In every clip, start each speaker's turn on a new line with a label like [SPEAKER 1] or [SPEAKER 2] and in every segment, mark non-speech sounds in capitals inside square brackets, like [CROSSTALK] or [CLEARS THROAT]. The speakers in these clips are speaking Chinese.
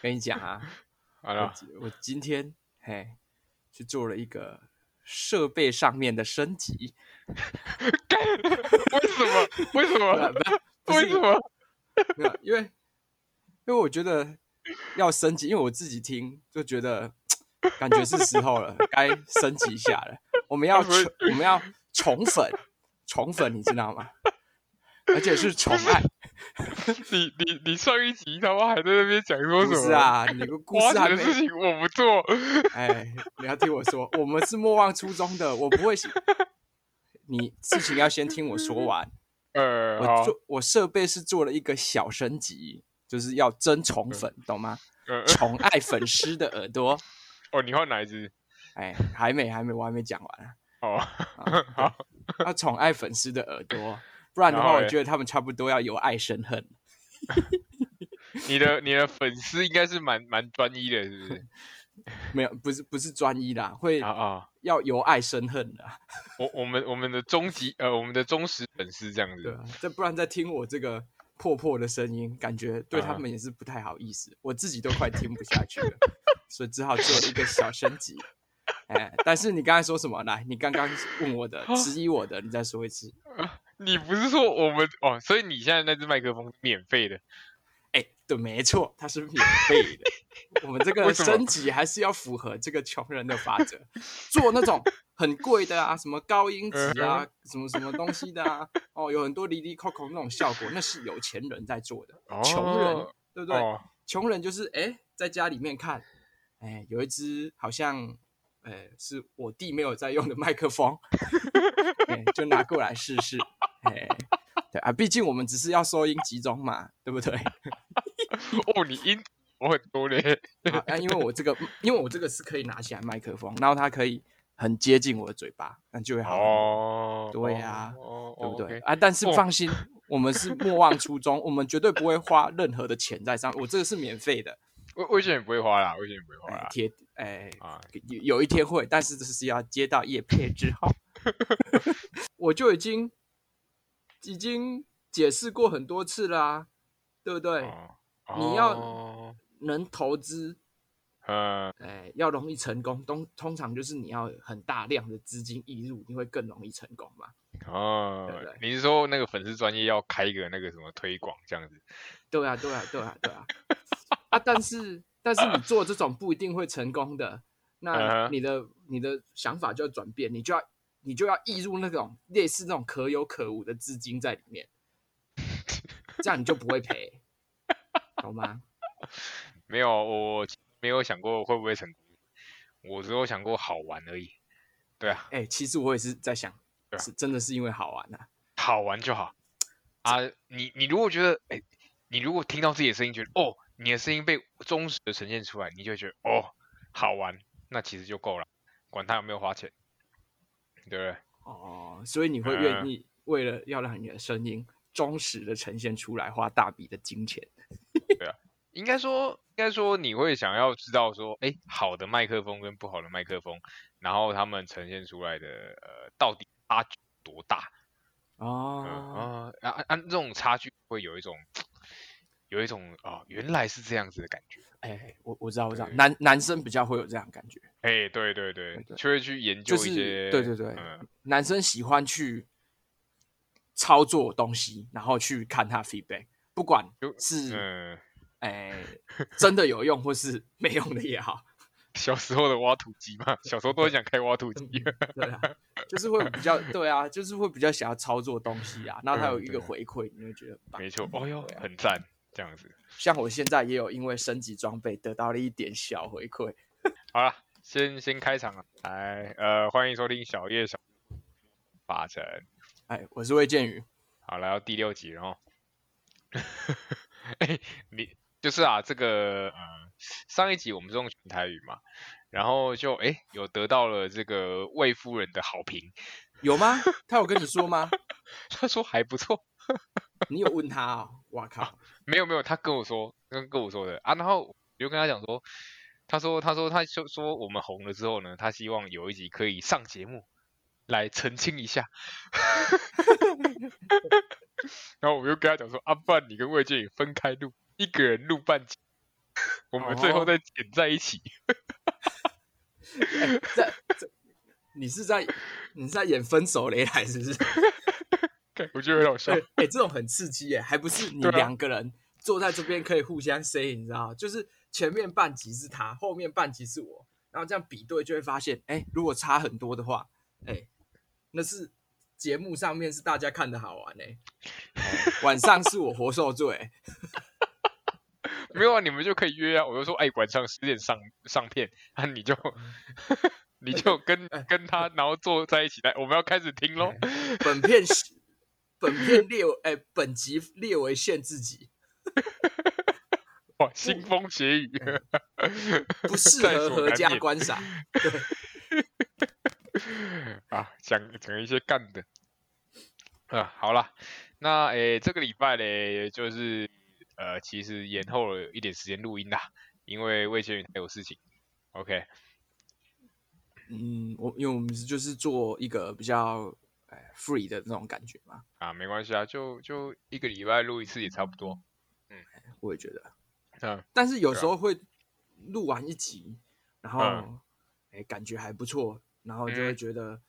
[SPEAKER 1] 跟你讲
[SPEAKER 2] [LAUGHS]
[SPEAKER 1] 啊，
[SPEAKER 2] 好
[SPEAKER 1] 我 [LAUGHS]
[SPEAKER 2] 了，
[SPEAKER 1] 我今天嘿去做了一个设备上面的升
[SPEAKER 2] [LAUGHS]
[SPEAKER 1] 级，
[SPEAKER 2] 为什么？为什么？
[SPEAKER 1] 啊呃不是
[SPEAKER 2] 为什么？
[SPEAKER 1] 没有，因为因为我觉得要升级，因为我自己听就觉得感觉是时候了，该升级一下了。我们要
[SPEAKER 2] 不是
[SPEAKER 1] 重我们要宠粉，宠粉你知道吗？而且
[SPEAKER 2] [LAUGHS]
[SPEAKER 1] 是宠爱，
[SPEAKER 2] 你你你上一集他妈还在那边讲说
[SPEAKER 1] 不
[SPEAKER 2] 什么？
[SPEAKER 1] 是啊？你的故
[SPEAKER 2] 花
[SPEAKER 1] 事还
[SPEAKER 2] 钱的
[SPEAKER 1] 没
[SPEAKER 2] 事情我不做， [LAUGHS]
[SPEAKER 1] 哎， [LAUGHS] 你要听我说，我们是莫忘初衷的，我不会喜。你事情要先听我说完。
[SPEAKER 2] 呃，
[SPEAKER 1] 我
[SPEAKER 2] 好，
[SPEAKER 1] 做我设备是做了一个小升级，就是要争宠粉，懂吗？
[SPEAKER 2] 呃，
[SPEAKER 1] 宠爱粉丝的耳朵。
[SPEAKER 2] 哦，你换哪一只？
[SPEAKER 1] 哎，还没，还没，我还没讲完啊。
[SPEAKER 2] 哦， [LAUGHS]
[SPEAKER 1] 啊对要宠爱粉丝的耳朵，不然的
[SPEAKER 2] 然
[SPEAKER 1] 话，
[SPEAKER 2] 后
[SPEAKER 1] 我
[SPEAKER 2] 嘞
[SPEAKER 1] 觉得他们差不多要由爱生恨。
[SPEAKER 2] 你的你的粉丝应该是蛮蛮专一的，是不是？
[SPEAKER 1] 没有，不是不是专一啦，会
[SPEAKER 2] 啊啊，
[SPEAKER 1] 要由爱生恨的啊，
[SPEAKER 2] 我我们我们的终极呃我们的忠实粉丝这样
[SPEAKER 1] 对
[SPEAKER 2] 子，
[SPEAKER 1] 啊，这不然再听我这个破破的声音，感觉对他
[SPEAKER 2] 啊
[SPEAKER 1] 们也是不太好意思，我自己都快听不下去 [LAUGHS] 了，所以只好做一个小升级。哎，但是你刚才说什么？来，你刚刚问我 [GASPS] 的，质疑我的，你再说一次。
[SPEAKER 2] 你不是说我们哦，所以你现在那只麦克风是免费的，
[SPEAKER 1] 哎，对，没错，它是免费 [LAUGHS] 的。我们这个
[SPEAKER 2] 为什么
[SPEAKER 1] 升级还是要符合这个穷人的法则，做那种很贵的啊，什么高音质啊，什么什么东西的啊，哦，有很多离离扣扣那种效果，那是有钱人在做的，
[SPEAKER 2] 哦
[SPEAKER 1] 穷人对不对？
[SPEAKER 2] 哦，
[SPEAKER 1] 穷人就是哎、诶在家里面看，哎、有一只好像，哎、是我弟没有在用的麦克
[SPEAKER 2] [LAUGHS]
[SPEAKER 1] 风，诶就拿过来试试，哎、对啊，毕竟我们只是要收音集中嘛，对不对？
[SPEAKER 2] [LAUGHS] 哦，你音我很
[SPEAKER 1] [LAUGHS]
[SPEAKER 2] 多嘞，
[SPEAKER 1] 啊，啊因为我这个，因为我这个是可以拿起来麦克风，然后它可以很接近我的嘴巴，那就会好很多，
[SPEAKER 2] 哦，
[SPEAKER 1] 对呀
[SPEAKER 2] 哦，
[SPEAKER 1] 对不对？
[SPEAKER 2] 哦？OK
[SPEAKER 1] 啊，但是
[SPEAKER 2] 哦
[SPEAKER 1] 放心，我们是莫忘初衷，我们绝对不会花任何的钱在上，我这个是免费的，
[SPEAKER 2] 我我以前也不会花啦，我以前也不会花
[SPEAKER 1] 哎
[SPEAKER 2] 啦，
[SPEAKER 1] 贴哎
[SPEAKER 2] 啊，
[SPEAKER 1] 有有一天会，但是这是要接到叶配之后，我就已经已经解释过很多次啦、对不对？
[SPEAKER 2] 哦
[SPEAKER 1] 你要
[SPEAKER 2] 哦
[SPEAKER 1] 能投资，
[SPEAKER 2] 呃，
[SPEAKER 1] 哎，要容易成功，通通常就是你要有很大量的资金移入，你会更容易成功嘛？对不
[SPEAKER 2] 哦
[SPEAKER 1] 对，
[SPEAKER 2] 你是说那个粉丝专业要开一个那个什么推广这样子？
[SPEAKER 1] 对啊，对啊，对啊，对啊。啊，但是但是你做这种不一定会成功的，那
[SPEAKER 2] 嗯哼
[SPEAKER 1] 你的、你的想法就要转变，你就要你就要移入那种类似那种可有可无的资金在里面，这样你就不会赔， [LAUGHS] 懂吗？
[SPEAKER 2] 没有，我没有想过会不会成功，我只有想过好玩而已。对啊，
[SPEAKER 1] 哎、其实我也是在想，
[SPEAKER 2] 对啊
[SPEAKER 1] 是真的是因为好玩啊，
[SPEAKER 2] 好玩就好啊。你你如果觉得，哎、你如果听到自己的声音，觉得哦，你的声音被忠实的呈现出来，你就会觉得哦，好玩，那其实就够了，管他有没有花钱，对不对？
[SPEAKER 1] 哦，所以你会
[SPEAKER 2] 嗯
[SPEAKER 1] 愿意为了要让你的声音忠实的呈现出来，花大笔的金钱。
[SPEAKER 2] 应该说，应该说你会想要知道说，哎，好的麦克风跟不好的麦克风，然后他们呈现出来的呃，到底差距多大？嗯
[SPEAKER 1] 哦，
[SPEAKER 2] 啊啊啊！啊这种差距会有一种，有一种啊、原来是这样子的感觉。
[SPEAKER 1] 哎、我我知道，我知道，
[SPEAKER 2] 对
[SPEAKER 1] 男男生比较会有这样的感觉，
[SPEAKER 2] 哎，对对对
[SPEAKER 1] 对，对
[SPEAKER 2] 就会去研究
[SPEAKER 1] 就
[SPEAKER 2] 一
[SPEAKER 1] 是
[SPEAKER 2] 些，
[SPEAKER 1] 对对对
[SPEAKER 2] 嗯，
[SPEAKER 1] 男生喜欢去操作东西，然后去看他 feedback，不管
[SPEAKER 2] 就是嗯，
[SPEAKER 1] 哎、真的有用或是没用的也好，
[SPEAKER 2] 小时候的挖土机嘛，小时候都很想开挖土机。
[SPEAKER 1] [LAUGHS] 对
[SPEAKER 2] [LAUGHS]
[SPEAKER 1] 啊，就是会比较对啊，就是会比较想要操作东西啊，然后他有一个
[SPEAKER 2] 嗯对
[SPEAKER 1] 回馈，你会觉得很棒。
[SPEAKER 2] 没错，哦哟，
[SPEAKER 1] 对啊
[SPEAKER 2] 很赞，这样子。
[SPEAKER 1] 像我现在也有因为升级装备得到了一点小回馈，
[SPEAKER 2] 好了，先先开场啊，来，呃，欢迎收听小叶小八成。
[SPEAKER 1] 哎，我是魏建宇，
[SPEAKER 2] 好，来到第六集了哦。 [LAUGHS] 哎、你就是啊，这个呃，上一集我们是用全台语嘛，然后就哎、有得到了这个魏夫人的好评， [LAUGHS]
[SPEAKER 1] 有吗？他有跟你说吗？
[SPEAKER 2] 她说还不错。
[SPEAKER 1] 你有问他哦？哇靠！
[SPEAKER 2] 没有没有，她跟我说，跟跟我说的啊，然后我就跟她讲说，她说她说她就说我们红了之后呢，她希望有一集可以上节目来澄清一下。 [LAUGHS] 然后我又跟她讲说，啊，不然你跟魏建宇分开录，一个人录半集。我们最后再剪在一起。 [LAUGHS]
[SPEAKER 1] 哎这这，你是在你是在演分手擂台是不
[SPEAKER 2] [LAUGHS]
[SPEAKER 1] 是？
[SPEAKER 2] 看我觉得很好笑
[SPEAKER 1] 对，，哎、这种很刺激耶，还不是你
[SPEAKER 2] 对啊
[SPEAKER 1] 两个人坐在这边可以互相 say，你知道吗？就是前面半集是他，后面半集是我，然后这样比对就会发现，哎、如果差很多的话，哎、那是节目上面是大家看的好玩哎、哦晚上是我活受罪，
[SPEAKER 2] 没有啊，你们就可以约啊。我就说，哎，晚上十点上上片，啊，你就 [LAUGHS] 你就跟
[SPEAKER 1] 哎
[SPEAKER 2] 跟他，然后坐在一起来，我们要开始听喽。
[SPEAKER 1] 本片本片列为哎、本集列为限制级，
[SPEAKER 2] 哇，腥风血雨，
[SPEAKER 1] 嗯
[SPEAKER 2] [LAUGHS]
[SPEAKER 1] 不适
[SPEAKER 2] 在
[SPEAKER 1] 合
[SPEAKER 2] 所
[SPEAKER 1] 合
[SPEAKER 2] 难
[SPEAKER 1] 家
[SPEAKER 2] 免
[SPEAKER 1] 观赏。
[SPEAKER 2] 啊，讲讲一些干的啊，好啦，那诶，这个礼拜嘞，就是呃，其实延后了一点时间录音啦，因为魏轩宇他有事情。OK，
[SPEAKER 1] 嗯，我因为我们就是做一个比较哎、free 的那种感觉嘛，
[SPEAKER 2] 啊，没关系啊，就就一个礼拜录一次也差不多。
[SPEAKER 1] 我也觉得。
[SPEAKER 2] 嗯，
[SPEAKER 1] 但是有时
[SPEAKER 2] 对
[SPEAKER 1] 候会录完一集，然后哎、
[SPEAKER 2] 嗯
[SPEAKER 1] 诶感觉还不错，然后就会
[SPEAKER 2] 嗯
[SPEAKER 1] 觉得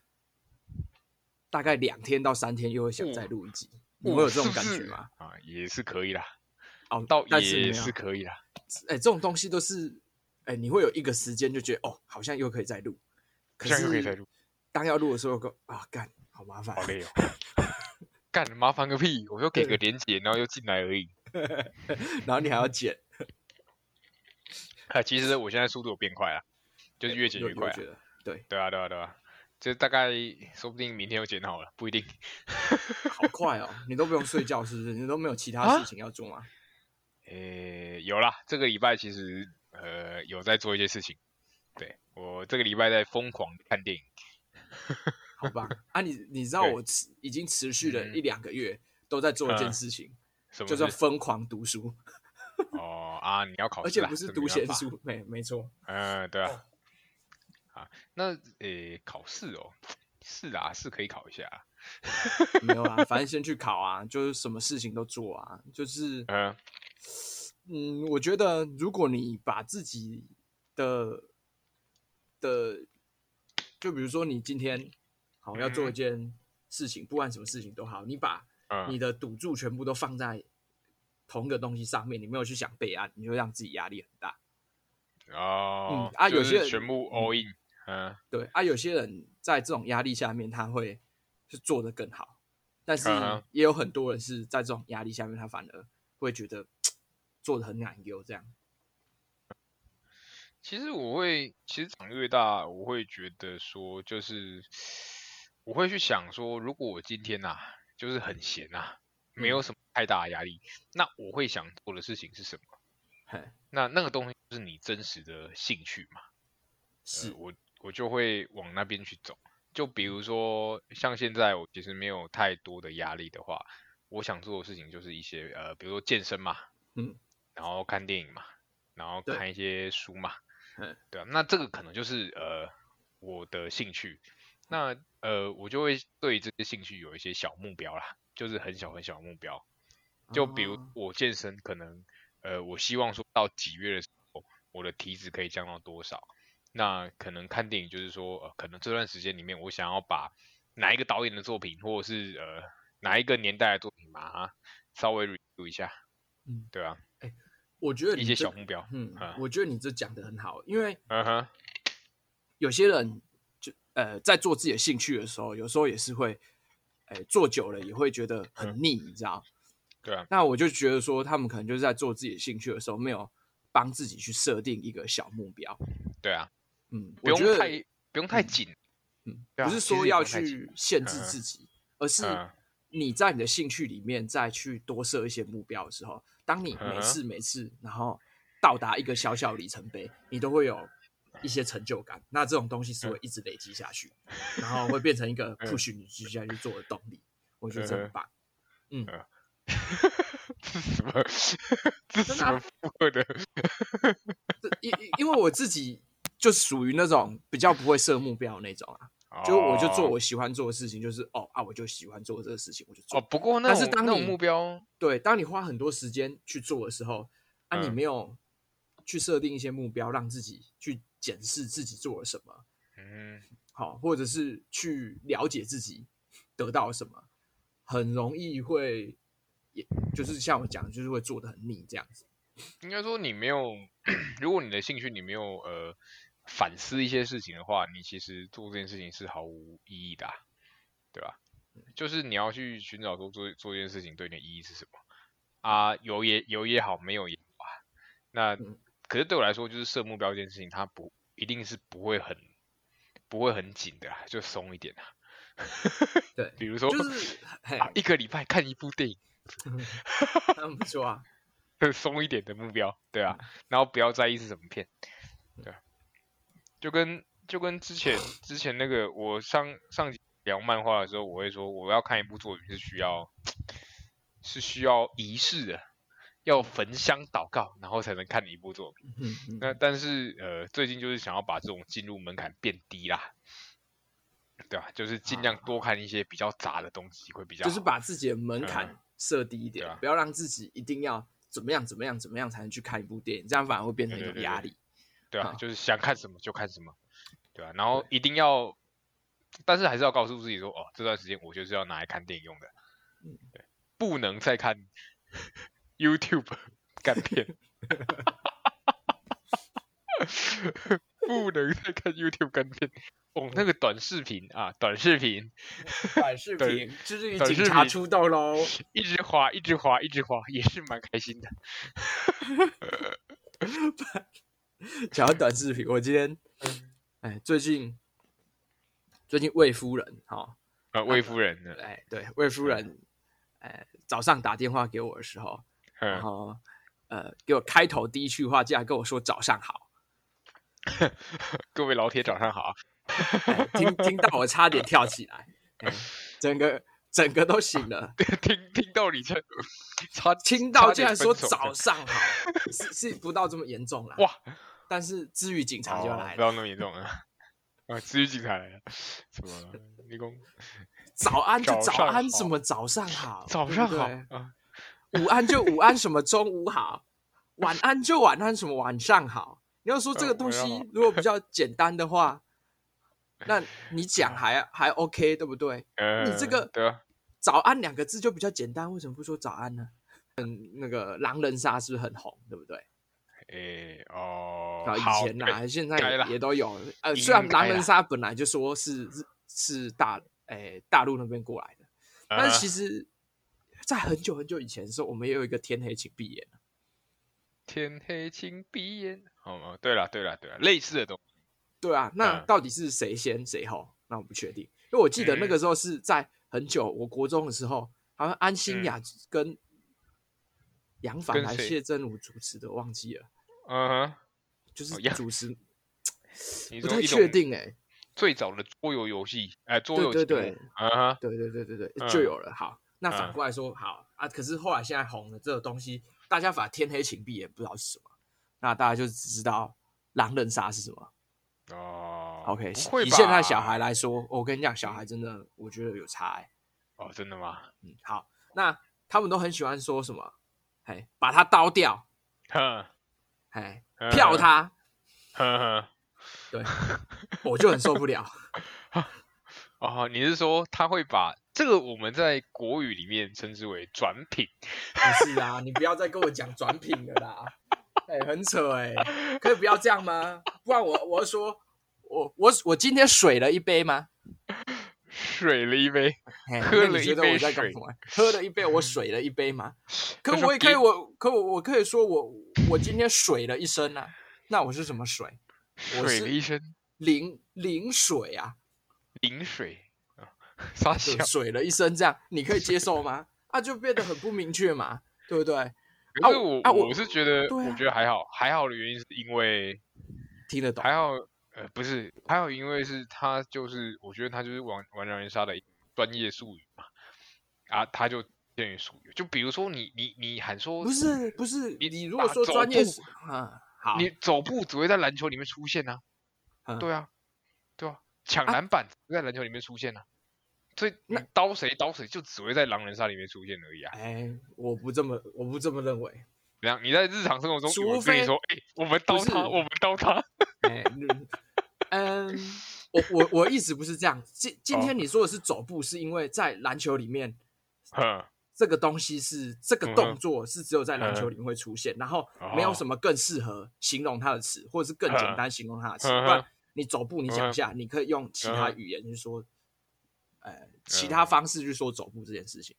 [SPEAKER 1] 大概两天到三天又会想
[SPEAKER 2] 哦
[SPEAKER 1] 再录一集，你会有这种感觉吗？？
[SPEAKER 2] 啊，也是可以啦，
[SPEAKER 1] 哦，
[SPEAKER 2] 倒
[SPEAKER 1] 但是没
[SPEAKER 2] 也
[SPEAKER 1] 有
[SPEAKER 2] 是可以啦。
[SPEAKER 1] 哎、这种东西都是哎、你会有一个时间就觉得哦，好像又可以再录，可
[SPEAKER 2] 好像又可以再
[SPEAKER 1] 是
[SPEAKER 2] 录
[SPEAKER 1] 当要录的时候，个啊干好麻烦
[SPEAKER 2] 好，
[SPEAKER 1] [LAUGHS]
[SPEAKER 2] 累哦。干麻烦个屁！我就给个连结，然后又进来而已。
[SPEAKER 1] 然后你还要剪，
[SPEAKER 2] [LAUGHS] 啊，其实我现在速度有变快了，啊就是越剪
[SPEAKER 1] 有
[SPEAKER 2] 越快
[SPEAKER 1] 有
[SPEAKER 2] 啊。
[SPEAKER 1] 觉得对，
[SPEAKER 2] 对啊，对啊，对啊，这大概说不定明天就剪好了，不一定。
[SPEAKER 1] 好快哦，你都不用睡觉是不是？你都没有其他
[SPEAKER 2] 啊
[SPEAKER 1] 事情要做吗？
[SPEAKER 2] 诶，呃有啦，这个礼拜其实呃有在做一些事情。对我这个礼拜在疯狂看电影，
[SPEAKER 1] 好吧，啊你，你知道
[SPEAKER 2] 对
[SPEAKER 1] 我持已经持续了
[SPEAKER 2] 嗯
[SPEAKER 1] 一两个月都在做一件事情，
[SPEAKER 2] 什么
[SPEAKER 1] 就是
[SPEAKER 2] 事？
[SPEAKER 1] 疯狂读书，
[SPEAKER 2] 哦啊，你要考
[SPEAKER 1] [LAUGHS]
[SPEAKER 2] 试
[SPEAKER 1] 而且
[SPEAKER 2] 啦
[SPEAKER 1] 不是
[SPEAKER 2] 这没
[SPEAKER 1] 读
[SPEAKER 2] 办
[SPEAKER 1] 闲
[SPEAKER 2] 法
[SPEAKER 1] 书，哦没没错，
[SPEAKER 2] 嗯，对啊，啊，那诶，考试哦，是啦，是可以考一下啊，
[SPEAKER 1] 没有啦，反正先去考啊，就是什么事情都做啊，就是
[SPEAKER 2] 嗯
[SPEAKER 1] 嗯，我觉得如果你把自己的的，就比如说你今天好要做一
[SPEAKER 2] 嗯
[SPEAKER 1] 件事情，不管什么事情都好，你把你
[SPEAKER 2] 嗯，
[SPEAKER 1] 的赌注全部都放在同一个东西上面，你没有去想备案，你就让自己压力很大。
[SPEAKER 2] 哦
[SPEAKER 1] 嗯，啊
[SPEAKER 2] 就
[SPEAKER 1] 有
[SPEAKER 2] 是
[SPEAKER 1] 些人
[SPEAKER 2] 全部 all in，嗯，
[SPEAKER 1] 对啊，有些人在这种压力下面，他会是做得更好，但是
[SPEAKER 2] 嗯哼
[SPEAKER 1] 也有很多人是在这种压力下面，他反而会觉得做的很难忧这样。
[SPEAKER 2] 其实我会，其实长越大，我会觉得说，就是我会去想说，如果我今天呐、就是很闲呐、
[SPEAKER 1] 嗯
[SPEAKER 2] 没有什么太大的压力，那我会想做的事情是什么？
[SPEAKER 1] 嘿，
[SPEAKER 2] 那那个东西就是你真实的兴趣嘛，
[SPEAKER 1] 是嗯
[SPEAKER 2] 呃，我我就会往那边去走。就比如说，像现在我其实没有太多的压力的话，我想做的事情就是一些呃，比如说健身嘛，
[SPEAKER 1] 嗯，
[SPEAKER 2] 然后看电影嘛，然后
[SPEAKER 1] 对
[SPEAKER 2] 看一些书嘛，
[SPEAKER 1] 嗯，
[SPEAKER 2] 对啊，那这个可能就是呃我的兴趣，那呃我就会对这些兴趣有一些小目标啦，就是很小很小的目标，就比如
[SPEAKER 1] 哦
[SPEAKER 2] 我健身，可能呃，我希望说到几月的时候，我的体脂可以降到多少？那可能看电影就是说，呃，可能这段时间里面，我想要把哪一个导演的作品，或者是呃哪一个年代的作品把它稍微 review 一下，
[SPEAKER 1] 嗯，
[SPEAKER 2] 对啊，
[SPEAKER 1] 我觉得你
[SPEAKER 2] 一些
[SPEAKER 1] 这
[SPEAKER 2] 小目标，
[SPEAKER 1] 嗯
[SPEAKER 2] 啊，
[SPEAKER 1] 我觉得你这讲的很好，因为
[SPEAKER 2] 嗯哼，
[SPEAKER 1] 有些人就呃在做自己的兴趣的时候，有时候也是会，哎、做久了也会觉得很腻，你知道？
[SPEAKER 2] 嗯对啊，
[SPEAKER 1] 那我就觉得说，他们可能就是在做自己的兴趣的时候，没有帮自己去设定一个小目标。
[SPEAKER 2] 对啊，
[SPEAKER 1] 嗯，
[SPEAKER 2] 不
[SPEAKER 1] 我觉
[SPEAKER 2] 用
[SPEAKER 1] 得
[SPEAKER 2] 太不用太
[SPEAKER 1] 嗯
[SPEAKER 2] 紧，
[SPEAKER 1] 嗯，
[SPEAKER 2] 对
[SPEAKER 1] 不
[SPEAKER 2] 啊
[SPEAKER 1] 是
[SPEAKER 2] 其实
[SPEAKER 1] 说
[SPEAKER 2] 也
[SPEAKER 1] 要
[SPEAKER 2] 不用太紧
[SPEAKER 1] 去限制
[SPEAKER 2] 嗯
[SPEAKER 1] 自己，而是
[SPEAKER 2] 嗯
[SPEAKER 1] 你在你的兴趣里面再去多设一些目标的时候，当你每
[SPEAKER 2] 嗯
[SPEAKER 1] 次每次然后到达一个小小里程碑，你都会有一些成就感。那这种东西是会一直累积下去，然后会变成一个
[SPEAKER 2] 嗯
[SPEAKER 1] push 你继续下去做的动力。我觉得这
[SPEAKER 2] 嗯
[SPEAKER 1] 很
[SPEAKER 2] 哼嗯
[SPEAKER 1] 棒。嗯
[SPEAKER 2] [LAUGHS] 这是什么？ [LAUGHS] 这是
[SPEAKER 1] 真的
[SPEAKER 2] 什
[SPEAKER 1] 啊
[SPEAKER 2] 么附和的？
[SPEAKER 1] 这因因因为我自己就属于那种比较不会设目标的那种啊，就我就做
[SPEAKER 2] 哦
[SPEAKER 1] 我喜欢做的事情，就是哦啊，我就喜欢做这个事情，我就做
[SPEAKER 2] 哦，。不过那
[SPEAKER 1] 但是
[SPEAKER 2] 种
[SPEAKER 1] 当
[SPEAKER 2] 那种
[SPEAKER 1] 你
[SPEAKER 2] 目标，
[SPEAKER 1] 对，当你花很多时间去做的时候，啊，你
[SPEAKER 2] 嗯
[SPEAKER 1] 没有去设定一些目标，让自己去检视自己做了什么，
[SPEAKER 2] 嗯，
[SPEAKER 1] 好，或者是去了解自己得到了什么，很容易会，也就是像我讲的，就是会做的很腻这样子。
[SPEAKER 2] 应该说你没有， [CLEARS THROAT] 如果你的兴趣你没有呃反思一些事情的话，你其实做这件事情是毫无意义的、啊，对吧？就是你要去寻找说做做这件事情对你的意义是什么啊？有也有也好，没有也好啊。那
[SPEAKER 1] 嗯
[SPEAKER 2] 可是对我来说，就是设目标这件事情，它不一定是不会很不会很紧的、啊，就松一点啊。 [LAUGHS]
[SPEAKER 1] 对，
[SPEAKER 2] 比如说、
[SPEAKER 1] 就是嘿， [LAUGHS]
[SPEAKER 2] 啊，一个礼拜看一部电影。
[SPEAKER 1] 很不错啊。
[SPEAKER 2] 松一点的目标，对啊，
[SPEAKER 1] 嗯
[SPEAKER 2] 然后不要在意是什么片，对啊，就跟就跟之前之前那个我上上集聊漫画的时候，我会说我要看一部作品是需要是需要仪式的，要焚香祷告，然后才能看一部作品。
[SPEAKER 1] 嗯嗯
[SPEAKER 2] 那但是呃，最近就是想要把这种进入门槛变低啦，对啊，就是尽量
[SPEAKER 1] 啊
[SPEAKER 2] 多看一些比较杂的东西会比较
[SPEAKER 1] 就是
[SPEAKER 2] 好
[SPEAKER 1] 把自己的门槛
[SPEAKER 2] 嗯
[SPEAKER 1] 设低一
[SPEAKER 2] 对
[SPEAKER 1] 点
[SPEAKER 2] 啊，
[SPEAKER 1] 不要让自己一定要怎么样怎么样怎么样才能去看一部电影，这样反而会变成一
[SPEAKER 2] 对对
[SPEAKER 1] 种
[SPEAKER 2] 对
[SPEAKER 1] 压
[SPEAKER 2] 对
[SPEAKER 1] 力。
[SPEAKER 2] 对啊
[SPEAKER 1] 好，
[SPEAKER 2] 就是想看什么就看什么，对啊，然后一定要，但是还是要告诉自己说，哦，这段时间我就是要拿来看电影用的，
[SPEAKER 1] 嗯
[SPEAKER 2] 对，不能再看 [LAUGHS] YouTube [LAUGHS] 干片，不能再看 YouTube 干片，哦，那个短视频啊，短视频
[SPEAKER 1] 短视
[SPEAKER 2] 对
[SPEAKER 1] 频就是
[SPEAKER 2] 短
[SPEAKER 1] 警
[SPEAKER 2] 视
[SPEAKER 1] 察
[SPEAKER 2] 频
[SPEAKER 1] 出动喽。
[SPEAKER 2] 一直滑，一直滑，一直滑，也是蛮开心的。
[SPEAKER 1] [LAUGHS] 讲到短视频，我今天哎，最近最近魏夫人哈、哦，
[SPEAKER 2] 呃，魏夫人呢？
[SPEAKER 1] 哎，对魏
[SPEAKER 2] 嗯
[SPEAKER 1] 夫人，哎，早上打电话给我的时候，然
[SPEAKER 2] 嗯，
[SPEAKER 1] 后呃，给我开头第一句话竟然跟我说早上好，
[SPEAKER 2] 各位老铁早上好 [LAUGHS] 啊，
[SPEAKER 1] 哎、听听到我差点跳起来，哎，整个整个都醒了。
[SPEAKER 2] 听听到你这
[SPEAKER 1] [LAUGHS]
[SPEAKER 2] 差
[SPEAKER 1] 听
[SPEAKER 2] 差
[SPEAKER 1] 到
[SPEAKER 2] 点
[SPEAKER 1] 竟然说
[SPEAKER 2] 分手
[SPEAKER 1] 早上好， [LAUGHS] 是是不到这么严重啦。
[SPEAKER 2] 哇，
[SPEAKER 1] 但是至于警察就
[SPEAKER 2] 哦
[SPEAKER 1] 来
[SPEAKER 2] 不
[SPEAKER 1] 了，
[SPEAKER 2] 要那么严重啊！ [LAUGHS] 啊，至于警察来了，什么？立功
[SPEAKER 1] 早安就
[SPEAKER 2] 早
[SPEAKER 1] 早
[SPEAKER 2] 上
[SPEAKER 1] 安，
[SPEAKER 2] 好
[SPEAKER 1] 什么早上好，
[SPEAKER 2] 早
[SPEAKER 1] 哦对
[SPEAKER 2] 上
[SPEAKER 1] 不
[SPEAKER 2] 好
[SPEAKER 1] 对
[SPEAKER 2] 啊，
[SPEAKER 1] 午安就午安，什么中午好， [LAUGHS] 晚安就晚安，什么晚上好。你要说这个
[SPEAKER 2] 嗯
[SPEAKER 1] 东西
[SPEAKER 2] 晚上好
[SPEAKER 1] 如果比较简单的话，那你讲还还 OK，对不对？
[SPEAKER 2] 呃，
[SPEAKER 1] 你这个
[SPEAKER 2] 对吧？
[SPEAKER 1] 早安两个字就比较简单，为什么不说早安呢？嗯，那个狼人杀是不是很红，对不对？
[SPEAKER 2] 诶，哦，
[SPEAKER 1] 啊，以
[SPEAKER 2] 好
[SPEAKER 1] 前
[SPEAKER 2] 对
[SPEAKER 1] 呐、现在
[SPEAKER 2] 该啦
[SPEAKER 1] 也也都有。呃，
[SPEAKER 2] 应
[SPEAKER 1] 虽然
[SPEAKER 2] 该
[SPEAKER 1] 狼人
[SPEAKER 2] 啦
[SPEAKER 1] 杀本来就说是是是大诶、大陆那边过来的，但是
[SPEAKER 2] 呃
[SPEAKER 1] 其实，在很久很久以前的时候，我们也有一个天黑请闭眼，啊
[SPEAKER 2] 天黑请闭眼。哦哦，对了对了对了，类似的东西，
[SPEAKER 1] 对啊，那
[SPEAKER 2] 嗯
[SPEAKER 1] 到底是谁先谁后？那我不确定，因为我记得那
[SPEAKER 2] 嗯
[SPEAKER 1] 个时候是在很久，我国中的时候，好像安心雅跟杨凡
[SPEAKER 2] 嗯跟
[SPEAKER 1] 还
[SPEAKER 2] 谁
[SPEAKER 1] 谢振武主持的，忘记了，
[SPEAKER 2] 嗯哼，
[SPEAKER 1] 就是
[SPEAKER 2] 哦杨
[SPEAKER 1] 主持
[SPEAKER 2] 你
[SPEAKER 1] 不
[SPEAKER 2] 说
[SPEAKER 1] 太
[SPEAKER 2] 一
[SPEAKER 1] 确
[SPEAKER 2] 种
[SPEAKER 1] 定哎、
[SPEAKER 2] 最早的桌游游戏，哎，桌
[SPEAKER 1] 对
[SPEAKER 2] 游
[SPEAKER 1] 对
[SPEAKER 2] 节目
[SPEAKER 1] 对，
[SPEAKER 2] 嗯哼，
[SPEAKER 1] 对对对对对，
[SPEAKER 2] 嗯
[SPEAKER 1] 就有了。好，那
[SPEAKER 2] 嗯
[SPEAKER 1] 反过来说，好啊，可是后来现在红的这个东西，大家把天黑请闭眼不知道是什么，那大家就只知道狼人杀是什么。
[SPEAKER 2] 哦
[SPEAKER 1] OK，
[SPEAKER 2] 不会吧？
[SPEAKER 1] 以现在小孩来说，我跟你讲，小孩真的我觉得有差、欸。
[SPEAKER 2] 哦，真的吗？
[SPEAKER 1] 嗯，好，那他们都很喜欢说什么？哎，把它刀掉，
[SPEAKER 2] 哼，
[SPEAKER 1] 哎，
[SPEAKER 2] 嗯
[SPEAKER 1] 票，他，
[SPEAKER 2] 哼哼，
[SPEAKER 1] 对，我就很受不了。
[SPEAKER 2] 哦，你是说他会把这个我们在国语里面称之为转品？
[SPEAKER 1] 不是啊，你不要再跟我讲转品了啦， [LAUGHS] 哎、很扯哎、可以不要这样吗？不然我我说我我我今天水了一杯吗？
[SPEAKER 2] 水了一杯，
[SPEAKER 1] 哎
[SPEAKER 2] 喝了
[SPEAKER 1] 那你觉得
[SPEAKER 2] 一杯
[SPEAKER 1] 我在干
[SPEAKER 2] 水
[SPEAKER 1] 什么？喝了一杯，我水了一杯
[SPEAKER 2] [LAUGHS]
[SPEAKER 1] 吗？可
[SPEAKER 2] 他说
[SPEAKER 1] 我也可以，
[SPEAKER 2] 给
[SPEAKER 1] 我可我我可以说我我今天水了一身啊，那我是什么水？我
[SPEAKER 2] 水
[SPEAKER 1] 是
[SPEAKER 2] 了一身
[SPEAKER 1] 淋淋水啊，
[SPEAKER 2] 饮水啊，傻
[SPEAKER 1] 对
[SPEAKER 2] 笑。
[SPEAKER 1] 水了一身这样，你可以接受吗？ [LAUGHS] 啊，就变得很不明确嘛，对不对？
[SPEAKER 2] 可是
[SPEAKER 1] 啊
[SPEAKER 2] 我、
[SPEAKER 1] 啊
[SPEAKER 2] 我
[SPEAKER 1] 我
[SPEAKER 2] 是觉得、
[SPEAKER 1] 对啊
[SPEAKER 2] 我觉得还好，还好的原因是因为
[SPEAKER 1] 听得懂
[SPEAKER 2] 还好呃不是还好，因为是他就是我觉得他就是玩玩狼人杀的专业术语嘛，啊他就偏于术语，就比如说你你你喊说
[SPEAKER 1] 不是不是，
[SPEAKER 2] 你
[SPEAKER 1] 你如果
[SPEAKER 2] 打
[SPEAKER 1] 说
[SPEAKER 2] 走
[SPEAKER 1] 专业
[SPEAKER 2] 步
[SPEAKER 1] 是啊，好，
[SPEAKER 2] 你走步只会在篮球里面出现啊，
[SPEAKER 1] 嗯
[SPEAKER 2] 对啊对啊，抢
[SPEAKER 1] 啊
[SPEAKER 2] 篮板只会在篮球里面出现啊，所以你
[SPEAKER 1] 那
[SPEAKER 2] 刀谁刀谁就只会在狼人杀里面出现而已啊。
[SPEAKER 1] 哎，我不这么，我不这么认为。
[SPEAKER 2] 怎样？你在日常生活中
[SPEAKER 1] 除
[SPEAKER 2] 有人跟
[SPEAKER 1] 非
[SPEAKER 2] 你说，哎、我们刀
[SPEAKER 1] 不是
[SPEAKER 2] 他，我们刀他， [LAUGHS]
[SPEAKER 1] 哎，嗯，我我我一直不是这样。今今天
[SPEAKER 2] 哦
[SPEAKER 1] 你说的是走步，是因为在篮球里面
[SPEAKER 2] 哼，
[SPEAKER 1] 这个东西是这个
[SPEAKER 2] 嗯
[SPEAKER 1] 动
[SPEAKER 2] 哼嗯哦
[SPEAKER 1] 作是只有在篮球里面会出现，然后没有什么更适合形容它的词，或者是更简单形容它的词。
[SPEAKER 2] 嗯哼嗯
[SPEAKER 1] 不然你走步，你想一下，你可以用其他
[SPEAKER 2] 嗯哼嗯
[SPEAKER 1] 语言去说，呃，其他方式去说走步这件事情。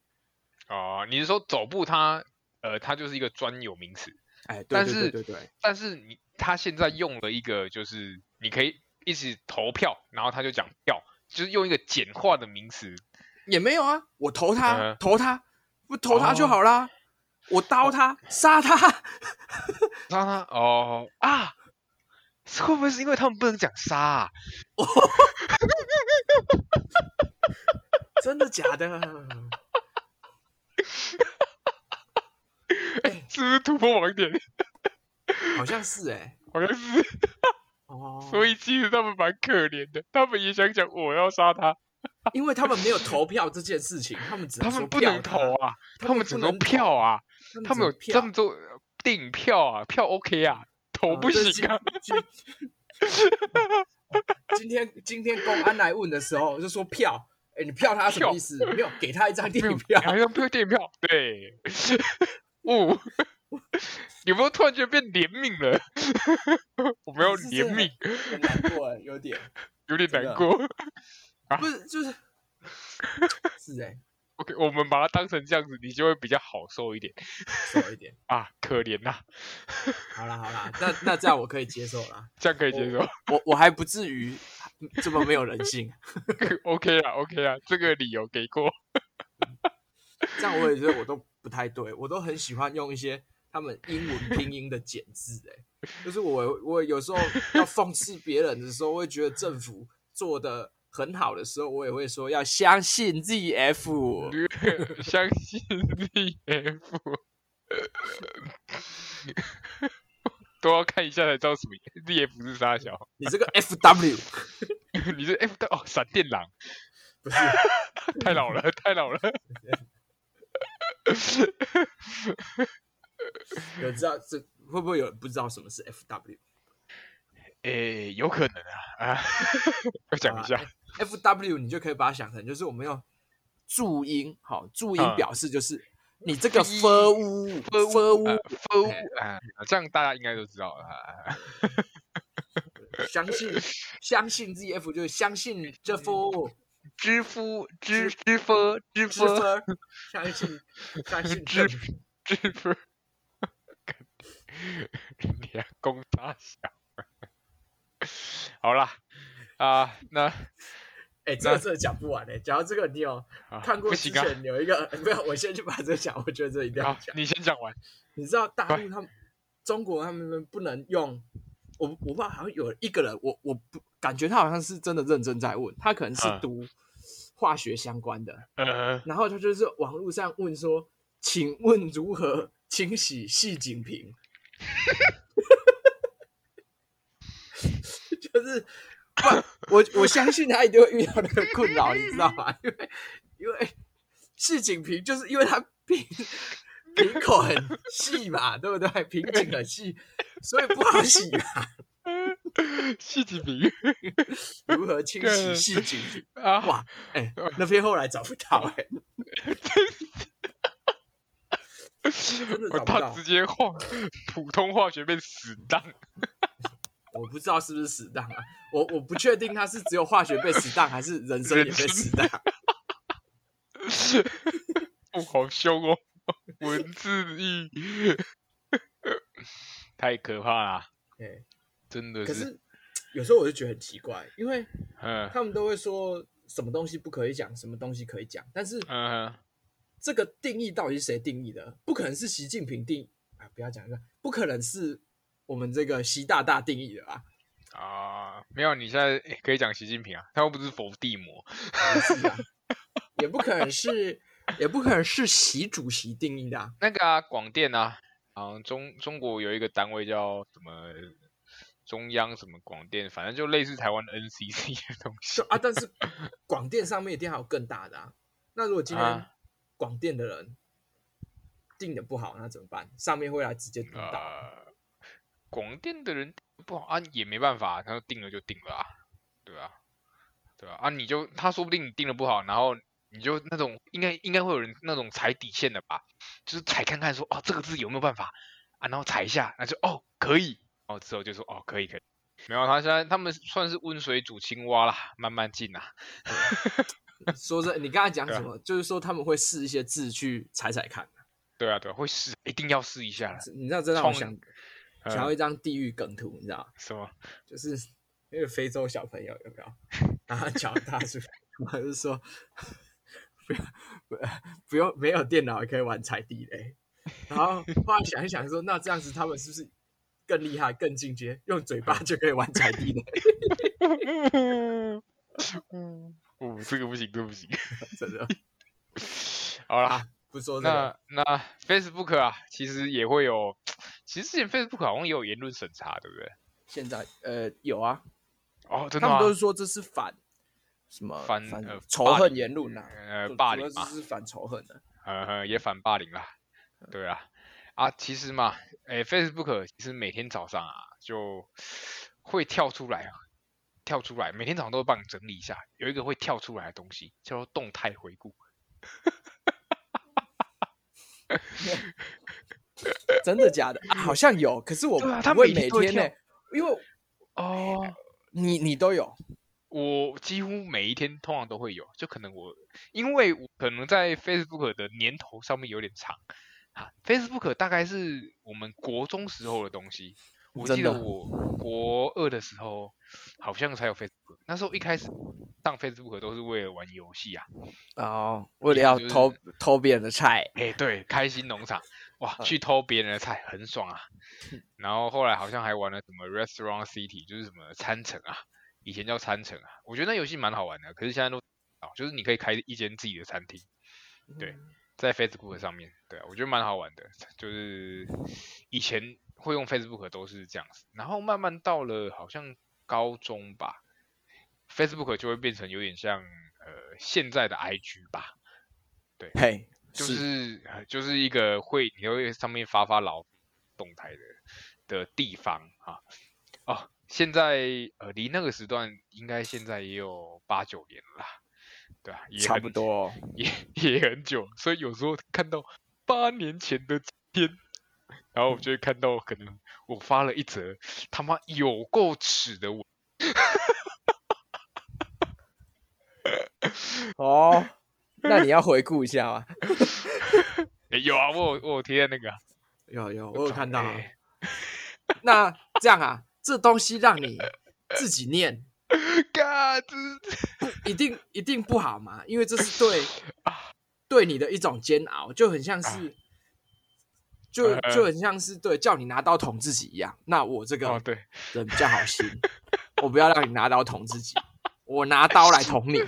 [SPEAKER 2] 哦、你是说走步他，呃，他就是一个专有名词，
[SPEAKER 1] 哎，对
[SPEAKER 2] 但
[SPEAKER 1] 对
[SPEAKER 2] 是
[SPEAKER 1] 对对对，
[SPEAKER 2] 但是你他现在用了一个，就是你可以一起投票，然后他就讲票，就是用一个简化的名词，
[SPEAKER 1] 也没有啊，我投他
[SPEAKER 2] 嗯，哦
[SPEAKER 1] 投他，不投他就好啦。我刀他，杀他， [LAUGHS]
[SPEAKER 2] 杀他哦啊，是会不会是因为他们不能讲杀、啊？
[SPEAKER 1] 真的假的？
[SPEAKER 2] 是不是突破盲点？
[SPEAKER 1] 好像是哎、
[SPEAKER 2] 好像是，
[SPEAKER 1] [LAUGHS] 哦，
[SPEAKER 2] 所以其实他们蛮可怜的，他们也想讲我要杀他，
[SPEAKER 1] 因为他们没有投票这件事情，他们只
[SPEAKER 2] 他
[SPEAKER 1] 能说
[SPEAKER 2] 们不
[SPEAKER 1] 票
[SPEAKER 2] 能投啊，
[SPEAKER 1] 他
[SPEAKER 2] 他
[SPEAKER 1] 们
[SPEAKER 2] 们
[SPEAKER 1] 不
[SPEAKER 2] 只
[SPEAKER 1] 能
[SPEAKER 2] 能票啊，
[SPEAKER 1] 他，
[SPEAKER 2] 他们有
[SPEAKER 1] 这
[SPEAKER 2] 他们做电影票啊，票 OK 啊，投不行啊，。
[SPEAKER 1] 对今今 [LAUGHS] 今天今天公安来问的时候，就说票，哎，你票他什么
[SPEAKER 2] 票
[SPEAKER 1] 意思？没有，给他一张电
[SPEAKER 2] 没有
[SPEAKER 1] 影票。
[SPEAKER 2] 好像不有电影票，对，哦，有没有突然觉得变怜悯了？ [LAUGHS] 我们要
[SPEAKER 1] 是这
[SPEAKER 2] 怜
[SPEAKER 1] 样
[SPEAKER 2] 悯，
[SPEAKER 1] 很难过哎，有
[SPEAKER 2] [LAUGHS]
[SPEAKER 1] 点
[SPEAKER 2] 有点
[SPEAKER 1] 真的
[SPEAKER 2] 难过。
[SPEAKER 1] 不是就是。 [LAUGHS] 是哎、
[SPEAKER 2] OK，我们把它当成这样子，你就会比较好受一点
[SPEAKER 1] 少一点。
[SPEAKER 2] 啊。可怜呐、
[SPEAKER 1] 好啦好啦，那那这样我可以接受啦。
[SPEAKER 2] 这样可以接受。
[SPEAKER 1] 我 [LAUGHS] 我还不至于这么没有人性，
[SPEAKER 2] OK 啊，OK 啊，这个理由给过。
[SPEAKER 1] 这样我也觉得我都不太对，我都很喜欢用一些他们英文拼音的简字、欸，就是我我有时候要讽刺别人的时候，我会觉得政府做的很好的时候，我也会说要相信 ZF，
[SPEAKER 2] [LAUGHS] 相信 ZF，都要看一下才知道什么 ZF 是啥小。
[SPEAKER 1] 你这个 FW
[SPEAKER 2] 你是 F 的哦，闪电狼，
[SPEAKER 1] 不是
[SPEAKER 2] 太老了，太老了。
[SPEAKER 1] 有知道这会不会有人不知道什么是 FW？
[SPEAKER 2] 诶、有可能啊啊，要讲一下。
[SPEAKER 1] 啊哎 F W，你就可以把它想成就是我们用注音，好，注音
[SPEAKER 2] 嗯
[SPEAKER 1] 表示就是你这个
[SPEAKER 2] 一
[SPEAKER 1] f u f u
[SPEAKER 2] 呃，f
[SPEAKER 1] 哎
[SPEAKER 2] 啊，这样大家应该都知道了。啊
[SPEAKER 1] 相信相信 Z F 就是相信这 f
[SPEAKER 2] 知夫知知夫知
[SPEAKER 1] 知分，相信相信这
[SPEAKER 2] 知知夫， [LAUGHS] 你还攻大小。 [LAUGHS] 好啦，啊、那
[SPEAKER 1] 哎，这个真的讲不完哎，讲到这个你有
[SPEAKER 2] 啊
[SPEAKER 1] 看过
[SPEAKER 2] 不
[SPEAKER 1] 之
[SPEAKER 2] 行啊，
[SPEAKER 1] 前有一个， [LAUGHS] 不要我先去把这个讲，我觉得这一定要
[SPEAKER 2] 好
[SPEAKER 1] 讲，。
[SPEAKER 2] 你先讲完。
[SPEAKER 1] 你知道大陆他们中国他们不能用，我我不知道好像有一个人，我我不感觉他好像是真的认真在问，他可能是
[SPEAKER 2] 嗯
[SPEAKER 1] 读化学相关的，
[SPEAKER 2] 呃，
[SPEAKER 1] 然后他就是网络上问说，请问如何清洗细颈瓶？ [LAUGHS] 就是，不，我我相信他一定会遇到那个困扰，你知道吗？因为因为细颈瓶就是因为它瓶瓶口很细嘛，对不对？瓶颈很细，所以不好洗嘛。
[SPEAKER 2] 细几笔
[SPEAKER 1] 如何清洗细颈瓶？
[SPEAKER 2] 啊，
[SPEAKER 1] [LAUGHS] 哇，哎、那篇后来找不 [LAUGHS] 到、哎，真的
[SPEAKER 2] 我
[SPEAKER 1] 找不
[SPEAKER 2] 他
[SPEAKER 1] 到
[SPEAKER 2] 直。接化普通化学变死当， [LAUGHS]
[SPEAKER 1] 我不知道是不是死当啊，我我不确定他是只有化学被死当，还是人生也被死当。啊 [LAUGHS]
[SPEAKER 2] 哦，好凶哦，文字狱， [LAUGHS] 太可怕啦，
[SPEAKER 1] 对，
[SPEAKER 2] 真的
[SPEAKER 1] 哎可是有时候我就觉得很奇怪，因为
[SPEAKER 2] 嗯
[SPEAKER 1] 他们都会说什么东西不可以讲，什么东西可以讲，但是
[SPEAKER 2] 嗯，
[SPEAKER 1] 这个定义到底是谁定义的？不可能是习近平定啊，不要讲这个，不可能是我们这个习大大定义的吧？
[SPEAKER 2] 啊，没有，你现在诶可以讲习近平啊，他又不是伏地魔，
[SPEAKER 1] 不是啊，也不可能是，也不可能是习主席定义的、啊。
[SPEAKER 2] 那个啊，广电啊，好像中中国有一个单位叫什么中央什么广电，反正就类似台湾的 NCC 的东西
[SPEAKER 1] 就啊，但是广电上面一定还有更大的啊。那如果今天
[SPEAKER 2] 啊
[SPEAKER 1] 广电的人定的不好，那怎么办？上面会来直接督导。
[SPEAKER 2] 呃，广电的人不好啊，也没办法，他说定了就定了啊，对吧、对吧、啊？你就他说不定你定的不好，然后你就那种应该应该会有人那种踩底线的吧，就是踩看看说哦这个字有没有办法啊，然后踩一下，那就哦可以，哦之后就说哦可以可以。没有，他现在他们算是温水煮青蛙啦，慢慢进啊啦。
[SPEAKER 1] 说这你刚才讲
[SPEAKER 2] 对啊
[SPEAKER 1] 什么？就是说他们会试一些字去踩踩看。
[SPEAKER 2] 对啊，对啊，会试，一定要试一下啦。
[SPEAKER 1] 你知道，这让我
[SPEAKER 2] 冲
[SPEAKER 1] 想
[SPEAKER 2] 呃
[SPEAKER 1] 想要一张地狱梗图，你知道吗？
[SPEAKER 2] 什么？
[SPEAKER 1] 就是那个非洲小朋友有没有？然后脚大叔，我就说不要不不用没有电脑也可以玩踩地雷。然后后来想一想说，那这样子他们是不是更厉害、更进阶，用嘴巴就可以玩踩地雷？
[SPEAKER 2] 嗯，哦，这个不行，这个不行。 [LAUGHS]
[SPEAKER 1] 真的
[SPEAKER 2] 好啦，
[SPEAKER 1] 啊，不说这个
[SPEAKER 2] 那那 Facebook 啊，其实也会有，其实之前 Facebook 好像也有言论审查，对不对？
[SPEAKER 1] 现在呃有啊，
[SPEAKER 2] 哦，真的
[SPEAKER 1] 他
[SPEAKER 2] 吗
[SPEAKER 1] 们都？是说这是反什么
[SPEAKER 2] 反
[SPEAKER 1] 反
[SPEAKER 2] 呃
[SPEAKER 1] 仇
[SPEAKER 2] 霸
[SPEAKER 1] 恨
[SPEAKER 2] 凌
[SPEAKER 1] 言论啊，
[SPEAKER 2] 呃，
[SPEAKER 1] 主
[SPEAKER 2] 霸
[SPEAKER 1] 主
[SPEAKER 2] 凌
[SPEAKER 1] 要
[SPEAKER 2] 嘛
[SPEAKER 1] 是，是反仇恨的，
[SPEAKER 2] 呃，呃也反霸凌啦，对啊，啊，其实嘛，哎，Facebook 其实每天早上啊，就会跳出来，啊跳出来，每天早上都会帮你整理一下，有一个会跳出来的东西叫做动态回顾。
[SPEAKER 1] 真的假的？啊 [LAUGHS] 好像有，可是我
[SPEAKER 2] 对啊
[SPEAKER 1] 不
[SPEAKER 2] 他
[SPEAKER 1] 会
[SPEAKER 2] 每
[SPEAKER 1] 每
[SPEAKER 2] 天都会
[SPEAKER 1] 天呢、
[SPEAKER 2] 跳
[SPEAKER 1] 因为
[SPEAKER 2] 哦，
[SPEAKER 1] 你你都有，
[SPEAKER 2] 我几乎每一天通常都会有，就可能我因为我可能在 Facebook 的年头上面有点长啊，Facebook 大概是我们国中时候的东西。我
[SPEAKER 1] 真
[SPEAKER 2] 记得
[SPEAKER 1] 的
[SPEAKER 2] 我国二的时候好像才有 Facebook，那时候一开始上 Facebook 都是为了玩游戏啊，
[SPEAKER 1] 哦，为了
[SPEAKER 2] 要
[SPEAKER 1] 要
[SPEAKER 2] 就是
[SPEAKER 1] 偷偷别人的菜，
[SPEAKER 2] 哎、对，开心农场，哇，
[SPEAKER 1] 嗯
[SPEAKER 2] 去偷别人的菜很爽啊。然后后来好像还玩了什么 Restaurant City，就是什么餐城啊，以前叫餐城啊。我觉得那游戏蛮好玩的，可是现在都哦，就是你可以开一间自己的餐厅，对在 Facebook 上面，对啊，我觉得蛮好玩的。就是以前会用 Facebook 都是这样子，然后慢慢到了好像高中吧，Facebook 就会变成有点像呃现在的 IG 吧，
[SPEAKER 1] 嘿，
[SPEAKER 2] 就是是呃就是一个会你会上面发发牢动态的的地方啊。哦，现在呃离那个时段应该现在也有八九年了啦，对啊，也
[SPEAKER 1] 差
[SPEAKER 2] 很
[SPEAKER 1] 不多哦。
[SPEAKER 2] 也也很久，所以有时候看到八年前的今天，然后我就会看到可能我发了一则他妈有够耻的文，
[SPEAKER 1] 哦，那你要回顾一下吗？
[SPEAKER 2] 诶有啊，我有我有贴在那个啊、
[SPEAKER 1] [LAUGHS]
[SPEAKER 2] 哎
[SPEAKER 1] 有有，我有看到啊。
[SPEAKER 2] [LAUGHS] 诶
[SPEAKER 1] 那这样啊，这东西让你自己念，
[SPEAKER 2] 嘎，这是
[SPEAKER 1] 一定一定不好嘛，因为这是
[SPEAKER 2] [LAUGHS]
[SPEAKER 1] 对对你的一种煎熬，就很像
[SPEAKER 2] 啊
[SPEAKER 1] 是。就
[SPEAKER 2] 呃
[SPEAKER 1] 就很像是对叫你拿刀捅自己一样，那我这个
[SPEAKER 2] 哦对，
[SPEAKER 1] 人比较好心，我不要让你拿刀捅自己，我拿刀来捅
[SPEAKER 2] [LAUGHS]
[SPEAKER 1] 你，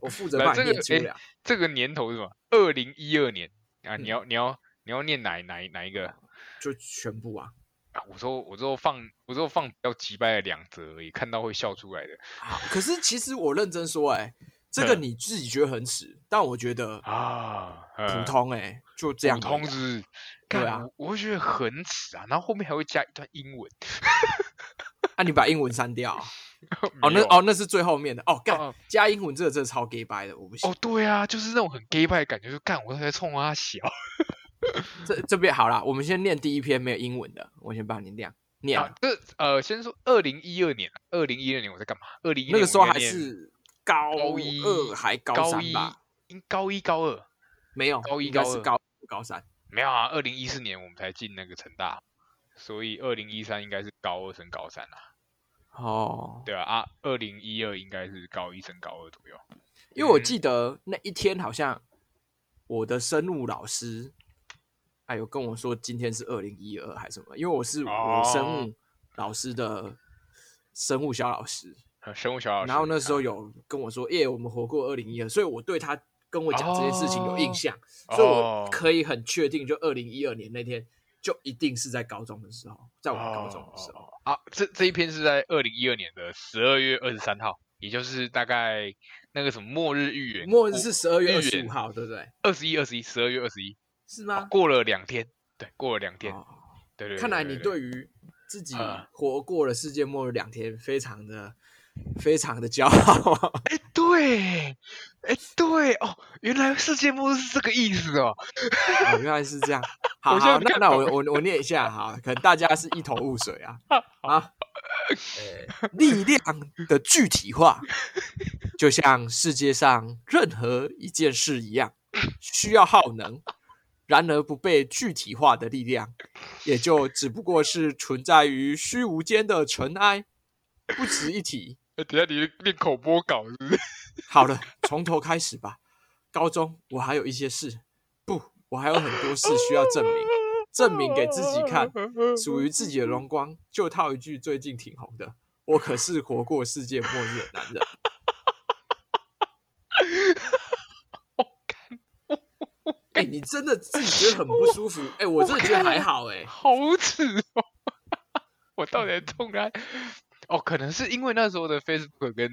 [SPEAKER 1] 我负责
[SPEAKER 2] 来
[SPEAKER 1] 把
[SPEAKER 2] 这
[SPEAKER 1] 你
[SPEAKER 2] 个
[SPEAKER 1] 念出
[SPEAKER 2] 哎
[SPEAKER 1] 来。
[SPEAKER 2] 这个年头是什么？二零一二年啊，
[SPEAKER 1] 嗯
[SPEAKER 2] 你要你要你要念哪哪哪一个？
[SPEAKER 1] 就全部啊，
[SPEAKER 2] 啊，我说我说放我说放比较击败的两则而已，看到会笑出来的
[SPEAKER 1] 好可是其实我认真说、哎，这个
[SPEAKER 2] 嗯
[SPEAKER 1] 你自己觉得很耻，但我觉得
[SPEAKER 2] 啊，呃
[SPEAKER 1] 普通哎、就这样
[SPEAKER 2] 普
[SPEAKER 1] 而已
[SPEAKER 2] 通
[SPEAKER 1] 啊
[SPEAKER 2] 是，
[SPEAKER 1] 对
[SPEAKER 2] 干
[SPEAKER 1] 啊，
[SPEAKER 2] 我我会觉得很耻啊，然后后面还会加一段英文。
[SPEAKER 1] 啊，你把英文删
[SPEAKER 2] [LAUGHS]
[SPEAKER 1] 掉啊、哦，那
[SPEAKER 2] 没有
[SPEAKER 1] 哦那是最后面的哦，干
[SPEAKER 2] 哦
[SPEAKER 1] 加英文这个真的超 gay 白的，我不行
[SPEAKER 2] 哦。对啊，就是那种很 gay 派的感觉，就干我在冲他小
[SPEAKER 1] 这这边好啦，我们先念第一篇没有英文的，我先帮你念念、
[SPEAKER 2] 啊。这呃，先说二零一二年，二零一二年我在干嘛？二零一
[SPEAKER 1] 那个时候还是高
[SPEAKER 2] 高一
[SPEAKER 1] 二还高
[SPEAKER 2] 高
[SPEAKER 1] 三
[SPEAKER 2] 一
[SPEAKER 1] 吧？，
[SPEAKER 2] 应高一高二
[SPEAKER 1] 没有，
[SPEAKER 2] 高一
[SPEAKER 1] 应该
[SPEAKER 2] 高
[SPEAKER 1] 是
[SPEAKER 2] 二
[SPEAKER 1] 高高三。
[SPEAKER 2] 没有啊？二零一四年我们才进那个成大，所以二零一三应该是高二升高三啦、
[SPEAKER 1] 哦，
[SPEAKER 2] 对啊啊，二零一二应该是高一升高二左右。
[SPEAKER 1] 因为我记得那一天好像我的生物老师，哎有跟我说今天是二零一二还是什么，因为我是
[SPEAKER 2] 哦
[SPEAKER 1] 我生物老师的生物小老师，
[SPEAKER 2] 呃生物小老师，
[SPEAKER 1] 然后那时候
[SPEAKER 2] 啊
[SPEAKER 1] 有跟我说，耶，我们活过二零一二，所以我对他跟我讲这件事情有印象，所以我
[SPEAKER 2] 哦
[SPEAKER 1] 可以很确定，就二零一二年那天就一定是在高中的时候，在我们高中的时
[SPEAKER 2] 哦
[SPEAKER 1] 候，
[SPEAKER 2] 啊，这这一篇是在二零一二年的十二月二十三号，也就是大概那个什么末日预言，
[SPEAKER 1] 末日是十二月二
[SPEAKER 2] 预
[SPEAKER 1] 十
[SPEAKER 2] 言
[SPEAKER 1] 五号，对不对？
[SPEAKER 2] 二十一、二十一、十二月二十一，
[SPEAKER 1] 是吗？
[SPEAKER 2] 过了两天，对，哦过了两天，
[SPEAKER 1] 啊哦
[SPEAKER 2] 对对对
[SPEAKER 1] 看来
[SPEAKER 2] 对
[SPEAKER 1] 你对
[SPEAKER 2] 对
[SPEAKER 1] 于自己
[SPEAKER 2] 呃
[SPEAKER 1] 活过了世界末日两天，非常的、非常的骄傲。 [LAUGHS]
[SPEAKER 2] 哎对，哎对哦，原来世界末日是这个意思哦。
[SPEAKER 1] 哦，原来是这
[SPEAKER 2] [LAUGHS]
[SPEAKER 1] 样。好
[SPEAKER 2] 我现在
[SPEAKER 1] 好，那
[SPEAKER 2] 看
[SPEAKER 1] 那
[SPEAKER 2] 懂 [LAUGHS]
[SPEAKER 1] 我我我念一下哈，可能大家是一头雾水啊
[SPEAKER 2] [LAUGHS]
[SPEAKER 1] 啊。呃力量的具体化，就像世界上任何一件事一样，需要耗能。然而不被具体化的力量，也就只不过是存在于虚无间的尘埃，不值一提。
[SPEAKER 2] 哎等一下你练口播稿是不是？
[SPEAKER 1] 好了，从头开始吧。高中我还有一些事，不，我还有很多事需要证明，证明给自己看，属于自己的荣光。就套一句最近挺红的：“我可是活过世界末日的男人。”哎、你真的自己觉得很不舒服？哎、我真的觉得还好、哎，
[SPEAKER 2] 好耻哦！ [LAUGHS] 我到底在痛啊？哦，可能是因为那时候的 Facebook 跟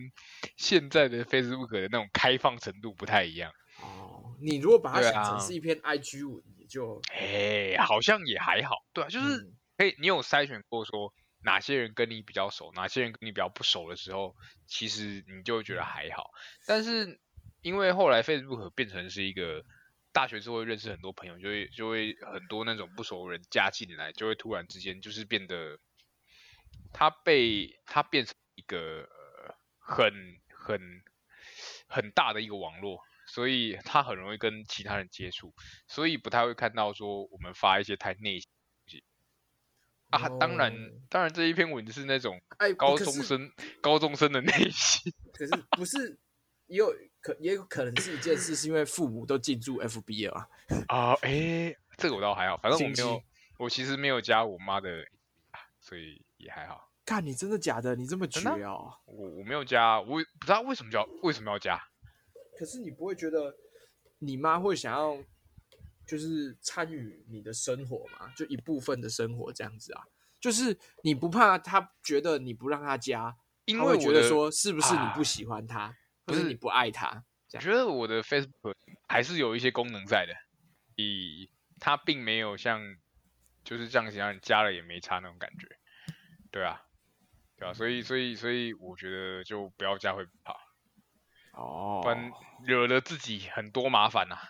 [SPEAKER 2] 现在的 Facebook 的那种开放程度不太一样。
[SPEAKER 1] 哦，你如果把它
[SPEAKER 2] 对
[SPEAKER 1] 想
[SPEAKER 2] 啊
[SPEAKER 1] 成是一篇 IG 文，也就
[SPEAKER 2] 哎，好像也还好，对啊，就是
[SPEAKER 1] 嗯
[SPEAKER 2] 可以，你有筛选过说哪些人跟你比较熟，哪些人跟你比较不熟的时候，其实你就会觉得还好。但是因为后来 Facebook 变成是一个大学之后会认识很多朋友，就会就会很多那种不熟的人加进来，就会突然之间就是变得，它被它变成一个、呃、很很很大的一个网络，所以它很容易跟其他人接触。所以不太会看到说我们发一些太内心的东西啊。当然
[SPEAKER 1] 哦，
[SPEAKER 2] 当然这一篇文是那种
[SPEAKER 1] 哎，
[SPEAKER 2] 高
[SPEAKER 1] 可
[SPEAKER 2] 中
[SPEAKER 1] 是
[SPEAKER 2] 生高中生的内
[SPEAKER 1] [LAUGHS]
[SPEAKER 2] 心，
[SPEAKER 1] 可是不是也有可也有可能是一件事，是因为父母都进驻 FB 了啊。
[SPEAKER 2] 啊，诶，这个我倒还好，反正我
[SPEAKER 1] 心
[SPEAKER 2] 没有
[SPEAKER 1] 机，
[SPEAKER 2] 我其实没有加我妈的，啊所以也还好。
[SPEAKER 1] 看你真的假的？你这么绝
[SPEAKER 2] 真的啊
[SPEAKER 1] 哦？
[SPEAKER 2] 我我没有加，我也不知道为什么叫为什么要加，
[SPEAKER 1] 可是你不会觉得你妈会想要就是参与你的生活吗？就一部分的生活这样子啊？就是你不怕她觉得你不让她加，
[SPEAKER 2] 因
[SPEAKER 1] 她
[SPEAKER 2] 为
[SPEAKER 1] 会
[SPEAKER 2] 我
[SPEAKER 1] 觉得
[SPEAKER 2] 的
[SPEAKER 1] 说是不是你
[SPEAKER 2] 啊
[SPEAKER 1] 不喜欢她，
[SPEAKER 2] 不
[SPEAKER 1] 或是
[SPEAKER 2] 是
[SPEAKER 1] 你不爱她？这
[SPEAKER 2] 我
[SPEAKER 1] 样
[SPEAKER 2] 觉得我的 Facebook 还是有一些功能在的，以它并没有像就是这样子让人加了也没差那种感觉，对啊，对啊，所以所以所以我觉得就不要加会好，嗯
[SPEAKER 1] 哦
[SPEAKER 2] 不然惹了自己很多麻烦啊呐、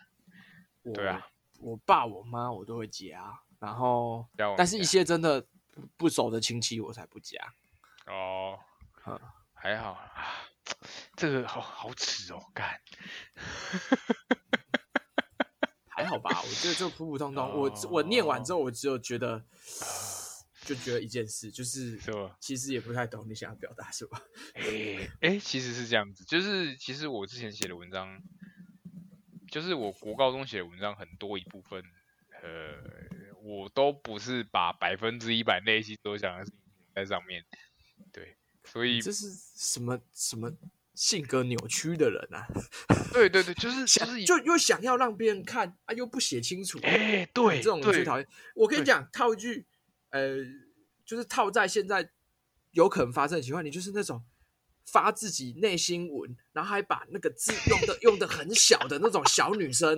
[SPEAKER 1] 我
[SPEAKER 2] 对啊，
[SPEAKER 1] 我爸我妈我都会加，然后
[SPEAKER 2] 加我
[SPEAKER 1] 但是一
[SPEAKER 2] 加
[SPEAKER 1] 些真的不不熟的亲戚我才不啊加。
[SPEAKER 2] 哦
[SPEAKER 1] 好，
[SPEAKER 2] 还好，啊这个好好耻哦，干，
[SPEAKER 1] 还好吧，我觉得就普普通通。我我念完之后，我只有觉得，就觉得一件事，就是
[SPEAKER 2] 是吧
[SPEAKER 1] 其实也不太懂你想要表达什么。
[SPEAKER 2] 诶、诶其实是这样子，就是其实我之前写的文章，就是我国高中写的文章很多一部分，呃，我都不是把百分之一百内心所想的事情在上面，对，所以
[SPEAKER 1] 这是什么什么性格扭曲的人啊？
[SPEAKER 2] 对对对，就是就
[SPEAKER 1] 想
[SPEAKER 2] 是
[SPEAKER 1] 就又想要让别人看啊，又不写清楚，
[SPEAKER 2] 诶、对
[SPEAKER 1] 这种人最
[SPEAKER 2] 对
[SPEAKER 1] 讨厌。我跟你
[SPEAKER 2] 对
[SPEAKER 1] 讲，套一句，呃，就是套在现在有可能发生的情况，你就是那种发自己内心文，然后还把那个
[SPEAKER 2] [LAUGHS]
[SPEAKER 1] 字用的用的很小的那种小女生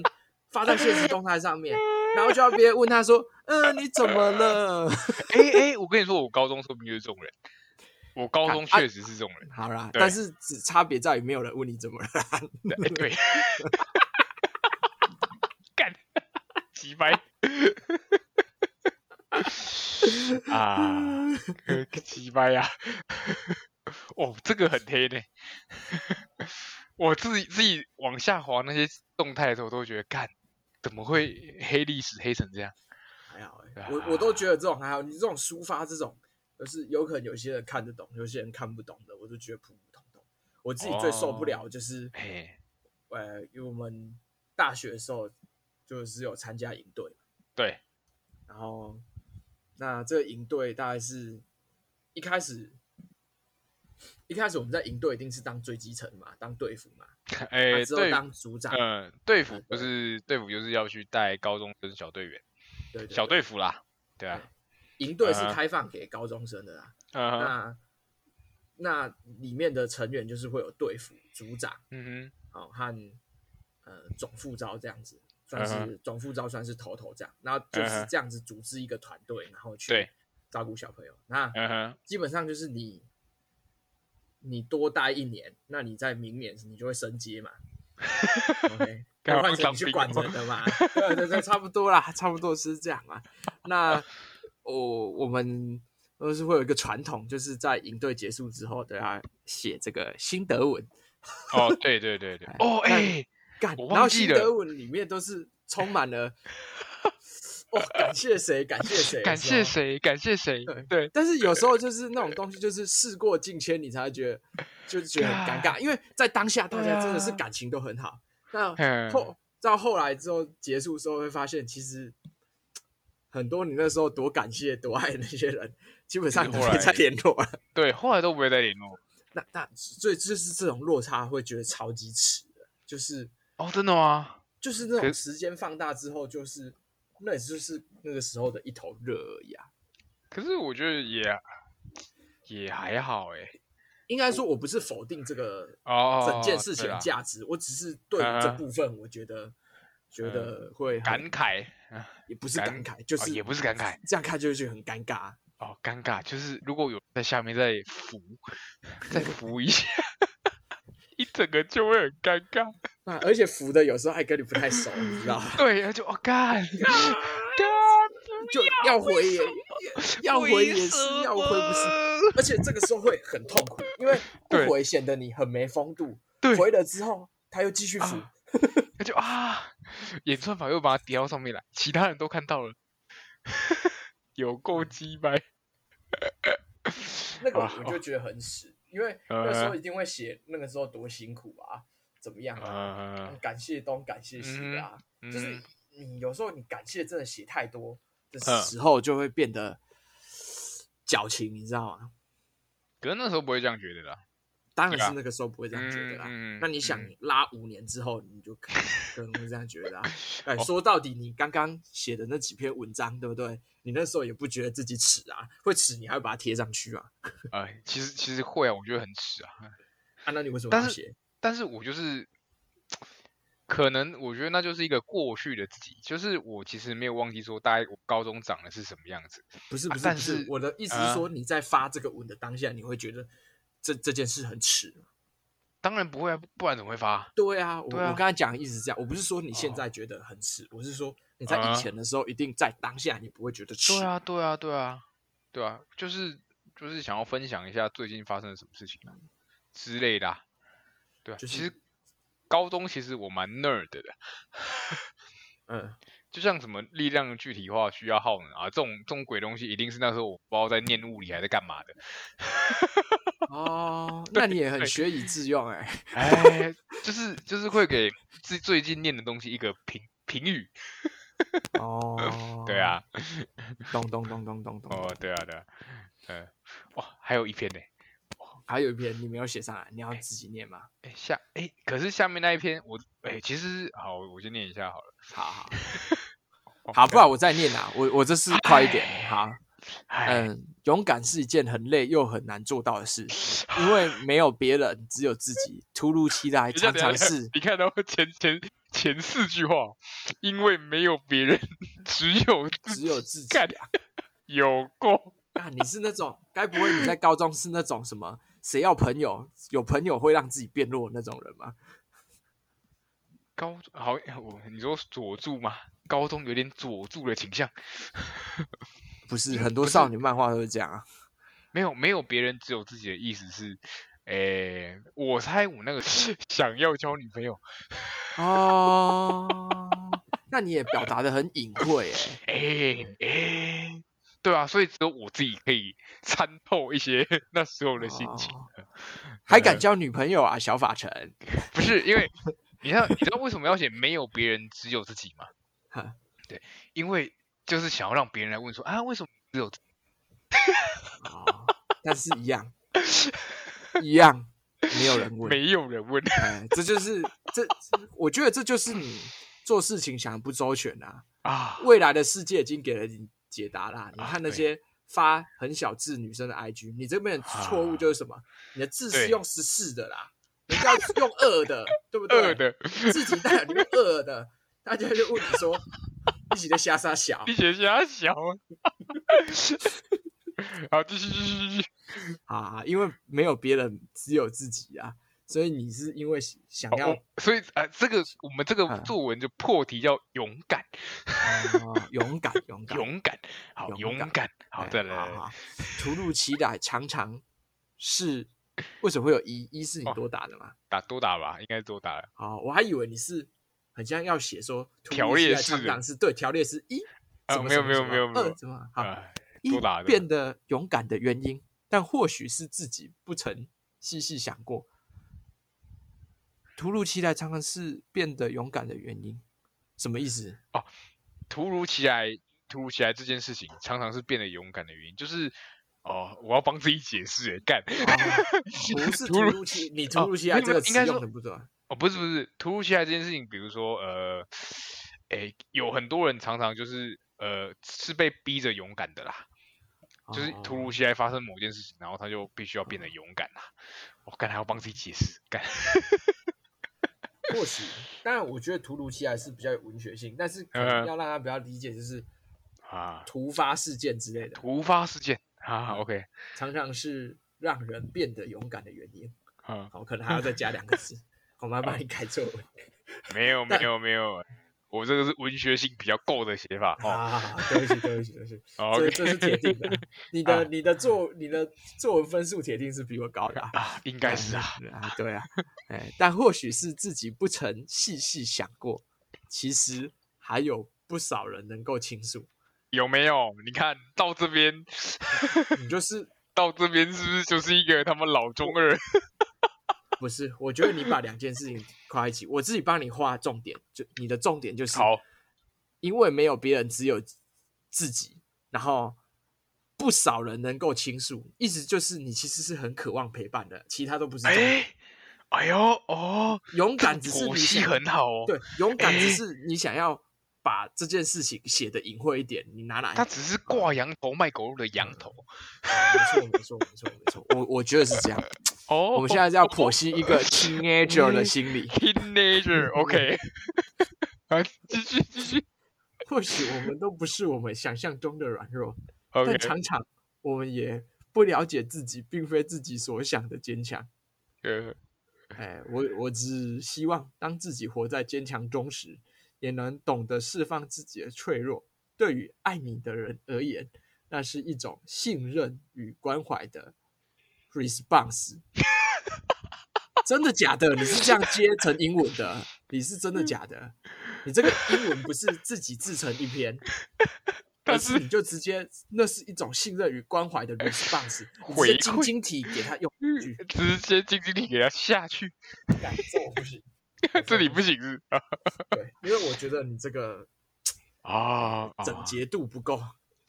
[SPEAKER 1] 发在现实动态上
[SPEAKER 2] [LAUGHS]
[SPEAKER 1] 面，然后就要别人问她说：“嗯、你怎么了 [LAUGHS]
[SPEAKER 2] 诶诶、我跟你说，我高中说不定就是这种人，我高
[SPEAKER 1] 啊
[SPEAKER 2] 中
[SPEAKER 1] 啊，
[SPEAKER 2] 确实是这种人？”
[SPEAKER 1] 好啦，
[SPEAKER 2] 对
[SPEAKER 1] 但是只差别在于没有人问你怎么了。
[SPEAKER 2] 对对，干，鸡掰啊，呃鸡掰呀！哦，这个很黑呢。我自己自己往下滑那些动态的时候，我都会觉得干，怎么会黑历史黑成这样？
[SPEAKER 1] 还好、
[SPEAKER 2] 啊
[SPEAKER 1] 欸，我我都觉得这种还好，你这种抒发这种，就是有可能有些人看得懂，有些人看不懂的，我就觉得普普通通。我自己最受不
[SPEAKER 2] 哦
[SPEAKER 1] 了就是，
[SPEAKER 2] 嘿，
[SPEAKER 1] 呃，因为我们大学的时候就是有参加营队嘛，
[SPEAKER 2] 对，
[SPEAKER 1] 然后那这个营队大概是一开始。一开始我们在营队一定是当最基层嘛，当队服嘛，
[SPEAKER 2] 哎、
[SPEAKER 1] 啊之后
[SPEAKER 2] 队，
[SPEAKER 1] 当组长，
[SPEAKER 2] 嗯，队服
[SPEAKER 1] 对
[SPEAKER 2] 就是队服就是要去带高中生小队员、
[SPEAKER 1] 对对对
[SPEAKER 2] 小队服啦，对啊，
[SPEAKER 1] 营队是
[SPEAKER 2] 嗯
[SPEAKER 1] 开放给高中生的啦，
[SPEAKER 2] 嗯哼，
[SPEAKER 1] 那那里面的成员就是会有队服、组长，
[SPEAKER 2] 嗯
[SPEAKER 1] 哦和呃总副招这样子，算是、
[SPEAKER 2] 嗯
[SPEAKER 1] 总副招算是头头这样，然后就是这样子组织一个团队，然后去
[SPEAKER 2] 对
[SPEAKER 1] 照顾小朋友。那
[SPEAKER 2] 哼，嗯哼，
[SPEAKER 1] 基本上就是你你多待一年，那你在明年你就会升阶
[SPEAKER 2] [LAUGHS]
[SPEAKER 1] 嘛。OK，
[SPEAKER 2] 干嘛
[SPEAKER 1] 换成
[SPEAKER 2] 当
[SPEAKER 1] 你去
[SPEAKER 2] 兵
[SPEAKER 1] 管
[SPEAKER 2] 哦
[SPEAKER 1] 人的
[SPEAKER 2] [LAUGHS]
[SPEAKER 1] 嘛，对对对，差不多啦，差不多是这样啊。那我我们都是会有一个传统，就是在营队结束之后都要写这个心得文。
[SPEAKER 2] 哦，对对对对，哦，
[SPEAKER 1] 那
[SPEAKER 2] 哎，
[SPEAKER 1] 干，
[SPEAKER 2] 我
[SPEAKER 1] 然后
[SPEAKER 2] 忘记
[SPEAKER 1] 新
[SPEAKER 2] 了
[SPEAKER 1] 德文里面都是充满
[SPEAKER 2] [LAUGHS]
[SPEAKER 1] 了，哦，感谢谁，感谢谁，
[SPEAKER 2] 感谢
[SPEAKER 1] 的时候。
[SPEAKER 2] 谁？感谢谁
[SPEAKER 1] 对？
[SPEAKER 2] 对，
[SPEAKER 1] 但是有时候就是那种东西，就是事过境迁，你才会觉得就是觉得很尴尬，因为在当下大家真的是
[SPEAKER 2] 啊对啊
[SPEAKER 1] 感情都很好，那
[SPEAKER 2] 嗯
[SPEAKER 1] 后到后来之后结束之后，会发现其实很多你那时候多感谢多爱的那些人，基本上
[SPEAKER 2] 其
[SPEAKER 1] 都
[SPEAKER 2] 实后
[SPEAKER 1] 没
[SPEAKER 2] 来
[SPEAKER 1] 再联络了。
[SPEAKER 2] 对，后来都不会再联络。
[SPEAKER 1] 那那所以就是这种落差会觉得超级耻的，就是
[SPEAKER 2] 哦，真的吗？
[SPEAKER 1] 就是那种
[SPEAKER 2] 可
[SPEAKER 1] 时间放大之后，就是那也就是那个时候的一头热而已啊。
[SPEAKER 2] 可是我觉得也也还好哎。
[SPEAKER 1] 应该说，我不是否定这个
[SPEAKER 2] 哦，
[SPEAKER 1] 整件事情
[SPEAKER 2] 对
[SPEAKER 1] 的
[SPEAKER 2] 啦
[SPEAKER 1] 价值，我只是对于这
[SPEAKER 2] 嗯哼嗯
[SPEAKER 1] 部分，我觉得、觉得会很
[SPEAKER 2] 感慨，啊
[SPEAKER 1] 也不是
[SPEAKER 2] 感
[SPEAKER 1] 感慨，就是、
[SPEAKER 2] 哦也不是感慨，
[SPEAKER 1] 这样看就会觉得很尴尬啊。
[SPEAKER 2] 哦，尴尬，就是如果有人在下面再扶，再扶一下， [LAUGHS] 一整个就会很尴尬。
[SPEAKER 1] 那而且服的有时候还跟你不太熟，你知道吗？
[SPEAKER 2] 对，他就哦
[SPEAKER 1] [LAUGHS]
[SPEAKER 2] 干干，
[SPEAKER 1] 就要回也要回也是要回不是，
[SPEAKER 2] 是，
[SPEAKER 1] 而且这个时候会很痛苦，因为不
[SPEAKER 2] 对
[SPEAKER 1] 回显得你很没风度，
[SPEAKER 2] 对，
[SPEAKER 1] 回了之后他又继续服，
[SPEAKER 2] 啊他就啊，演算法又把它叠到上面来，其他人都看到了， [LAUGHS] 有够
[SPEAKER 1] 嗯
[SPEAKER 2] 鸡掰。
[SPEAKER 1] 那个
[SPEAKER 2] 啊嗯
[SPEAKER 1] 我就觉得很屎，因为那时候一定会写那个时候多辛苦啊，怎么样啊，
[SPEAKER 2] 呃，
[SPEAKER 1] 感谢东感谢西啊，就是
[SPEAKER 2] 嗯
[SPEAKER 1] 你有时候你感谢真的写太多的时候，就会变得矫情，你知道吗？
[SPEAKER 2] 可是那时候不会这样觉得啦。
[SPEAKER 1] 当然
[SPEAKER 2] 对啊
[SPEAKER 1] 是那个时候不会这样觉得啦。
[SPEAKER 2] 嗯
[SPEAKER 1] 那你想
[SPEAKER 2] 嗯
[SPEAKER 1] 拉五年之后，你就可可能会这样觉得啊。
[SPEAKER 2] [LAUGHS]
[SPEAKER 1] 哎，
[SPEAKER 2] 哦
[SPEAKER 1] 说到底，你刚刚写的那几篇文章，对不对？你那时候也不觉得自己耻啊，会耻你还会把它贴上去啊。
[SPEAKER 2] 呃，其实其实会啊，我觉得很耻啊。
[SPEAKER 1] 啊，那你为什么
[SPEAKER 2] 但
[SPEAKER 1] 要
[SPEAKER 2] 是
[SPEAKER 1] 写？
[SPEAKER 2] 但是我就是，可能我觉得那就是一个过去的自己，就是我其实没有忘记说大概我高中长的是什么样子。
[SPEAKER 1] 不是
[SPEAKER 2] 啊
[SPEAKER 1] 不是，
[SPEAKER 2] 但
[SPEAKER 1] 不
[SPEAKER 2] 是
[SPEAKER 1] 我的意思是
[SPEAKER 2] 啊
[SPEAKER 1] 说，你在发这个文的当下，你会觉得这这件事很耻。
[SPEAKER 2] 当然不会啊，不然怎么会发？
[SPEAKER 1] 对啊，我
[SPEAKER 2] 对啊
[SPEAKER 1] 我刚才讲的意思是这样，我不是说你现
[SPEAKER 2] 哦
[SPEAKER 1] 在觉得很耻，我是说你在
[SPEAKER 2] 啊
[SPEAKER 1] 以前的时候，一定在当下你不会觉得耻。
[SPEAKER 2] 对啊，对啊，对啊，对啊，就是就是想要分享一下最近发生了什么事情啊之类的啊、对啊，
[SPEAKER 1] 就
[SPEAKER 2] 其
[SPEAKER 1] 是
[SPEAKER 2] 实高中其实我蛮 nerd 的，
[SPEAKER 1] 嗯，
[SPEAKER 2] 就像什么力量具体化需要耗能啊，这种这种鬼东西，一定是那时候我不知道在念物理还是干嘛的。
[SPEAKER 1] 哦，那你也很学以致用哎、
[SPEAKER 2] [LAUGHS]
[SPEAKER 1] [LAUGHS]
[SPEAKER 2] 哎，就是就是会给最最近念的东西一个评评语。
[SPEAKER 1] 哦，
[SPEAKER 2] 对啊，，
[SPEAKER 1] 咚咚咚咚咚咚。
[SPEAKER 2] 哦，对啊，对啊，嗯，哦，还有一篇呢。
[SPEAKER 1] 还有一篇你没有写上来，你要自己念吗？
[SPEAKER 2] 哎，下哎，可是下面那一篇我哎，其实好，我就念一下好了。
[SPEAKER 1] 好
[SPEAKER 2] [LAUGHS]
[SPEAKER 1] 好
[SPEAKER 2] 哦
[SPEAKER 1] 好，不然我再念啊，我我这次快一点。好，
[SPEAKER 2] 哎，
[SPEAKER 1] 嗯，勇敢是一件很累又很难做到的事，因为没有别人，只有自己。突如其来，
[SPEAKER 2] 等一下
[SPEAKER 1] 常
[SPEAKER 2] 等一
[SPEAKER 1] 常
[SPEAKER 2] 下 [LAUGHS]
[SPEAKER 1] 是
[SPEAKER 2] 你看到前前前四句话，因为没有别人，只有
[SPEAKER 1] 只
[SPEAKER 2] 自己
[SPEAKER 1] 有自己
[SPEAKER 2] 干
[SPEAKER 1] 啊。
[SPEAKER 2] 有够。
[SPEAKER 1] 啊，你是那种，该不会你在高中是那种什么？谁要朋友？有朋友会让自己变弱的那种人吗？
[SPEAKER 2] 高中好，我你说佐助吗？高中有点佐助的倾向，
[SPEAKER 1] 不是，很多少女漫画都是这样啊。
[SPEAKER 2] 没有没有别人，只有自己的意思是，诶、我猜我那个 [LAUGHS] 想要交女朋友，
[SPEAKER 1] 哦，那你也表达的很隐晦诶、欸
[SPEAKER 2] 诶、
[SPEAKER 1] 嗯
[SPEAKER 2] 诶、哎对啊，所以只有我自己可以 [LAUGHS] 参透一些 [LAUGHS] 那时候的心情，
[SPEAKER 1] 哦还敢交女朋友啊，小法成？
[SPEAKER 2] 不是因为你知道你知道为什么要写没有别人，只有自己吗？
[SPEAKER 1] [LAUGHS] 哈
[SPEAKER 2] 因为就是想要让别人来问说啊，为什么只有自己
[SPEAKER 1] 哦，但是一样，一样，没有人问。
[SPEAKER 2] 没有人
[SPEAKER 1] [LAUGHS]
[SPEAKER 2] 问？
[SPEAKER 1] 哎，这就是这，我觉得这就是你做事情想得不周全啊。
[SPEAKER 2] 啊，
[SPEAKER 1] 未来的世界已经给了你解答啦。你
[SPEAKER 2] 啊
[SPEAKER 1] 看那
[SPEAKER 2] 对
[SPEAKER 1] 些发很小字女生的 IG，你这边的错误就是什
[SPEAKER 2] 啊
[SPEAKER 1] 么？你的字是
[SPEAKER 2] 对
[SPEAKER 1] 用十四的啦，人家是用二
[SPEAKER 2] [LAUGHS]
[SPEAKER 1] 的，对不对？
[SPEAKER 2] 二的，
[SPEAKER 1] 自己带你用二的，大家就问你说 [LAUGHS] 一起在瞎撒小
[SPEAKER 2] 你写瞎小 [LAUGHS] 啊。好，继续继续继续。
[SPEAKER 1] 啊，因为没有别人，只有自己啊，所以你是因为想要
[SPEAKER 2] 哦，所以啊、呃这个我们这个
[SPEAKER 1] 嗯
[SPEAKER 2] 作文就破题叫勇敢，
[SPEAKER 1] 哦勇
[SPEAKER 2] [LAUGHS]
[SPEAKER 1] 敢，勇敢，
[SPEAKER 2] 勇敢，好，
[SPEAKER 1] 勇
[SPEAKER 2] 勇
[SPEAKER 1] 敢
[SPEAKER 2] 敢，好，
[SPEAKER 1] 哎
[SPEAKER 2] 再来，
[SPEAKER 1] 好
[SPEAKER 2] 来来
[SPEAKER 1] 好突如其来，常常是为什么会有一？一是你
[SPEAKER 2] 哦
[SPEAKER 1] 多打的嘛？
[SPEAKER 2] 打多打吧，应该多打了。
[SPEAKER 1] 好，哦我还以为你是很像要写说突
[SPEAKER 2] 条
[SPEAKER 1] 如其
[SPEAKER 2] 列
[SPEAKER 1] 来
[SPEAKER 2] 式
[SPEAKER 1] 常
[SPEAKER 2] 的
[SPEAKER 1] 常是对条列式一，
[SPEAKER 2] 啊
[SPEAKER 1] 什么
[SPEAKER 2] 没有
[SPEAKER 1] 什么
[SPEAKER 2] 没有
[SPEAKER 1] 什么
[SPEAKER 2] 没有没有
[SPEAKER 1] 二怎么好
[SPEAKER 2] 呃
[SPEAKER 1] 一
[SPEAKER 2] 多打的
[SPEAKER 1] 变得勇敢的原因，但或许是自己不曾细细想过。突如其来常常是变得勇敢的原因，什么意思？
[SPEAKER 2] 突如其来，突如其来这件事情，常常是变得勇敢的原因，就是哦，我要帮自己解释 [LAUGHS] 耶，干，
[SPEAKER 1] 哦不是突
[SPEAKER 2] [LAUGHS] 突如
[SPEAKER 1] 如其，你突
[SPEAKER 2] 哦
[SPEAKER 1] 如其
[SPEAKER 2] 没
[SPEAKER 1] 来
[SPEAKER 2] 有
[SPEAKER 1] 这
[SPEAKER 2] 没
[SPEAKER 1] 个
[SPEAKER 2] 有
[SPEAKER 1] 词
[SPEAKER 2] 应该
[SPEAKER 1] 用
[SPEAKER 2] 说
[SPEAKER 1] 的不准。
[SPEAKER 2] 哦，不是不是，突如其来这件事情，比如说呃，诶，有很多人常常就是呃是被逼着勇敢的啦，就是突如
[SPEAKER 1] 哦
[SPEAKER 2] 其来发生某件事情，然后他就必须要变得勇敢啦。我、干还要帮自己解释，干，
[SPEAKER 1] 或许，当然，我觉得突如其来是比较有文学性，但是可能
[SPEAKER 2] 嗯
[SPEAKER 1] 要让他比较理解，就是
[SPEAKER 2] 啊，
[SPEAKER 1] 突发事件之类的，
[SPEAKER 2] 突发事件啊，OK，
[SPEAKER 1] 常常是让人变得勇敢的原因。
[SPEAKER 2] 啊，
[SPEAKER 1] 好，可能还要再加两个字， [LAUGHS] 我们要帮你改作文
[SPEAKER 2] 没有没有没有，我这个是文学性比较够的写法哦。
[SPEAKER 1] 啊！对不起，对不起，对不起，
[SPEAKER 2] 哦
[SPEAKER 1] 这
[SPEAKER 2] OK，啊
[SPEAKER 1] 这是铁定
[SPEAKER 2] [LAUGHS]
[SPEAKER 1] 的，你的你的作你的作文分数铁定是比我高的啊，
[SPEAKER 2] 啊，应该
[SPEAKER 1] [LAUGHS]
[SPEAKER 2] 是啊，
[SPEAKER 1] 啊，对啊，哎，但或许是自己不曾细细想过，其实还有不少人能够倾诉，
[SPEAKER 2] 有没有？你看到这边，
[SPEAKER 1] 你就是
[SPEAKER 2] 到这边是不是就是一个他妈老中二？
[SPEAKER 1] 不是，我觉得你把两件事情挂在一起，我自己帮你画重点，就你的重点就是，
[SPEAKER 2] 好，
[SPEAKER 1] 因为没有别人，只有自己，然后不少人能够倾诉，意思就是你其实是很渴望陪伴的，其他都不是重点。
[SPEAKER 2] [LAUGHS] 哎，哎呦，哦，
[SPEAKER 1] 勇敢只
[SPEAKER 2] 这
[SPEAKER 1] 是
[SPEAKER 2] 剖
[SPEAKER 1] 你
[SPEAKER 2] 析
[SPEAKER 1] 想
[SPEAKER 2] 很好哦。
[SPEAKER 1] 对，勇敢只
[SPEAKER 2] 哎
[SPEAKER 1] 是你想要把这件事情写的隐晦一点，你拿来
[SPEAKER 2] 他只是挂羊头卖狗肉的羊头。
[SPEAKER 1] 嗯没错，没错，没错，没错。我我觉得是
[SPEAKER 2] [LAUGHS]
[SPEAKER 1] 这样。
[SPEAKER 2] 哦，
[SPEAKER 1] 我们现在要剖析
[SPEAKER 2] [LAUGHS]
[SPEAKER 1] 一个 teenager
[SPEAKER 2] 嗯
[SPEAKER 1] 的心理， [LAUGHS]
[SPEAKER 2] [LAUGHS] teenager，OK，啊，继续继续
[SPEAKER 1] 或许我们都不是我们想象中的软弱，
[SPEAKER 2] ，OK，
[SPEAKER 1] 但常常我们也不了解自己，并非自己所想的坚强。
[SPEAKER 2] 呃，
[SPEAKER 1] 哎，我我只希望当自己活在坚强中时，也能懂得释放自己的脆弱。对于爱你的人而言，那是一种信任与关怀的 response。真的假的？你是这样接成英文的？你是真的假的？你这个英文不是自己自成一篇，但
[SPEAKER 2] 但
[SPEAKER 1] 是
[SPEAKER 2] 是
[SPEAKER 1] 你就直接那是一种信任与关怀的 response，你直
[SPEAKER 2] 回
[SPEAKER 1] 接晶
[SPEAKER 2] 馈
[SPEAKER 1] 晶体给他用一句，
[SPEAKER 2] 直接静静地给他下去，。
[SPEAKER 1] 感受不行
[SPEAKER 2] [LAUGHS] 这里不行是啊
[SPEAKER 1] 对，因为我觉得你这个
[SPEAKER 2] 啊，啊
[SPEAKER 1] 整洁度不够，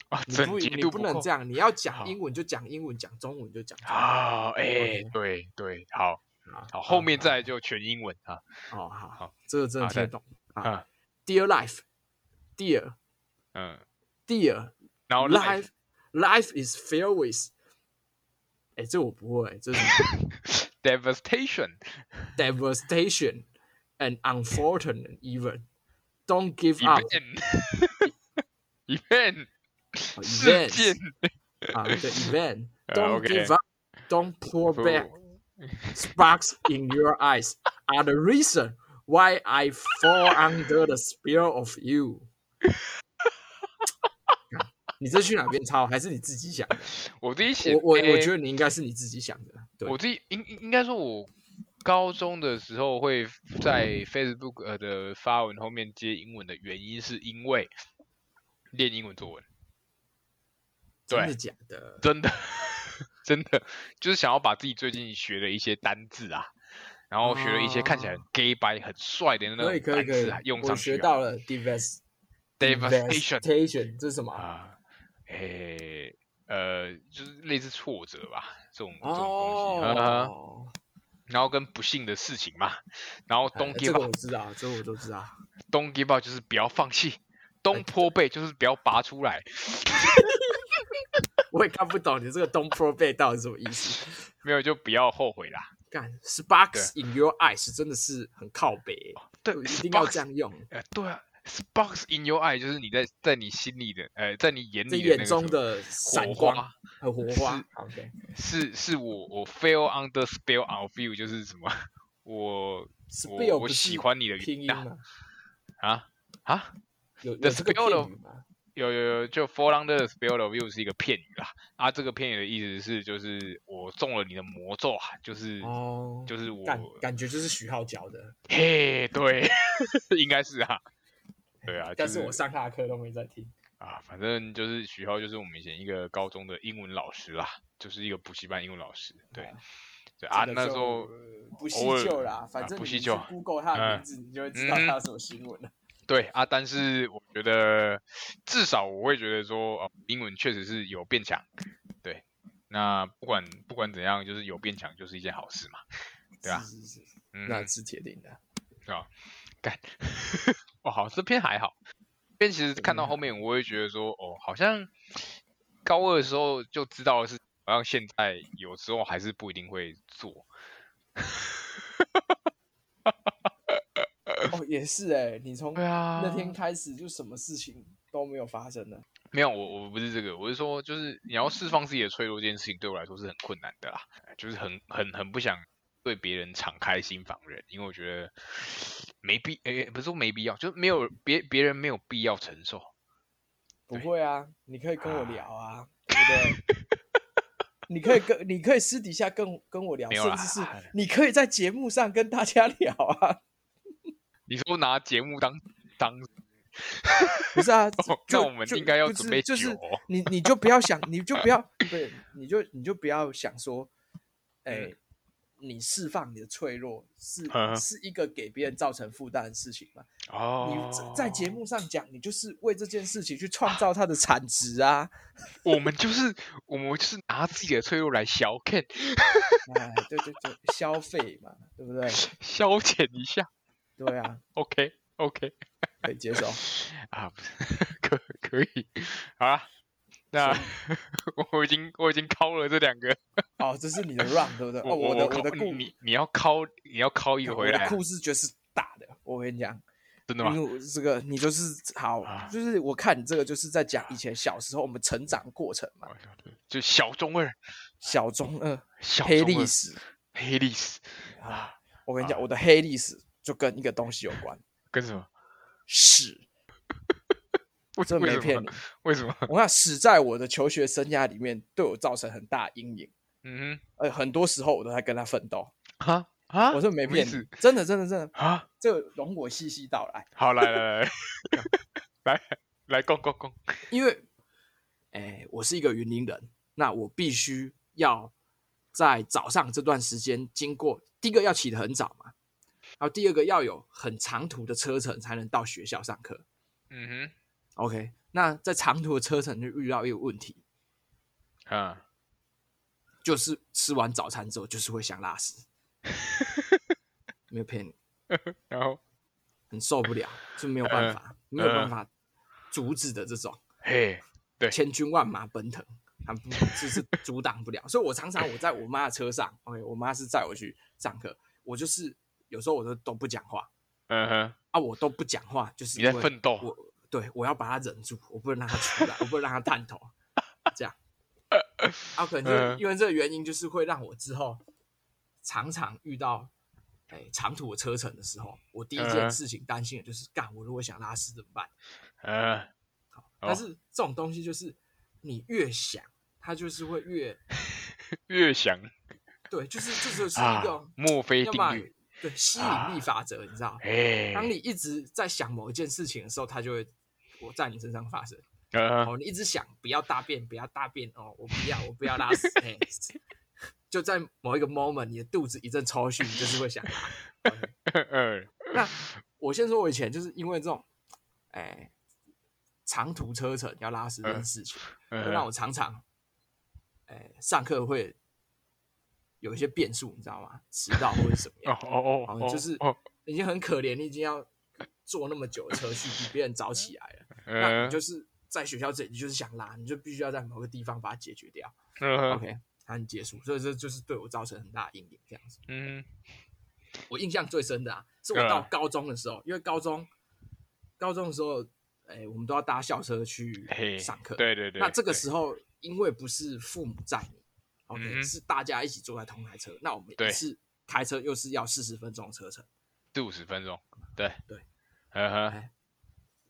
[SPEAKER 2] 啊，
[SPEAKER 1] 你不
[SPEAKER 2] 整洁
[SPEAKER 1] 你
[SPEAKER 2] 度
[SPEAKER 1] 不能
[SPEAKER 2] 够
[SPEAKER 1] 这样，你要讲
[SPEAKER 2] 好
[SPEAKER 1] 英文就讲英文，讲中文就讲中文
[SPEAKER 2] 啊，哎
[SPEAKER 1] OK，
[SPEAKER 2] 对对，好
[SPEAKER 1] 啊
[SPEAKER 2] 好，后面再来就全英文啊，
[SPEAKER 1] 好好好
[SPEAKER 2] 好，
[SPEAKER 1] 这个真的
[SPEAKER 2] 好
[SPEAKER 1] 听得
[SPEAKER 2] 再
[SPEAKER 1] 懂啊
[SPEAKER 2] 啊。
[SPEAKER 1] Dear life, dear
[SPEAKER 2] 嗯，
[SPEAKER 1] dear
[SPEAKER 2] 然后
[SPEAKER 1] life, life is filled with。哎，这我不会，
[SPEAKER 2] [LAUGHS]
[SPEAKER 1] 这是
[SPEAKER 2] devastation，
[SPEAKER 1] devastation and unfortunate even. Don't give up.
[SPEAKER 2] event，event，
[SPEAKER 1] 哦
[SPEAKER 2] 事
[SPEAKER 1] events
[SPEAKER 2] 件，
[SPEAKER 1] 啊，对
[SPEAKER 2] [LAUGHS]
[SPEAKER 1] event.
[SPEAKER 2] 呃
[SPEAKER 1] Don't
[SPEAKER 2] ，OK
[SPEAKER 1] give up. Don't pull back. sparks in your eyes are the reason why I fall under the spell of you 。你这去哪边抄？还是你自己想的？
[SPEAKER 2] 我自己写，
[SPEAKER 1] 我我我
[SPEAKER 2] 哎
[SPEAKER 1] 觉得你应该是你自己想的。对
[SPEAKER 2] 我，自己应应应该说，我高中的时候会在 Facebook 呃的发文后面接英文的原因，是因为练英文作文，
[SPEAKER 1] 真的
[SPEAKER 2] 对，
[SPEAKER 1] 假的？
[SPEAKER 2] 真的 [LAUGHS] 真的就是想要把自己最近学的一些单字啊，然后学了一些看起来很 gay 白、很帅的那
[SPEAKER 1] 啊可以
[SPEAKER 2] 种
[SPEAKER 1] 可以
[SPEAKER 2] 单
[SPEAKER 1] 可以
[SPEAKER 2] 词啊，用
[SPEAKER 1] 我
[SPEAKER 2] 上
[SPEAKER 1] 学
[SPEAKER 2] 去
[SPEAKER 1] 到
[SPEAKER 2] 啊
[SPEAKER 1] 了 devast
[SPEAKER 2] Devastation
[SPEAKER 1] devastation，这是什么啊？
[SPEAKER 2] 啊，诶呃，就是类似挫折吧，这种这种东西，啊
[SPEAKER 1] 哦，
[SPEAKER 2] 然后跟不幸的事情嘛，然后
[SPEAKER 1] 哎
[SPEAKER 2] don't
[SPEAKER 1] 这
[SPEAKER 2] give
[SPEAKER 1] 个
[SPEAKER 2] up
[SPEAKER 1] 我知道，这个我都知道。 [LAUGHS]
[SPEAKER 2] Don't give up
[SPEAKER 1] 哎
[SPEAKER 2] 就是不要放弃，Don't 坡背就是不要拔出来。
[SPEAKER 1] 我也看不懂你这个 Don't probate 到底是什么意思。
[SPEAKER 2] 没有就不要后悔啦。
[SPEAKER 1] 干 Sparks in your eyes 真的是很靠北欸、[LAUGHS]
[SPEAKER 2] 对
[SPEAKER 1] 就一定要这
[SPEAKER 2] ，sparks，
[SPEAKER 1] 样用，
[SPEAKER 2] 呃，对啊，sparks in your eye 就是你在在你心里的，呃，在你眼
[SPEAKER 1] 在
[SPEAKER 2] 里的那
[SPEAKER 1] 眼
[SPEAKER 2] 个什
[SPEAKER 1] 中
[SPEAKER 2] 么
[SPEAKER 1] 的闪
[SPEAKER 2] 火
[SPEAKER 1] 光
[SPEAKER 2] 花，
[SPEAKER 1] 很火花。OK，
[SPEAKER 2] 是是我我 fell under spell of you 就是什么我我
[SPEAKER 1] Spill
[SPEAKER 2] 我
[SPEAKER 1] 不
[SPEAKER 2] 喜
[SPEAKER 1] 是
[SPEAKER 2] 欢你的
[SPEAKER 1] 拼音
[SPEAKER 2] 原因啊
[SPEAKER 1] 吗？
[SPEAKER 2] 啊啊
[SPEAKER 1] 有有
[SPEAKER 2] The
[SPEAKER 1] 这个
[SPEAKER 2] spill
[SPEAKER 1] 片
[SPEAKER 2] 的
[SPEAKER 1] 语吗？
[SPEAKER 2] 有有有，就 fall under spell of you 是一个片语啦。啊，这个片语的意思是就是我中了你的魔咒啊，就是、
[SPEAKER 1] 哦，
[SPEAKER 2] 就是我
[SPEAKER 1] 感感觉就是徐浩教的，
[SPEAKER 2] 嘿，对， [LAUGHS] 应该是啊，对啊，
[SPEAKER 1] 哎但
[SPEAKER 2] 就是
[SPEAKER 1] 我上他的课都没在听。
[SPEAKER 2] 啊，反正就是徐浩，就是我们以前一个高中的英文老师啦，就是一个补习班英文老师。对，
[SPEAKER 1] 哎
[SPEAKER 2] 对啊，
[SPEAKER 1] 这个
[SPEAKER 2] 那
[SPEAKER 1] 就
[SPEAKER 2] 时候
[SPEAKER 1] 呃不
[SPEAKER 2] 偶
[SPEAKER 1] 细
[SPEAKER 2] 尔
[SPEAKER 1] 究啦，反
[SPEAKER 2] 啊
[SPEAKER 1] 正
[SPEAKER 2] 不
[SPEAKER 1] 你
[SPEAKER 2] 细
[SPEAKER 1] 去
[SPEAKER 2] 究
[SPEAKER 1] Google 他的
[SPEAKER 2] 嗯
[SPEAKER 1] 名字，你就会知道
[SPEAKER 2] 嗯
[SPEAKER 1] 他有什么新闻了。
[SPEAKER 2] 对啊，但是我觉得至少我会觉得说，哦，英文确实是有变强。对，那不管不管怎样，就是有变强就是一件好事嘛。对啊
[SPEAKER 1] 是是是，
[SPEAKER 2] 嗯，
[SPEAKER 1] 那是铁定的。
[SPEAKER 2] 干， [LAUGHS] 哦，好，这篇还好。这篇其实
[SPEAKER 1] 这
[SPEAKER 2] 看
[SPEAKER 1] 篇
[SPEAKER 2] 到
[SPEAKER 1] 还
[SPEAKER 2] 后面，我会觉得说，哦，好像高二的时候就知道的事，好像现在有时候还是不一定会做。
[SPEAKER 1] 哦，也是哎、你从
[SPEAKER 2] 对啊，
[SPEAKER 1] 那天开始就什么事情都没有发生了。
[SPEAKER 2] 没有，我我不是这个，我是说，就是你要释放自己的脆弱这件事情，对我来说是很困难的啦，就是很很很不想对别人敞开心房人，因为我觉得没必，诶、不是说没必要，就是没有别别人没有必要承受。
[SPEAKER 1] 不
[SPEAKER 2] 对
[SPEAKER 1] 会啊，你可以跟我
[SPEAKER 2] 啊
[SPEAKER 1] 聊啊，对不
[SPEAKER 2] [LAUGHS]
[SPEAKER 1] 对？你可以跟，你可以私底下跟跟我聊，
[SPEAKER 2] 没有
[SPEAKER 1] 甚
[SPEAKER 2] 啦哎
[SPEAKER 1] 至是你可以在节目上跟大家聊啊。
[SPEAKER 2] 你说拿节目当当，
[SPEAKER 1] 不是
[SPEAKER 2] [LAUGHS]
[SPEAKER 1] 啊，
[SPEAKER 2] 哦
[SPEAKER 1] 就
[SPEAKER 2] 那我们
[SPEAKER 1] 就
[SPEAKER 2] 应该要
[SPEAKER 1] 不
[SPEAKER 2] 准
[SPEAKER 1] 是
[SPEAKER 2] 备
[SPEAKER 1] 就是
[SPEAKER 2] 酒哦
[SPEAKER 1] 你你就不要想，你就不要对，你就你就不要想说，哎、
[SPEAKER 2] 嗯
[SPEAKER 1] 你释放你的脆弱是、
[SPEAKER 2] 嗯
[SPEAKER 1] 是一个给别人造成负担的事情嘛？
[SPEAKER 2] 哦
[SPEAKER 1] 你，在在节，目上讲，你就是为这件事情去创造它的产值啊！
[SPEAKER 2] 我们就是我们就是拿自己的脆弱来消遣
[SPEAKER 1] 哎，对对对，消费嘛，对不对？
[SPEAKER 2] 消遣一下
[SPEAKER 1] 对啊，
[SPEAKER 2] ，OK OK
[SPEAKER 1] 可以接受。
[SPEAKER 2] 啊，不是可可以，好啦，那我已经我已经敲了这两个，
[SPEAKER 1] 哦，这是你的 run 对不对？哦，
[SPEAKER 2] 我
[SPEAKER 1] 的
[SPEAKER 2] 我
[SPEAKER 1] 我的
[SPEAKER 2] 敲
[SPEAKER 1] 故
[SPEAKER 2] 你你要敲你要敲一个
[SPEAKER 1] 我
[SPEAKER 2] 回来
[SPEAKER 1] 的
[SPEAKER 2] 啊，
[SPEAKER 1] 故事就是大的，我跟你讲。
[SPEAKER 2] 真的
[SPEAKER 1] 因为
[SPEAKER 2] 吗？
[SPEAKER 1] 我这个你就是好
[SPEAKER 2] 啊，
[SPEAKER 1] 就是我看你这个就是在讲以前小时候我们成长过程嘛，
[SPEAKER 2] 就小中二，
[SPEAKER 1] 小中二
[SPEAKER 2] 小
[SPEAKER 1] 黑
[SPEAKER 2] 中
[SPEAKER 1] 历
[SPEAKER 2] 二
[SPEAKER 1] 史
[SPEAKER 2] 黑历史
[SPEAKER 1] 啊。我跟你讲，
[SPEAKER 2] 啊
[SPEAKER 1] 我的黑历史就跟一个东西有关，
[SPEAKER 2] 跟什么？
[SPEAKER 1] 屎，
[SPEAKER 2] 为
[SPEAKER 1] 真的
[SPEAKER 2] 为
[SPEAKER 1] 没
[SPEAKER 2] 什
[SPEAKER 1] 骗
[SPEAKER 2] 么
[SPEAKER 1] 你？。
[SPEAKER 2] 为什么？
[SPEAKER 1] 我看屎在我的求学生涯里面对我造成很大阴影，
[SPEAKER 2] 嗯
[SPEAKER 1] 呃，很多时候我都在跟他奋斗。
[SPEAKER 2] 哼，啊啊，
[SPEAKER 1] 我说没
[SPEAKER 2] 什么
[SPEAKER 1] 骗
[SPEAKER 2] 意
[SPEAKER 1] 你
[SPEAKER 2] 思，
[SPEAKER 1] 真的真的真的，
[SPEAKER 2] 啊，
[SPEAKER 1] 这个容我细细道来，
[SPEAKER 2] 好，来来来来来逛逛逛，
[SPEAKER 1] 因为，哎，我是一个云林人，那我必须要在早上这段时间经过，第一个要起得很早嘛，然后第二个要有很长途的车程才能到学校上课。
[SPEAKER 2] 嗯
[SPEAKER 1] OK，那在长途的车程就遇到一个问题，
[SPEAKER 2] 哼，啊，
[SPEAKER 1] 就是吃完早餐之后就是会想拉屎，没有骗你，
[SPEAKER 2] 然后
[SPEAKER 1] 很受不了，就没有办法，没有办法阻止的这种。
[SPEAKER 2] 嘿，对
[SPEAKER 1] 千军万马奔腾，他不就是阻挡不了。所以我常常我在我妈的车上，OK，我妈是载我去上课，我就是有时候我都都不讲话
[SPEAKER 2] 嗯哼，
[SPEAKER 1] 啊，我都不讲话，就是
[SPEAKER 2] 你在
[SPEAKER 1] 因为
[SPEAKER 2] 奋斗啊
[SPEAKER 1] 我对我要把她忍住，我不能让她出来，我不能让她探头，这样。啊，可能就
[SPEAKER 2] 嗯
[SPEAKER 1] 因为这个原因，就是会让我之后常常遇到。哎，长途的车程的时候，我第一件
[SPEAKER 2] 嗯
[SPEAKER 1] 事情担心的就是，干我如果想拉屎怎么办？
[SPEAKER 2] 呃，
[SPEAKER 1] 但
[SPEAKER 2] 哦
[SPEAKER 1] 是这种东西就是你越想，它就是会越
[SPEAKER 2] 越想
[SPEAKER 1] 对，就是这就是一
[SPEAKER 2] 啊
[SPEAKER 1] 个，
[SPEAKER 2] 墨菲
[SPEAKER 1] 要么
[SPEAKER 2] 定律，啊
[SPEAKER 1] 对吸引力法则，你知道？
[SPEAKER 2] 哎，
[SPEAKER 1] 当你一直在想某一件事情的时候，它就会我在你身上发生。
[SPEAKER 2] 呃
[SPEAKER 1] 哦，你一直想不要大便，不要大便哦，我不要，我不要拉屎，哎， [LAUGHS] 就在某一个 moment，你的肚子一阵抽搐，你就是会想 [LAUGHS] 拉。
[SPEAKER 2] [LAUGHS] 呃，
[SPEAKER 1] 那我先说，我以前就是因为这种，哎，长途车程要拉屎这件事情。会让
[SPEAKER 2] 嗯
[SPEAKER 1] 我常常，哎、上课会有一些变数，你知道吗？迟到或者怎么
[SPEAKER 2] 哦
[SPEAKER 1] 样，
[SPEAKER 2] 哦
[SPEAKER 1] 哦
[SPEAKER 2] 哦，
[SPEAKER 1] 就是
[SPEAKER 2] 哦，
[SPEAKER 1] 已经很可怜，你已经要坐那么久的车去比别人早起来了，那
[SPEAKER 2] 呃
[SPEAKER 1] 你，就是在学校这里你就是想拉，你就必须要在某个地方把它解决掉。
[SPEAKER 2] 嗯
[SPEAKER 1] OK，才能结束，所以这就是对我造成很大的阴影。这样子，
[SPEAKER 2] 嗯，
[SPEAKER 1] 我印象最深的啊，是我到
[SPEAKER 2] 嗯
[SPEAKER 1] 高中的时候，因为高中高中的时候，哎、我们都要搭校车去
[SPEAKER 2] 嘿，
[SPEAKER 1] 上课。
[SPEAKER 2] 对对对，
[SPEAKER 1] 那这个
[SPEAKER 2] 对
[SPEAKER 1] 时候，因为不是父母载你，OK，、
[SPEAKER 2] 嗯哼
[SPEAKER 1] 是大家一起坐在同台车，那我们
[SPEAKER 2] 对
[SPEAKER 1] 一次开车又是要四十分钟的车程。
[SPEAKER 2] 四五十分钟，对嗯
[SPEAKER 1] 对，
[SPEAKER 2] 呵呵
[SPEAKER 1] 哎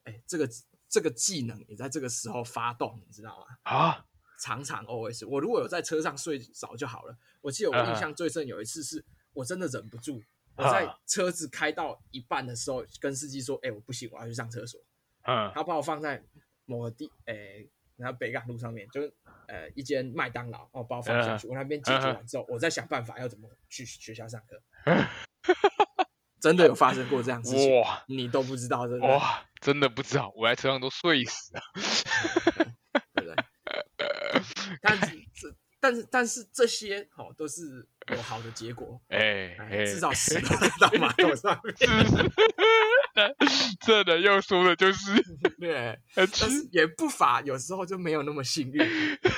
[SPEAKER 1] 哎，这个这个技能也在这个时候发动，你知道吗？
[SPEAKER 2] 啊，
[SPEAKER 1] 常常 OS，我如果有在车上睡着就好了。我记得
[SPEAKER 2] 嗯
[SPEAKER 1] 我印象最深有一次是我真的忍不住，我在车子开到一半的时候跟司机说：“哎、我不行，我要去上厕所。”
[SPEAKER 2] 嗯
[SPEAKER 1] 他把我放在某个地，哎、然后北港路上面，就是呃一间麦当劳，哦，把我放下
[SPEAKER 2] 啊
[SPEAKER 1] 去。我那边解决完之后，我再想办法要怎么去学校上课。
[SPEAKER 2] [LAUGHS]
[SPEAKER 1] 真的有发生过这样的事情，
[SPEAKER 2] 哇
[SPEAKER 1] 你都不知道，真的。
[SPEAKER 2] 哇，真的不知道，我在车上都睡死了。
[SPEAKER 1] 对不对？但是这，但是，但是这些哦，都是有好的结果，
[SPEAKER 2] 哎
[SPEAKER 1] 哎
[SPEAKER 2] 哎，
[SPEAKER 1] 至少屎都在到马桶上
[SPEAKER 2] [LAUGHS]
[SPEAKER 1] 面，
[SPEAKER 2] 这人又说的就是
[SPEAKER 1] 对。
[SPEAKER 2] 很
[SPEAKER 1] 但是也不乏有时候就没有那么幸运。 [LAUGHS]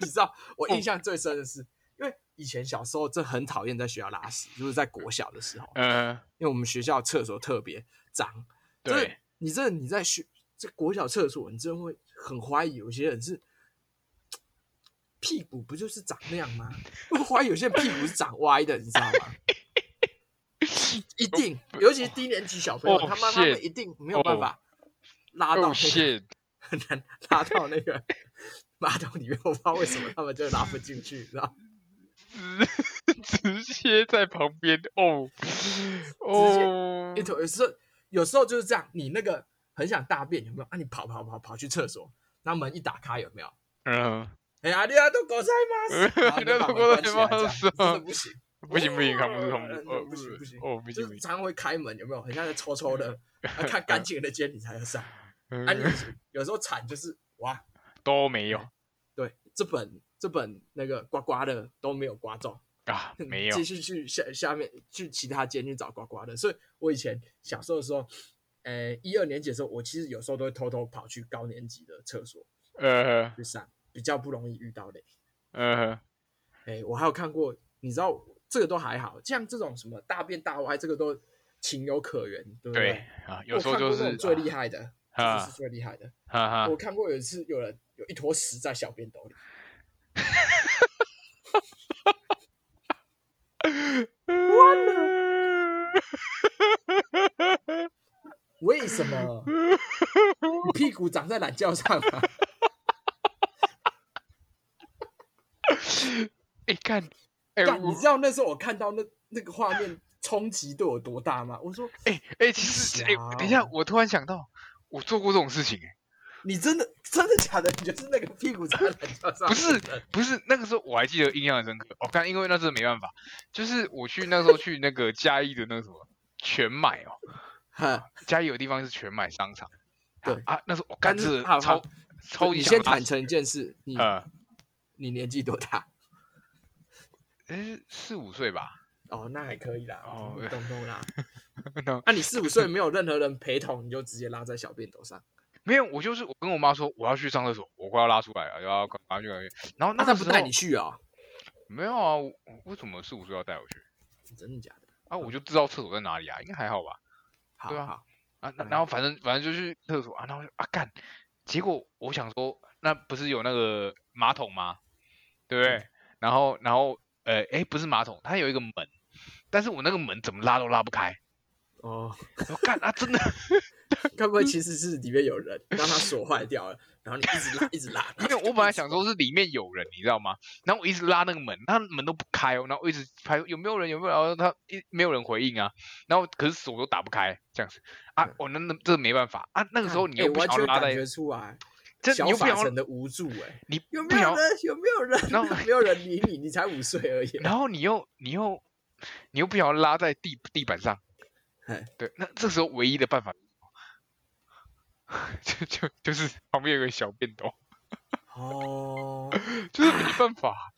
[SPEAKER 1] 你知道，我印象最深的是，因为以前小时候真的很讨厌在学校拉屎，就是在国小的时候，
[SPEAKER 2] 嗯，
[SPEAKER 1] 因为我们学校厕所特别脏，就是
[SPEAKER 2] 对，
[SPEAKER 1] 你这你在学这国小厕所，你真的会很怀疑有些人是屁股不就是长那样吗？我怀疑有些人屁股是长歪的，你知道吗？一定，尤其是低年级小朋友，
[SPEAKER 2] Oh,
[SPEAKER 1] 他妈他们
[SPEAKER 2] 哦 shit.
[SPEAKER 1] 一定没有办法拉到
[SPEAKER 2] 哦
[SPEAKER 1] 那个，
[SPEAKER 2] 谢，
[SPEAKER 1] 很难拉到那个马桶里面，我不知道为什么他们就拉不进去，你知道吗？
[SPEAKER 2] 直 [LAUGHS] 接在旁边哦哦
[SPEAKER 1] 一，头有时候有时候就是这样，你那个很想大便有没有啊？你跑跑跑跑去厕所，那门一打开有没有？
[SPEAKER 2] 嗯，
[SPEAKER 1] 哎呀，你要都狗在吗？然后你就把门关起来这样真的不行，
[SPEAKER 2] 不行不行，扛不住扛不
[SPEAKER 1] 哦
[SPEAKER 2] 住，
[SPEAKER 1] 不行不行
[SPEAKER 2] 哦不
[SPEAKER 1] 就
[SPEAKER 2] 行不
[SPEAKER 1] 是
[SPEAKER 2] 行，
[SPEAKER 1] 常常会开门，有没有？很像在抽抽的，啊看干净的间你才要上。啊，
[SPEAKER 2] [LAUGHS]
[SPEAKER 1] 你
[SPEAKER 2] 嗯
[SPEAKER 1] 有时候惨就是哇，
[SPEAKER 2] 都没有
[SPEAKER 1] 对，这本这本那个刮刮的都没有刮中，
[SPEAKER 2] 啊，没有
[SPEAKER 1] 继，续去下下面去其他间去找刮刮的。所以我以前小时候的时候，呃，一二年级的时候，我其实有时候都会偷偷跑去高年级的厕所
[SPEAKER 2] 呃
[SPEAKER 1] 去上，比较不容易遇到雷。
[SPEAKER 2] 呃，
[SPEAKER 1] 哎、我还有看过，你知道这个都还好，像这种什么大便大歪，这个都情有可原，对不
[SPEAKER 2] 对啊，有
[SPEAKER 1] 我
[SPEAKER 2] 时候
[SPEAKER 1] 看
[SPEAKER 2] 就
[SPEAKER 1] 过那
[SPEAKER 2] 是
[SPEAKER 1] 种最厉害的，
[SPEAKER 2] 啊
[SPEAKER 1] 这就是最厉害的。
[SPEAKER 2] 哈哈
[SPEAKER 1] 我，看过有一次有人有一坨屎在小便斗里，为什
[SPEAKER 2] [LAUGHS]
[SPEAKER 1] 么？你屁股长在懒觉上啊？
[SPEAKER 2] 哎看，哎
[SPEAKER 1] 干
[SPEAKER 2] 我
[SPEAKER 1] 你知道那时候我看到那那个画面冲击对我多大吗？我说
[SPEAKER 2] 哎哎，其实哎，等一下，我突然想到，我做过这种事情，哎，
[SPEAKER 1] 你真的真的假的？你就是那个屁股长在懒觉上？
[SPEAKER 2] 不是不是，那个时候我还记得印象很深刻。我、哦、看，因为那真的没办法，就是我去那时候去那个嘉义的那个什么全买哦，
[SPEAKER 1] [LAUGHS] 哈，
[SPEAKER 2] 嘉义有地方是全买商场。
[SPEAKER 1] 对
[SPEAKER 2] 啊，啊那时候我干
[SPEAKER 1] 但是
[SPEAKER 2] 这
[SPEAKER 1] 好
[SPEAKER 2] 超
[SPEAKER 1] 好
[SPEAKER 2] 超级
[SPEAKER 1] 你
[SPEAKER 2] 想
[SPEAKER 1] 先
[SPEAKER 2] 拉
[SPEAKER 1] 坦诚一件事，你
[SPEAKER 2] 呃，
[SPEAKER 1] 你年纪多大？
[SPEAKER 2] 哎四五岁吧，
[SPEAKER 1] 哦，那还可以啦，
[SPEAKER 2] 哦
[SPEAKER 1] 懂懂懂啦。
[SPEAKER 2] 然后
[SPEAKER 1] 那、你四五岁没有任何人陪同，你就直接拉在小便斗上，
[SPEAKER 2] 没有，我就是我跟我妈说我要去上厕所，我快要拉出来了，要赶快去赶快去。然后
[SPEAKER 1] 那、
[SPEAKER 2] 那
[SPEAKER 1] 他
[SPEAKER 2] 个
[SPEAKER 1] 啊不
[SPEAKER 2] 时候、
[SPEAKER 1] 带你去哦？
[SPEAKER 2] 没有啊，我为什么四五岁要带我去
[SPEAKER 1] 真的假的？
[SPEAKER 2] 啊？我就知道厕所在哪里啊，应该还好吧。
[SPEAKER 1] 好
[SPEAKER 2] 对啊
[SPEAKER 1] 好，
[SPEAKER 2] 啊，那
[SPEAKER 1] 嗯
[SPEAKER 2] 然后反正反正就去厕所啊，然后就啊干，结果我想说，那不是有那个马桶吗？对不对？
[SPEAKER 1] 嗯
[SPEAKER 2] 然后然后呃，哎，不是马桶，它有一个门，但是我那个门怎么拉都拉不开，
[SPEAKER 1] 哦，
[SPEAKER 2] 我干啊，真的
[SPEAKER 1] 该不会其实是里面有
[SPEAKER 2] [LAUGHS]
[SPEAKER 1] 人让他锁坏掉了，然后你一直拉，一直拉。
[SPEAKER 2] 因为我本来想说是里面有人，你知道吗？然后我一直拉那个门，它门都不开哦，然后我一直拍有没有人有没有人，然后他一没有人回应啊，然后可是锁都打不开，这样子啊，我、那那这没办法啊，那个时候你
[SPEAKER 1] 哎
[SPEAKER 2] 又不
[SPEAKER 1] 完
[SPEAKER 2] 想
[SPEAKER 1] 全
[SPEAKER 2] 要拉
[SPEAKER 1] 感
[SPEAKER 2] 在，
[SPEAKER 1] 觉出来，
[SPEAKER 2] 这
[SPEAKER 1] 小
[SPEAKER 2] 你又不
[SPEAKER 1] 法
[SPEAKER 2] 想要
[SPEAKER 1] 神，的无助哎、
[SPEAKER 2] 你
[SPEAKER 1] 有
[SPEAKER 2] 不
[SPEAKER 1] 没
[SPEAKER 2] 想
[SPEAKER 1] 有
[SPEAKER 2] 要
[SPEAKER 1] 人？有没有人？
[SPEAKER 2] 然后
[SPEAKER 1] [LAUGHS] 有没有人理你？你才五岁而已。
[SPEAKER 2] 然后你又你又你又不想要拉在地地板上
[SPEAKER 1] 嘿，
[SPEAKER 2] 对，那这时候唯一的办法是什么 [LAUGHS] 就就就是旁边有个小便斗， [LAUGHS]
[SPEAKER 1] 哦，
[SPEAKER 2] 就是没办法，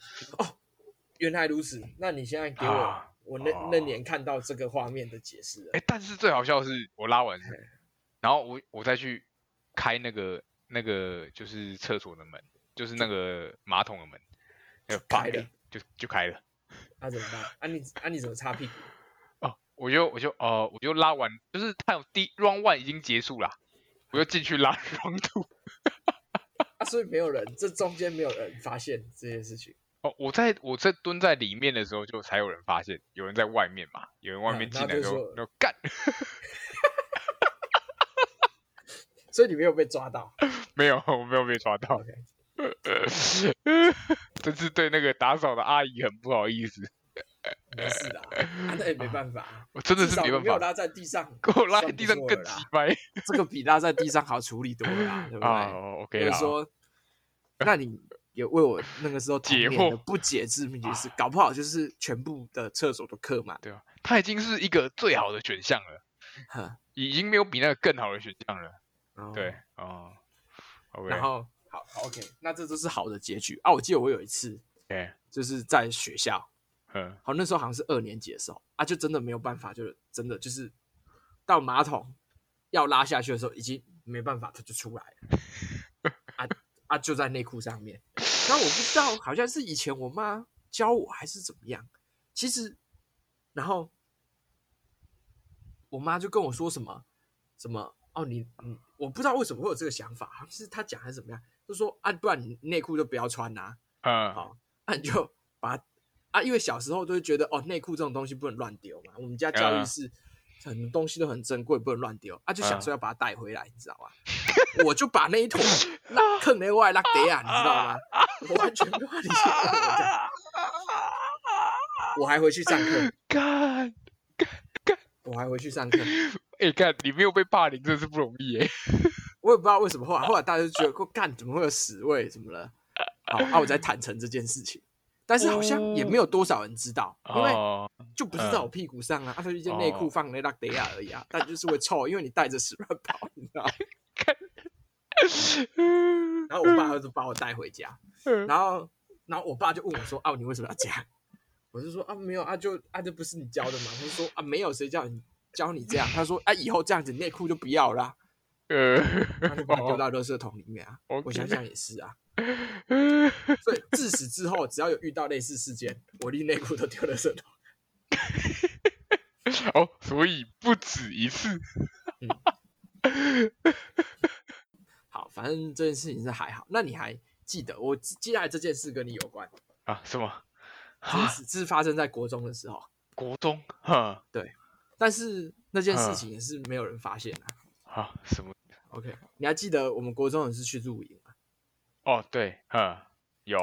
[SPEAKER 1] 原来如此。那你现在给我、
[SPEAKER 2] 啊
[SPEAKER 1] 我那、
[SPEAKER 2] 哦
[SPEAKER 1] 那年看到这个画面的解释了
[SPEAKER 2] 哎，但是最好笑的是我拉完之后，然后我我再去开那个那个就是厕所的门，就是那个马桶的门，那个啪
[SPEAKER 1] 开了
[SPEAKER 2] 就就开了。
[SPEAKER 1] 那、怎么办？啊你啊你怎么擦屁股？
[SPEAKER 2] 哦，我就我就哦、我就拉完，就是他有第 round one 已经结束了，我就进去拉 [LAUGHS] round two。
[SPEAKER 1] 啊，所以没有人，这中间没有人发现这件事情。
[SPEAKER 2] 哦，我在我在蹲在里面的时候，就才有人发现有人在外面嘛，有人外
[SPEAKER 1] 嗯
[SPEAKER 2] 面
[SPEAKER 1] 然
[SPEAKER 2] 进
[SPEAKER 1] 后
[SPEAKER 2] 来
[SPEAKER 1] 就
[SPEAKER 2] 之后
[SPEAKER 1] 说，
[SPEAKER 2] 然后干，
[SPEAKER 1] 所以你没有被抓到。
[SPEAKER 2] 没有，我没有被抓到， [LAUGHS]
[SPEAKER 1] OK，
[SPEAKER 2] 真是对那个打扫的阿姨很不好意思，
[SPEAKER 1] 没事的、啊，啊那也没办法、啊，
[SPEAKER 2] 我真的
[SPEAKER 1] 至
[SPEAKER 2] 是
[SPEAKER 1] 少
[SPEAKER 2] 没
[SPEAKER 1] 你
[SPEAKER 2] 办
[SPEAKER 1] 没有
[SPEAKER 2] 法，
[SPEAKER 1] 拉在地上，
[SPEAKER 2] 给我拉在
[SPEAKER 1] 算
[SPEAKER 2] 地
[SPEAKER 1] 不
[SPEAKER 2] 上
[SPEAKER 1] 错
[SPEAKER 2] 更
[SPEAKER 1] 了
[SPEAKER 2] 鸡
[SPEAKER 1] 啦
[SPEAKER 2] 掰
[SPEAKER 1] 这个比拉在地上好处理多了啦，对不对？
[SPEAKER 2] [LAUGHS] 啊哦
[SPEAKER 1] 所
[SPEAKER 2] ，OK
[SPEAKER 1] 以
[SPEAKER 2] 啦，
[SPEAKER 1] 说，
[SPEAKER 2] [LAUGHS]
[SPEAKER 1] 那你也为我那个时候童
[SPEAKER 2] 解
[SPEAKER 1] 年的
[SPEAKER 2] 惑啊
[SPEAKER 1] 不解之谜就是，搞不好就是全部的厕所都客满。
[SPEAKER 2] 对吧？它已经是一个最好的选项了，
[SPEAKER 1] 哼，
[SPEAKER 2] 已经没有比那个更好的选项了，
[SPEAKER 1] 哦
[SPEAKER 2] 对，哦，OK，
[SPEAKER 1] 然后好好，OK，那这都是好的结局啊。我记得我有一次
[SPEAKER 2] OK，
[SPEAKER 1] 就是在学校，
[SPEAKER 2] 嗯，
[SPEAKER 1] 好，那时候好像是二年级的时候啊，就真的没有办法，就是真的就是到马桶要拉下去的时候，已经没办法，它就出来了，啊啊，就在内裤上面。那我不知道，好像是以前我妈教我还是怎么样。其实，然后我妈就跟我说什么什么哦，你你我不知道为什么会有这个想法，好像是她讲还是怎么样，就说啊，不然你内裤就不要穿啊啦、
[SPEAKER 2] 嗯，
[SPEAKER 1] 好， [LAUGHS] 那、你就把它啊，因为小时候都会觉得哦，内裤这种东西不能乱丢嘛。我们家教育
[SPEAKER 2] 嗯
[SPEAKER 1] 是很多东西都很珍贵，不能乱丢啊，就想
[SPEAKER 2] 嗯
[SPEAKER 1] 说要把它带回来，你知道吗？ [LAUGHS] 我就把那一坨拉坑内外拉给啊，你知道吗？我完全不理解我这样，我还回去上课，
[SPEAKER 2] 干，
[SPEAKER 1] 我还回去上课，
[SPEAKER 2] 哎干，你没有被霸凌真是不容易哎，
[SPEAKER 1] 我也不知道为什么后来后来大家就觉得，我干怎么会有屎味什么了？好，啊，我在坦诚这件事情，但是好像也没有多少人知道，因为。
[SPEAKER 2] 哦。
[SPEAKER 1] 就不是在我屁股上啊，它、就一件内裤
[SPEAKER 2] 哦
[SPEAKER 1] 放那拉德亚而已啊，但就是会臭，因为你带着屎乱跑，你知道吗。然后我爸就把我带回家，然后然后我爸就问我说：“啊，你为什么要这样？”我就说：“啊，没有啊，就啊，这不是你教的嘛。”他就说：“啊，没有，谁叫你教你这样？”他说：“啊，以后这样子内裤就不要啦，
[SPEAKER 2] 呃，
[SPEAKER 1] 然后就把它丢到垃圾桶里面啊。
[SPEAKER 2] 哦
[SPEAKER 1] 我想
[SPEAKER 2] OK
[SPEAKER 1] 想也是啊，所以自始至后，只要有遇到类似事件，我拎内裤都丢垃圾桶。
[SPEAKER 2] [LAUGHS] 哦，所以不止一次。
[SPEAKER 1] 好，反正这件事情是还好。那你还记得我记记下来这件事跟你有关？
[SPEAKER 2] 啊？什么？
[SPEAKER 1] 这
[SPEAKER 2] 啊？
[SPEAKER 1] 是这是发生在国中的时候，
[SPEAKER 2] 国中？哈
[SPEAKER 1] 但是那件事
[SPEAKER 2] 嗯
[SPEAKER 1] 情也是没有人发现的、
[SPEAKER 2] 啊？什么？
[SPEAKER 1] OK，你还记得我们国中也是去露营嘛？
[SPEAKER 2] 哦，对，哈，有，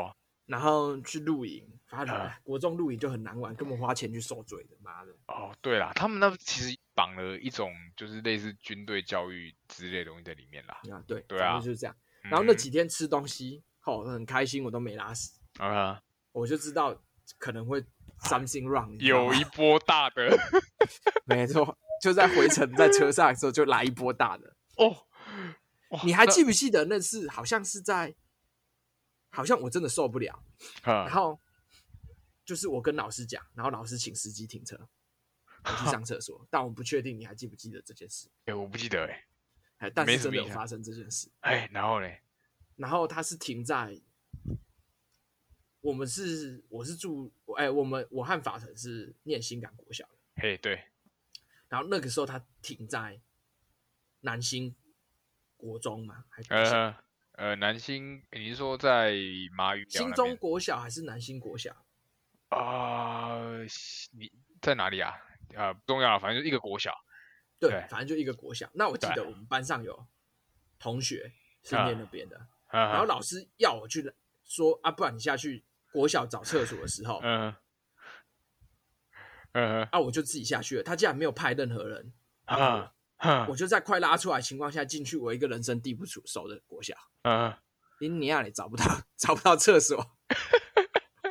[SPEAKER 1] 然后去露营，发现、
[SPEAKER 2] 嗯
[SPEAKER 1] 哎国中露营就很难玩，根本花钱去受罪的，妈的！
[SPEAKER 2] 哦，对啦，他们那其实绑了一种就是类似军队教育之类的东西在里面啦。
[SPEAKER 1] 啊，对，
[SPEAKER 2] 对
[SPEAKER 1] 反
[SPEAKER 2] 啊
[SPEAKER 1] 正就是这样。然后那
[SPEAKER 2] 嗯
[SPEAKER 1] 几天吃东西，吼、很开心，我都没拉屎，
[SPEAKER 2] 啊，
[SPEAKER 1] 我就知道可能会 something wrong，你知道吗
[SPEAKER 2] 有一波大的
[SPEAKER 1] [LAUGHS] 没错，就在回程在车上的时候就来一波大的。
[SPEAKER 2] 哦。哇
[SPEAKER 1] 你还
[SPEAKER 2] 那
[SPEAKER 1] 记不记得那次好像是在，好像我真的受不了。然
[SPEAKER 2] 哈
[SPEAKER 1] 后就是我跟老师讲，然后老师请司机停车，我去上厕所。但我不确定你还记不记得这件事，
[SPEAKER 2] [LAUGHS] 哎，我不记得哎，
[SPEAKER 1] 哎，但
[SPEAKER 2] 没
[SPEAKER 1] 是
[SPEAKER 2] 什
[SPEAKER 1] 真的有
[SPEAKER 2] 么印象
[SPEAKER 1] 发生这件事。
[SPEAKER 2] 哎，然后嘞，
[SPEAKER 1] 然后他是停在，我们是我是住哎，我们我和法腾是念新港国小的，
[SPEAKER 2] 嘿，对，
[SPEAKER 1] 然后那个时候他停在南新国中嘛，还是国小
[SPEAKER 2] 呃呃，南星，你是说在马语寮
[SPEAKER 1] 新
[SPEAKER 2] 那
[SPEAKER 1] 中
[SPEAKER 2] 边
[SPEAKER 1] 国小还是南新国小？
[SPEAKER 2] 啊？西你在哪里啊？啊，不重要啦，反正就一个国小。
[SPEAKER 1] 对，
[SPEAKER 2] 对
[SPEAKER 1] 反正就一个国小。那我记得
[SPEAKER 2] 对
[SPEAKER 1] 我们班上有同学是
[SPEAKER 2] 啊
[SPEAKER 1] 念那边的，然
[SPEAKER 2] 然
[SPEAKER 1] 后老师要我去说啊，不然你下去国小找厕所的时候，
[SPEAKER 2] 嗯嗯
[SPEAKER 1] 啊，我就自己下去了。他竟然没有派任何人，
[SPEAKER 2] 啊
[SPEAKER 1] 我就在快拉出来的情况下进去我一个人生地不熟熟的国小，
[SPEAKER 2] 嗯，
[SPEAKER 1] 林尼亚里找不到 [LAUGHS] 找不到厕所，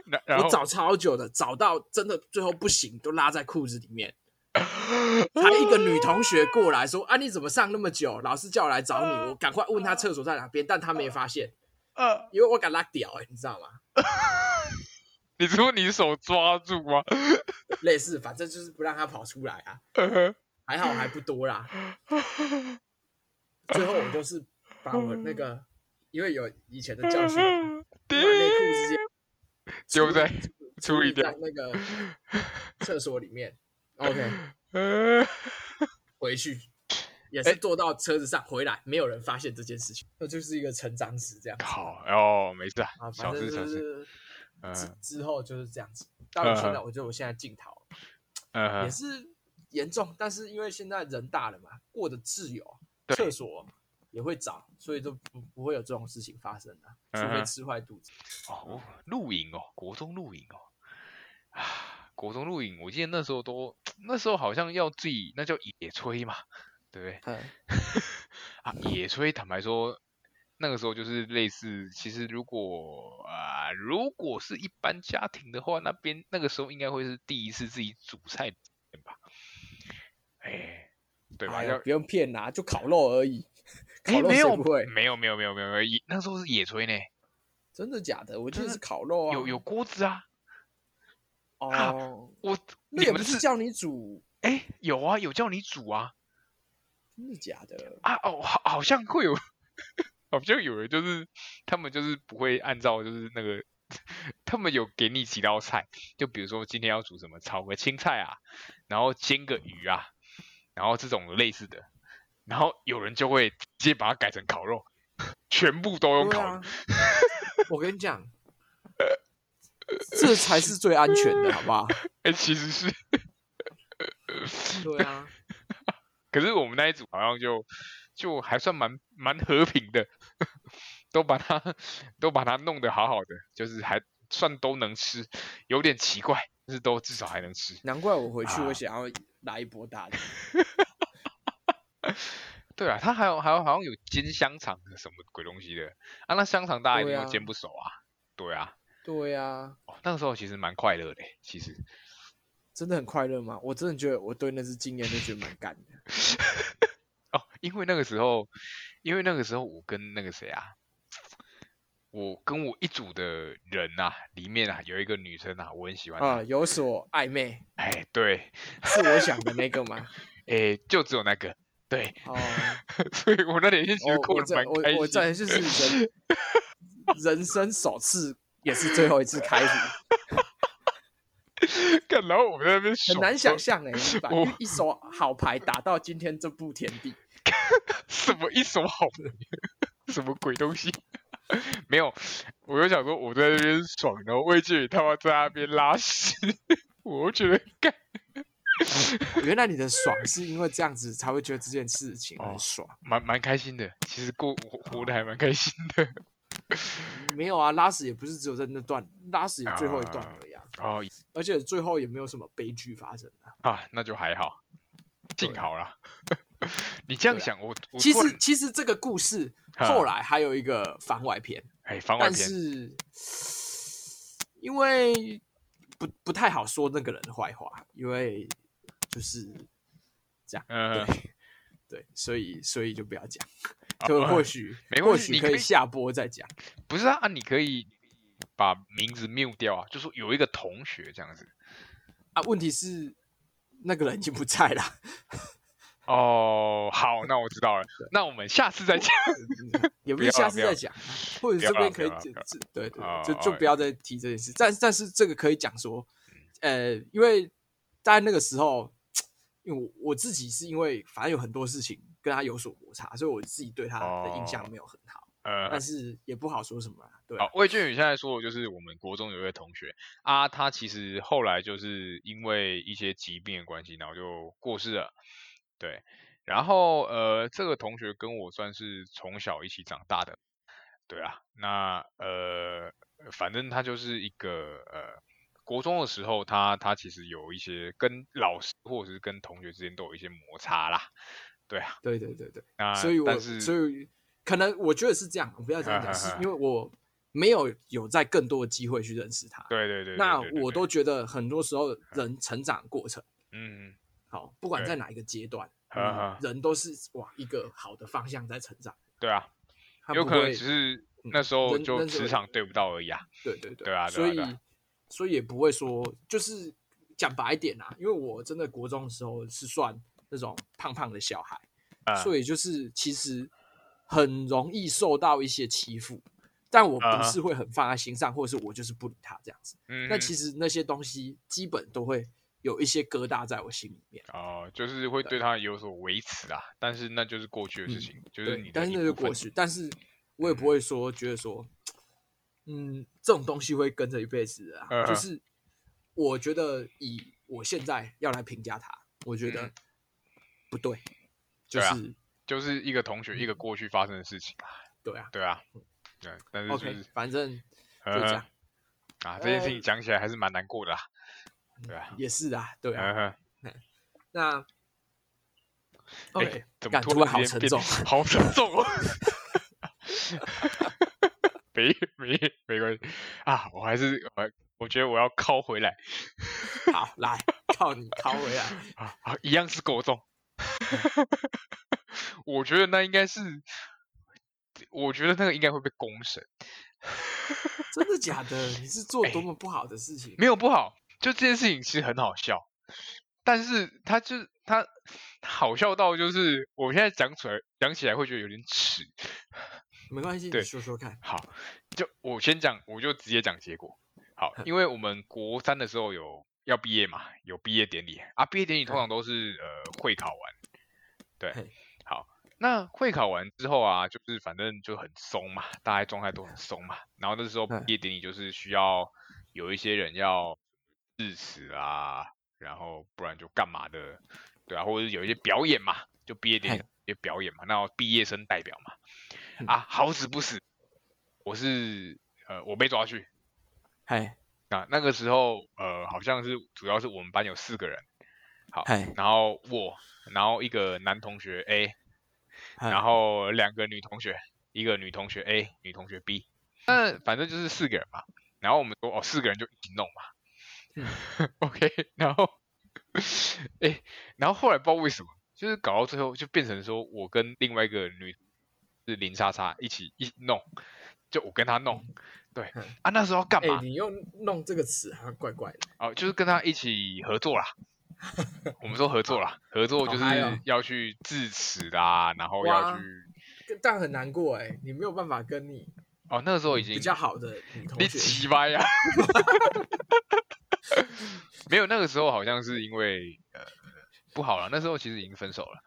[SPEAKER 2] 然然
[SPEAKER 1] 我
[SPEAKER 2] 后
[SPEAKER 1] 找超久的，找到真的最后不行，都拉在裤子里面。还一个女同学过来说：“啊，你怎么上那么久？老师叫我来找你，我赶快问他厕所在哪边，但他没发现，
[SPEAKER 2] 呃，
[SPEAKER 1] 因为我敢拉屌哎、欸你知道吗？
[SPEAKER 2] 你说你手抓住 [LAUGHS] 吗？
[SPEAKER 1] 类似，反正就是不让他跑出来啊。
[SPEAKER 2] 呃
[SPEAKER 1] 还好还不多啦。最后我就是把我那个，因为有以前的教训，把内裤直接
[SPEAKER 2] 丢在
[SPEAKER 1] 处
[SPEAKER 2] 处
[SPEAKER 1] 理
[SPEAKER 2] 理掉
[SPEAKER 1] 到。那个厕所里面。OK，
[SPEAKER 2] 呃，
[SPEAKER 1] 回去也
[SPEAKER 2] 哎
[SPEAKER 1] 是坐到车子上回来，没有人发现这件事情，那就是一个成长史这样子
[SPEAKER 2] 好哦，没事啊，
[SPEAKER 1] 啊。
[SPEAKER 2] 小
[SPEAKER 1] 反正
[SPEAKER 2] 事小
[SPEAKER 1] 就
[SPEAKER 2] 事。
[SPEAKER 1] 是
[SPEAKER 2] 嗯
[SPEAKER 1] 之之后就是这样子，到了现在，我觉得我现在镜头
[SPEAKER 2] 嗯
[SPEAKER 1] 也
[SPEAKER 2] 哼，
[SPEAKER 1] 是严重，但是因为现在人大了嘛，过得自由，
[SPEAKER 2] 对
[SPEAKER 1] 厕所也会找，所以就不不会有这种事情发生了、除
[SPEAKER 2] 嗯
[SPEAKER 1] 非
[SPEAKER 2] 哼
[SPEAKER 1] 吃坏肚子。
[SPEAKER 2] 哦，露营哦，国中露营哦，啊，国中露营，我记得那时候都，那时候好像要自己，那叫野炊嘛，对不对？
[SPEAKER 1] 嗯，
[SPEAKER 2] 啊，野炊，坦白说，那个时候就是类似，其实如果啊、如果是一般家庭的话，那边那个时候应该会是第一次自己煮菜的经验吧？哎，对吧？
[SPEAKER 1] 哎呀
[SPEAKER 2] 要
[SPEAKER 1] 不用骗啦，就烤肉而已。烤
[SPEAKER 2] 哎，
[SPEAKER 1] 肉
[SPEAKER 2] 没
[SPEAKER 1] 谁
[SPEAKER 2] 有，
[SPEAKER 1] 不会，
[SPEAKER 2] 没有，没有，没有，没有，没有，野那时候是野炊呢，
[SPEAKER 1] 真的假的？我记得
[SPEAKER 2] 真的
[SPEAKER 1] 是烤肉啊。
[SPEAKER 2] 有有锅子啊，啊
[SPEAKER 1] 哦，
[SPEAKER 2] 我
[SPEAKER 1] 那
[SPEAKER 2] 你
[SPEAKER 1] 也不
[SPEAKER 2] 们
[SPEAKER 1] 是叫你煮，
[SPEAKER 2] 哎有啊，有叫你煮啊
[SPEAKER 1] 真的假的？
[SPEAKER 2] 啊哦，好好像会有， [LAUGHS] 好像有人就是他们就是不会按照就是那个。 [LAUGHS] 他们有给你几道菜，就比如说今天要煮什么，炒个青菜啊，然后煎个鱼啊，然后这种类似的，然后有人就会直接把它改成烤肉，全部都用
[SPEAKER 1] 对
[SPEAKER 2] 烤
[SPEAKER 1] 啊
[SPEAKER 2] 的，，
[SPEAKER 1] [LAUGHS] 我跟你讲，这才是最安全的，好不好？
[SPEAKER 2] 哎、其实是
[SPEAKER 1] [LAUGHS] 对啊，
[SPEAKER 2] 可是我们那一组好像就就还算蛮蛮和平的， [LAUGHS] 都把它都把它弄得好好的，就是还算都能吃，有点奇怪，但是都至少还能吃。
[SPEAKER 1] 难怪我回去
[SPEAKER 2] 啊
[SPEAKER 1] 我想要来一波大的。
[SPEAKER 2] 对啊，它还有还有好像有煎香肠什么鬼东西的啊，那香肠大家一
[SPEAKER 1] 对
[SPEAKER 2] 定
[SPEAKER 1] 啊
[SPEAKER 2] 会煎不熟啊。对啊，
[SPEAKER 1] 对啊，
[SPEAKER 2] 哦那个时候其实蛮快乐的，其实
[SPEAKER 1] 真的很快乐吗？我真的觉得我对那次经验都觉得蛮干的。
[SPEAKER 2] 哦，因为那个时候，因为那个时候我跟那个谁啊，我跟我一组的人啊，里面啊有一个女生啊，我很喜欢她
[SPEAKER 1] 啊，，有所暧昧，
[SPEAKER 2] 哎，对，
[SPEAKER 1] 是我想的那个
[SPEAKER 2] [LAUGHS]
[SPEAKER 1] 吗？
[SPEAKER 2] 哎，就只有那个，对， [LAUGHS]
[SPEAKER 1] 哦，
[SPEAKER 2] 所以我那两天其实
[SPEAKER 1] 我
[SPEAKER 2] 过
[SPEAKER 1] 我
[SPEAKER 2] 得
[SPEAKER 1] 这
[SPEAKER 2] 蛮开
[SPEAKER 1] 我
[SPEAKER 2] 心。
[SPEAKER 1] 我这就是人人生首次，也是最后一次开服，
[SPEAKER 2] 干然后我们在那边
[SPEAKER 1] 很
[SPEAKER 2] 爽
[SPEAKER 1] 难想
[SPEAKER 2] 说
[SPEAKER 1] 象哎、把
[SPEAKER 2] 我
[SPEAKER 1] 一手好牌打到今天这步田地，
[SPEAKER 2] 什么一手好牌什么鬼东西？ [LAUGHS] 没有，我就想说我在那边爽，然后魏俊宇他妈在那边拉屎， [LAUGHS] 我就觉得干
[SPEAKER 1] 原来你的爽是因为这样子才会觉得这件事情很
[SPEAKER 2] 哦
[SPEAKER 1] 爽。
[SPEAKER 2] 蛮蛮开心的。其实过活活得还蛮开心的。
[SPEAKER 1] 没有啊，拉屎也不是只有在那段，拉屎也最后一段而已啊，
[SPEAKER 2] 哦
[SPEAKER 1] 而且最后也没有什么悲剧发生啊。
[SPEAKER 2] 啊，那就还好，幸
[SPEAKER 1] 对
[SPEAKER 2] 好啦。 [LAUGHS] 你这样
[SPEAKER 1] 对啊
[SPEAKER 2] 想，我我
[SPEAKER 1] 其
[SPEAKER 2] 突然
[SPEAKER 1] 实其实这个故事
[SPEAKER 2] 哈
[SPEAKER 1] 后来还有一个番外篇，
[SPEAKER 2] 哎，番外
[SPEAKER 1] 但
[SPEAKER 2] 篇
[SPEAKER 1] 是因为不不太好说那个人的坏话，因为就是这样，
[SPEAKER 2] 嗯
[SPEAKER 1] 对对，所以所以就不要讲，
[SPEAKER 2] 啊
[SPEAKER 1] 就
[SPEAKER 2] 啊
[SPEAKER 1] 或许
[SPEAKER 2] 没
[SPEAKER 1] 或
[SPEAKER 2] 关系
[SPEAKER 1] 许
[SPEAKER 2] 你
[SPEAKER 1] 可
[SPEAKER 2] 可
[SPEAKER 1] 以
[SPEAKER 2] 以
[SPEAKER 1] 下播再讲。
[SPEAKER 2] 不是啊，啊你可以把名字 mute 掉啊，就说有一个同学这样子。
[SPEAKER 1] 啊，问题是那个人已经不在了，
[SPEAKER 2] 哦，好，那我知道了，那我们下次再见。
[SPEAKER 1] 也不
[SPEAKER 2] 不
[SPEAKER 1] 是下
[SPEAKER 2] 要啦
[SPEAKER 1] 次
[SPEAKER 2] 不要
[SPEAKER 1] 再
[SPEAKER 2] 啦
[SPEAKER 1] 讲，啊或者
[SPEAKER 2] 不要
[SPEAKER 1] 这边
[SPEAKER 2] 啦
[SPEAKER 1] 可
[SPEAKER 2] 不
[SPEAKER 1] 以
[SPEAKER 2] 要啦
[SPEAKER 1] 解
[SPEAKER 2] 不要啦
[SPEAKER 1] 释，对对，
[SPEAKER 2] 哦
[SPEAKER 1] 对就就
[SPEAKER 2] 哦
[SPEAKER 1] 不要再提这件事。但但是这个可以讲说，呃，因为在那个时候，因为我我自己是因为反正有很多事情跟他有所摩擦，所以我自己对他的印象
[SPEAKER 2] 哦
[SPEAKER 1] 没有很好，
[SPEAKER 2] 呃
[SPEAKER 1] 但，是也不好说什么啦。对啊，
[SPEAKER 2] 好，魏俊宇现在说的就是我们国中有一位同学啊，他其实后来就是因为一些疾病的关系，然后就过世了。对，然后呃，这个同学跟我算是从小一起长大的，对啊，那呃，反正他就是一个呃，国中的时候他他其实有一些跟老师或者是跟同学之间都有一些摩擦啦，对啊，
[SPEAKER 1] 对对对对，
[SPEAKER 2] 那
[SPEAKER 1] 所以我
[SPEAKER 2] 但是啊
[SPEAKER 1] 所以可能我觉得是这样，我不要这样讲，
[SPEAKER 2] 哈
[SPEAKER 1] 是
[SPEAKER 2] 哈哈
[SPEAKER 1] 因为我没有有在更多的机会去认识他。
[SPEAKER 2] 对对对，对
[SPEAKER 1] 那
[SPEAKER 2] 对对
[SPEAKER 1] 我
[SPEAKER 2] 对
[SPEAKER 1] 都觉得很多时候人成长过程。
[SPEAKER 2] 嗯。
[SPEAKER 1] 好，不管
[SPEAKER 2] 对
[SPEAKER 1] 在哪一个阶段，
[SPEAKER 2] 哈哈
[SPEAKER 1] 嗯人都是往一个好的方向在成长，
[SPEAKER 2] 对啊，
[SPEAKER 1] 他
[SPEAKER 2] 有
[SPEAKER 1] 不
[SPEAKER 2] 可能
[SPEAKER 1] 会
[SPEAKER 2] 只是
[SPEAKER 1] 嗯
[SPEAKER 2] 那时候
[SPEAKER 1] 人
[SPEAKER 2] 就
[SPEAKER 1] 人是
[SPEAKER 2] 磁场对不到而已啊。
[SPEAKER 1] 对对对，
[SPEAKER 2] 对啊对啊
[SPEAKER 1] 所以
[SPEAKER 2] 对啊
[SPEAKER 1] 所以也不会说，就是讲白一点啊，因为我真的国中的时候是算那种胖胖的小孩，
[SPEAKER 2] 啊，
[SPEAKER 1] 所以就是其实很容易受到一些欺负，但我
[SPEAKER 2] 啊
[SPEAKER 1] 不是会很放在心上，或者是我就是不理他这样子。
[SPEAKER 2] 嗯，
[SPEAKER 1] 那其实那些东西基本都会有一些疙瘩在我心里面。
[SPEAKER 2] 哦，就是会对他有所维持啊，但是那就是过去的事情，就是你
[SPEAKER 1] 嗯对，
[SPEAKER 2] 的
[SPEAKER 1] 但是
[SPEAKER 2] 一
[SPEAKER 1] 那就
[SPEAKER 2] 部分
[SPEAKER 1] 过去，但是我也不会说觉得说，嗯，这种东西会跟着一辈子的啊。
[SPEAKER 2] 嗯
[SPEAKER 1] 就
[SPEAKER 2] 哼
[SPEAKER 1] 是我觉得以我现在要来评价他，我觉得
[SPEAKER 2] 嗯
[SPEAKER 1] 不对，就
[SPEAKER 2] 对啊
[SPEAKER 1] 是
[SPEAKER 2] 就是一个同
[SPEAKER 1] 嗯
[SPEAKER 2] 学一个过去发生的事情啊，
[SPEAKER 1] 对啊。
[SPEAKER 2] 对啊，对，但是就
[SPEAKER 1] OK，
[SPEAKER 2] 是
[SPEAKER 1] 反正
[SPEAKER 2] 呃
[SPEAKER 1] 就这样，
[SPEAKER 2] [LAUGHS] 啊，这件事
[SPEAKER 1] 呃
[SPEAKER 2] 情讲起来还是蛮难过的啊，对啊，
[SPEAKER 1] 也是啊，对啊。
[SPEAKER 2] 嗯哼。
[SPEAKER 1] 那
[SPEAKER 2] 哎
[SPEAKER 1] OK，
[SPEAKER 2] 怎么
[SPEAKER 1] 感
[SPEAKER 2] 突
[SPEAKER 1] 突然好
[SPEAKER 2] 之
[SPEAKER 1] 沉
[SPEAKER 2] 间变
[SPEAKER 1] 重，
[SPEAKER 2] [LAUGHS] 好沉重哦。没没没关系啊，我还是我我觉得我要靠回来
[SPEAKER 1] 好来，靠你靠回来。
[SPEAKER 2] 啊啊，一样是狗中。 [LAUGHS] 我觉得那应该是，我觉得那个应该会被公审，
[SPEAKER 1] 真的假的？你是做
[SPEAKER 2] [LAUGHS] 哎
[SPEAKER 1] 多么不好的事情？
[SPEAKER 2] 没有不好，就这件事情其实很好笑，但是他就是他好笑到就是我现在讲出来讲起来会觉得有点耻，
[SPEAKER 1] 没关系，你
[SPEAKER 2] 对
[SPEAKER 1] 说说看。
[SPEAKER 2] 好，就我先讲，我就直接讲结果。好，因为我们国三的时候有要毕业嘛，有毕业典礼啊，毕业典礼通常都是呃会考完，
[SPEAKER 1] 嘿
[SPEAKER 2] 对，好，那会考完之后啊，就是反正就很松嘛，大家状态都很松嘛，然后那时候
[SPEAKER 1] 嗯
[SPEAKER 2] 毕业典礼就是需要有一些人要致辞啊，然后不然就干嘛的，对啊，或者是有一些表演嘛，就毕业典礼
[SPEAKER 1] 嘿
[SPEAKER 2] 有表演嘛，那有毕业生代表嘛，
[SPEAKER 1] 嗯
[SPEAKER 2] 啊，好死不死，我是呃我被抓去
[SPEAKER 1] 嗨
[SPEAKER 2] 啊，那个时候呃好像是主要是我们班有四个人，好，
[SPEAKER 1] 嗨
[SPEAKER 2] 然后我，然后一个男同学 A，
[SPEAKER 1] 嗨，
[SPEAKER 2] 然后两个女同学，一个女同学 A，女同学 B，那
[SPEAKER 1] 嗯
[SPEAKER 2] 反正就是四个人嘛。然后我们说哦，四个人就一起弄嘛。OK，然
[SPEAKER 1] 嗯
[SPEAKER 2] [LAUGHS] 后，哎、然后后来不知道为什么，就是搞到最后就变成说我跟另外一个女是林莎莎一起一起弄，就我跟她弄。对
[SPEAKER 1] 嗯
[SPEAKER 2] 啊，那时候要干
[SPEAKER 1] 哎、
[SPEAKER 2] 嘛？
[SPEAKER 1] 你用弄这个词好像怪怪的。
[SPEAKER 2] 哦，就是跟她一起
[SPEAKER 1] [LAUGHS]
[SPEAKER 2] 合作啦。我们说合作啦，合作
[SPEAKER 1] 好
[SPEAKER 2] 就是
[SPEAKER 1] 嗨哦
[SPEAKER 2] 要去致辞啦，然后要
[SPEAKER 1] 哇
[SPEAKER 2] 去
[SPEAKER 1] 但很难过哎、你没有办法跟你
[SPEAKER 2] 哦，那个时候已经
[SPEAKER 1] 比较好的女同
[SPEAKER 2] 你
[SPEAKER 1] 学，
[SPEAKER 2] 奇葩呀！ [LAUGHS] 没有，那个时候好像是因为呃不好了，那时候其实已经分手了。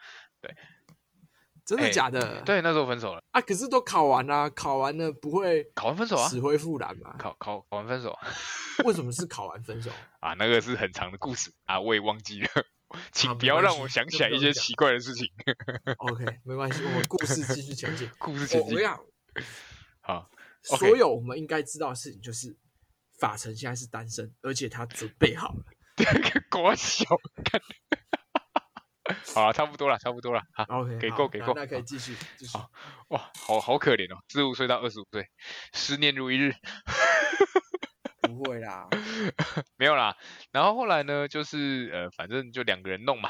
[SPEAKER 1] 真的
[SPEAKER 2] 哎
[SPEAKER 1] 假的？
[SPEAKER 2] 对，那时候分手了，
[SPEAKER 1] 啊，可是都考完啦、考完了不会
[SPEAKER 2] 考完分手啊，
[SPEAKER 1] 死灰复燃嘛？
[SPEAKER 2] 考考考完分手
[SPEAKER 1] 为什么是考完分手？
[SPEAKER 2] 啊，那个是很长的故事啊，我也忘记了，请
[SPEAKER 1] 啊没
[SPEAKER 2] 不要
[SPEAKER 1] 关
[SPEAKER 2] 让
[SPEAKER 1] 系
[SPEAKER 2] 我想
[SPEAKER 1] 那
[SPEAKER 2] 起
[SPEAKER 1] 不
[SPEAKER 2] 来一
[SPEAKER 1] 用
[SPEAKER 2] 些
[SPEAKER 1] 讲
[SPEAKER 2] 奇怪的事情。
[SPEAKER 1] OK，没
[SPEAKER 2] [LAUGHS]
[SPEAKER 1] 关系，我们故事继续前进。
[SPEAKER 2] 故事
[SPEAKER 1] 我
[SPEAKER 2] 前
[SPEAKER 1] 我
[SPEAKER 2] 进
[SPEAKER 1] 想，
[SPEAKER 2] 啊，OK [LAUGHS]
[SPEAKER 1] 所有我们应该知道的事情就是，法成现在是单身，而且他准备好了。
[SPEAKER 2] 国小，看 [LAUGHS] 好了，差不多了，差不多了啊，
[SPEAKER 1] OK，
[SPEAKER 2] 给
[SPEAKER 1] 好
[SPEAKER 2] 够给
[SPEAKER 1] 那
[SPEAKER 2] 够
[SPEAKER 1] 那可以
[SPEAKER 2] 好
[SPEAKER 1] 继续继续。
[SPEAKER 2] 好哇，好好可怜哦，十五岁到二十五岁，十年如一日。
[SPEAKER 1] 不会啦，
[SPEAKER 2] 没有啦。然后后来呢，就是呃，反正就两个人弄嘛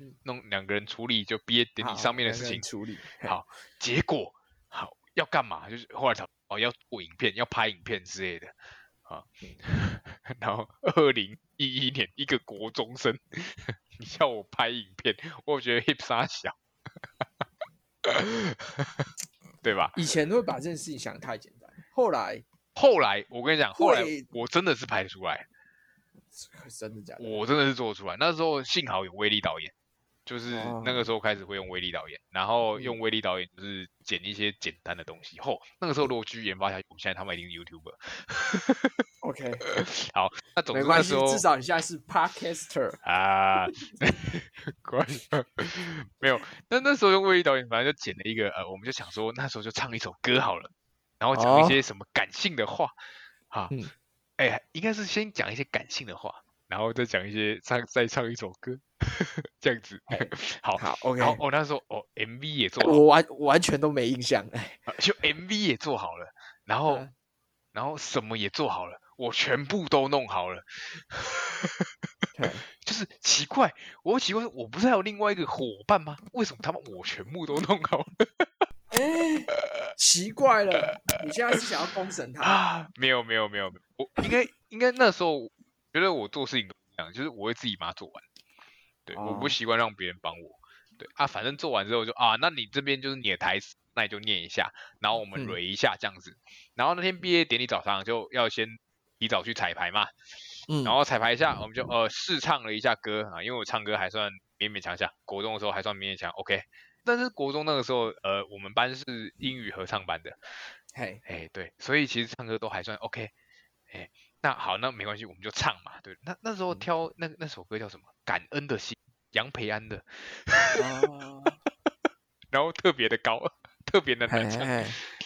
[SPEAKER 1] 嗯，
[SPEAKER 2] 弄两个人处理就毕业典礼
[SPEAKER 1] 好
[SPEAKER 2] 上面的
[SPEAKER 1] 两
[SPEAKER 2] 事
[SPEAKER 1] 个人
[SPEAKER 2] 情。
[SPEAKER 1] 处理。嘿
[SPEAKER 2] 好，结果好要干嘛？就是后来他哦要做影片，要拍影片之类的啊。
[SPEAKER 1] 嗯
[SPEAKER 2] [LAUGHS] 然后二零一一年，一个国中生， [LAUGHS] 你叫我拍影片，我觉得 hip 沙小， [LAUGHS] 对吧？
[SPEAKER 1] 以前会把这件事情想得太简单，后来
[SPEAKER 2] 后来我跟你讲，后来
[SPEAKER 1] 会
[SPEAKER 2] 我真的是拍出来，
[SPEAKER 1] [LAUGHS] 真的假
[SPEAKER 2] [LAUGHS]
[SPEAKER 1] 的？
[SPEAKER 2] 我真的是做出来。那时候幸好有威力导演，就是
[SPEAKER 1] 哦
[SPEAKER 2] 那个时候开始会用威力导演，然后
[SPEAKER 1] 嗯
[SPEAKER 2] 用威力导演就是剪一些简单的东西。后那个时候如果去研发下去，我们现在他们一定是 YouTuber。
[SPEAKER 1] OK，
[SPEAKER 2] 那呃总
[SPEAKER 1] 没
[SPEAKER 2] 之那
[SPEAKER 1] 关系
[SPEAKER 2] 时，候
[SPEAKER 1] 至少你现在是 Podcaster。
[SPEAKER 2] 啊， [LAUGHS] 关没有。那那时候用威力导演，反正就剪了一个呃，我们就想说那时候就唱一首歌好了，然后讲
[SPEAKER 1] 哦
[SPEAKER 2] 一些什么感性的话，啊
[SPEAKER 1] 嗯，
[SPEAKER 2] 哎、应该是先讲一些感性的话，然后再讲一些唱再唱一首歌， [LAUGHS] 这样子
[SPEAKER 1] 哎。
[SPEAKER 2] [LAUGHS] 好，
[SPEAKER 1] 好，OK，
[SPEAKER 2] 然后我、哦、那时候哦，MV
[SPEAKER 1] [LAUGHS]
[SPEAKER 2] 也做好
[SPEAKER 1] 我完我完全都没印象。哎，
[SPEAKER 2] 了，就 MV 也做好了，然后、
[SPEAKER 1] 嗯
[SPEAKER 2] 然后什么也做好了，我全部都弄好了，
[SPEAKER 1] [LAUGHS] 对
[SPEAKER 2] 就是奇怪，我奇怪，我不是还有另外一个伙伴吗？为什么他们我全部都弄好了
[SPEAKER 1] 哎，奇怪了，你现在是想要封神他？
[SPEAKER 2] 啊？没有没有没有，没有我应该应该那时候我觉得我做事情都一样，就是我会自己把它做完，对，我
[SPEAKER 1] 哦
[SPEAKER 2] 不习惯让别人帮我。对啊，反正做完之后就啊，那你这边就是你的台词，那你就念一下，然后我们
[SPEAKER 1] 嗯
[SPEAKER 2] 蕊一下这样子。然后那天毕业典礼早上就要先提早去彩排嘛，
[SPEAKER 1] 嗯，
[SPEAKER 2] 然后彩排一下，我们就呃试唱了一下歌啊，因为我唱歌还算勉勉强强，国中的时候还算勉勉强 OK。但是国中那个时候，呃，我们班是英语合唱班的，
[SPEAKER 1] 嘿，
[SPEAKER 2] 哎，对，所以其实唱歌都还算 OK。哎，那好，那没关系，我们就唱嘛。对，那那时候
[SPEAKER 1] 嗯
[SPEAKER 2] 挑那那首歌叫什么？感恩的心，杨培安的，
[SPEAKER 1] 哦，
[SPEAKER 2] 然后特别的高，特别的
[SPEAKER 1] 嘿
[SPEAKER 2] 难
[SPEAKER 1] 嘿
[SPEAKER 2] 唱。
[SPEAKER 1] 嘿，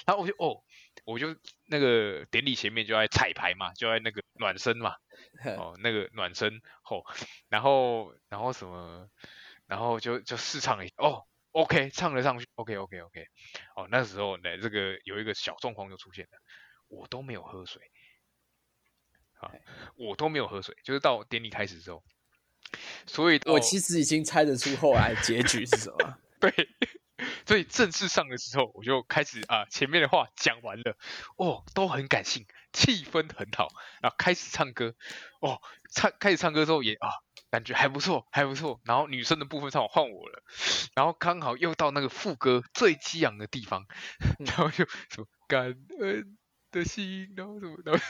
[SPEAKER 2] 然后我就哦，我就那个典礼前面就在彩排嘛，就在那个暖身嘛，
[SPEAKER 1] 嘿
[SPEAKER 2] 哦，那个暖身哦，然后然后什么，然后就就试唱了一哦，OK，唱了上去，OK OK OK，哦，那时候呢，这个有一个小状况就出现了，我都没有喝水，啊，我都没有喝水，就是到典礼开始之后，所以到
[SPEAKER 1] 我其实已经猜得出后来结局是什
[SPEAKER 2] [LAUGHS]
[SPEAKER 1] 么。
[SPEAKER 2] 对，所以正式上的时候，我就开始啊、前面的话讲完了，哦，都很感性，气氛很好，然后开始唱歌，哦，唱开始唱歌之后也啊，感觉还不错，还不错。然后女生的部分上换我了，然后刚好又到那个副歌最激昂的地方，
[SPEAKER 1] 嗯
[SPEAKER 2] 然后就什么感恩的心，然后什么，然后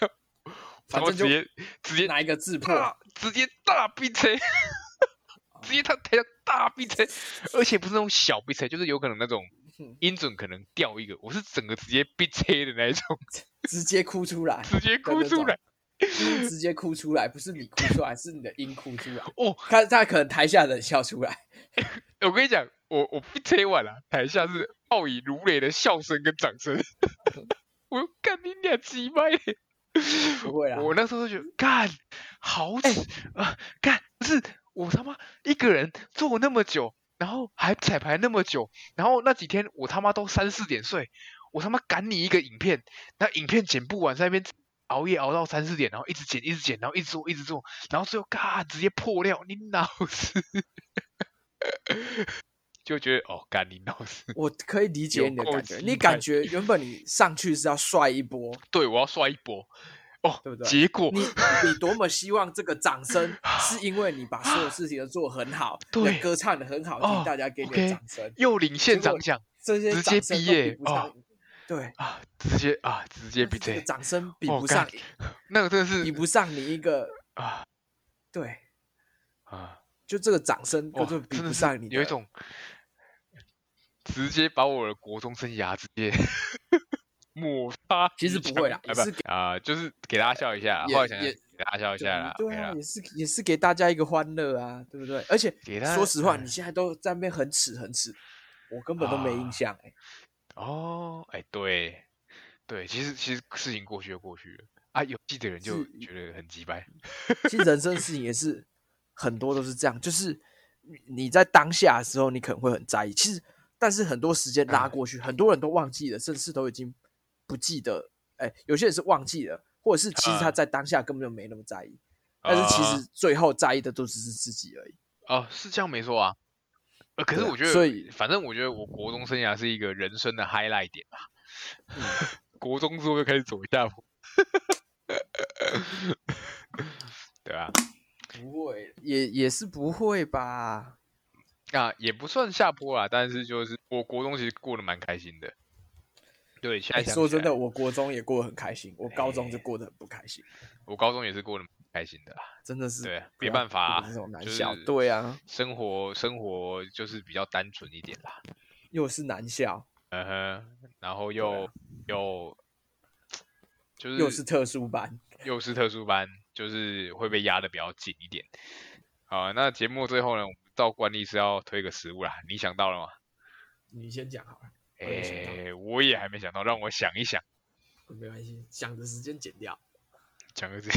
[SPEAKER 2] 然后
[SPEAKER 1] 反
[SPEAKER 2] 然后
[SPEAKER 1] 正就
[SPEAKER 2] 直接直接啊
[SPEAKER 1] 哪一个字破？
[SPEAKER 2] 大直接大逼车， [LAUGHS] 直接他抬到大逼车，而且不是那种小逼车，就是有可能那种
[SPEAKER 1] 嗯
[SPEAKER 2] 音准可能掉一个，我是整个直接逼车的那一种， [LAUGHS]
[SPEAKER 1] 直接哭出来，
[SPEAKER 2] 直接 [LAUGHS] 哭出来。
[SPEAKER 1] 就是直接哭出来，不是你哭出来，是你的音哭出来。
[SPEAKER 2] 哦，
[SPEAKER 1] 他他可能台下的人笑出来，
[SPEAKER 2] 我跟你讲，我我逼车完了、台下是暴以如雷的笑声跟掌声，我干你俩鸡巴耶！
[SPEAKER 1] 不会啦，
[SPEAKER 2] 我那时候
[SPEAKER 1] 嗯
[SPEAKER 2] 就觉得干好
[SPEAKER 1] 哎
[SPEAKER 2] 耻啊！干不是我他妈一个人做那么久，然后还彩排那么久，然后那几天我他妈都三四点睡，我他妈赶你一个影片，那影片剪不完，在那边熬夜熬到三四点，然后一直剪一直剪，然后一直做一直做，然后最后嘎直接破掉，你老师 [LAUGHS] 就觉得哦干你老师，
[SPEAKER 1] 我可以理解你的
[SPEAKER 2] 有够
[SPEAKER 1] 感觉。
[SPEAKER 2] 鸡
[SPEAKER 1] 你
[SPEAKER 2] 掰
[SPEAKER 1] 感觉原本你上去是要帅一波，
[SPEAKER 2] 对我要刷一波哦，
[SPEAKER 1] 对不对
[SPEAKER 2] 结果
[SPEAKER 1] 你你多么希望这个掌声是因为你把所有事情都做得很好，你的
[SPEAKER 2] 对
[SPEAKER 1] 歌唱的很好
[SPEAKER 2] 哦
[SPEAKER 1] 听，大家给你的
[SPEAKER 2] OK
[SPEAKER 1] 掌声，
[SPEAKER 2] 又领县
[SPEAKER 1] 结果
[SPEAKER 2] 长奖。
[SPEAKER 1] 这些
[SPEAKER 2] 直
[SPEAKER 1] 掌
[SPEAKER 2] 接
[SPEAKER 1] 声
[SPEAKER 2] 毕
[SPEAKER 1] 都
[SPEAKER 2] 业
[SPEAKER 1] 比不上
[SPEAKER 2] 哦。
[SPEAKER 1] 对，
[SPEAKER 2] 啊，直接啊，直
[SPEAKER 1] 但
[SPEAKER 2] 接
[SPEAKER 1] 是
[SPEAKER 2] 比
[SPEAKER 1] 这个
[SPEAKER 2] 这，
[SPEAKER 1] 掌声比
[SPEAKER 2] 哦
[SPEAKER 1] 不上
[SPEAKER 2] 干，那个真的是
[SPEAKER 1] 比不上你一个
[SPEAKER 2] 啊
[SPEAKER 1] 对，
[SPEAKER 2] 啊，
[SPEAKER 1] 就这个掌声
[SPEAKER 2] 哇
[SPEAKER 1] 根本比
[SPEAKER 2] 真的
[SPEAKER 1] 不
[SPEAKER 2] 是
[SPEAKER 1] 上你的。
[SPEAKER 2] 有一种直接把我的国中生涯直接 [LAUGHS] 抹杀。
[SPEAKER 1] 其实不会啦
[SPEAKER 2] 啊、
[SPEAKER 1] 也是
[SPEAKER 2] 不啊，就是给大家笑一下，
[SPEAKER 1] 也
[SPEAKER 2] 后来想想
[SPEAKER 1] 也
[SPEAKER 2] 给大家笑一下啦，
[SPEAKER 1] 对
[SPEAKER 2] OK
[SPEAKER 1] 啊
[SPEAKER 2] 啦，
[SPEAKER 1] 也是也是给大家一个欢乐啊，对不对？而且
[SPEAKER 2] 给大家
[SPEAKER 1] 说实话，
[SPEAKER 2] 嗯
[SPEAKER 1] 你现在都在那边很耻很耻，我根本都没印象
[SPEAKER 2] [LAUGHS]
[SPEAKER 1] 哎、
[SPEAKER 2] 哦，哎，对对，其实其实事情过去就过去了啊，有记的人就是觉得很鸡掰，
[SPEAKER 1] 其实人生事情也是很多都是这样，就是你你在当下的时候，你可能会很在意，其实但是很多时间拉过去，
[SPEAKER 2] 哎
[SPEAKER 1] 很多人都忘记了，甚至都已经不记得。哎，有些人是忘记了，或者是其实他
[SPEAKER 2] 嗯
[SPEAKER 1] 在当下根本就没那么在意，
[SPEAKER 2] 啊
[SPEAKER 1] 但是其实最后在意的都只是自己而已。
[SPEAKER 2] 哦，是这样没错啊。呃，可是
[SPEAKER 1] 对啊
[SPEAKER 2] 我觉得，
[SPEAKER 1] 所以
[SPEAKER 2] 反正我觉得我国中生涯是一个人生的 highlight 点吧。
[SPEAKER 1] 嗯
[SPEAKER 2] [LAUGHS] 国中之后就开始走下坡，对啊，
[SPEAKER 1] 不会，也也是不会吧？
[SPEAKER 2] 啊，也不算下坡啦，但是就是我国中其实过得蛮开心的。对，现在
[SPEAKER 1] 哎
[SPEAKER 2] 想
[SPEAKER 1] 说
[SPEAKER 2] 起
[SPEAKER 1] 真的，
[SPEAKER 2] 来，
[SPEAKER 1] 我国中也过得很开心，我高中就
[SPEAKER 2] 哎
[SPEAKER 1] 过得很不开心，
[SPEAKER 2] 我高中也是过得蛮开心的啦。
[SPEAKER 1] 真的是
[SPEAKER 2] 对
[SPEAKER 1] 不
[SPEAKER 2] 没
[SPEAKER 1] 要
[SPEAKER 2] 办法啊
[SPEAKER 1] 这种男
[SPEAKER 2] 就
[SPEAKER 1] 校，
[SPEAKER 2] 是
[SPEAKER 1] 对啊，
[SPEAKER 2] 生活生活就是比较单纯一点啦，
[SPEAKER 1] 又是男校，
[SPEAKER 2] 嗯哼，然后
[SPEAKER 1] 啊
[SPEAKER 2] 又、又就是
[SPEAKER 1] 又是特殊班，
[SPEAKER 2] 又是特殊班，就是会被压的比较紧一点。好，那节目最后呢，我们照惯例是要推个食物啦，你想到了吗？
[SPEAKER 1] 你先讲好了，我也想到
[SPEAKER 2] 诶、我也还没想到，让我想一想，
[SPEAKER 1] 没关系，想的时间剪掉。
[SPEAKER 2] 讲个这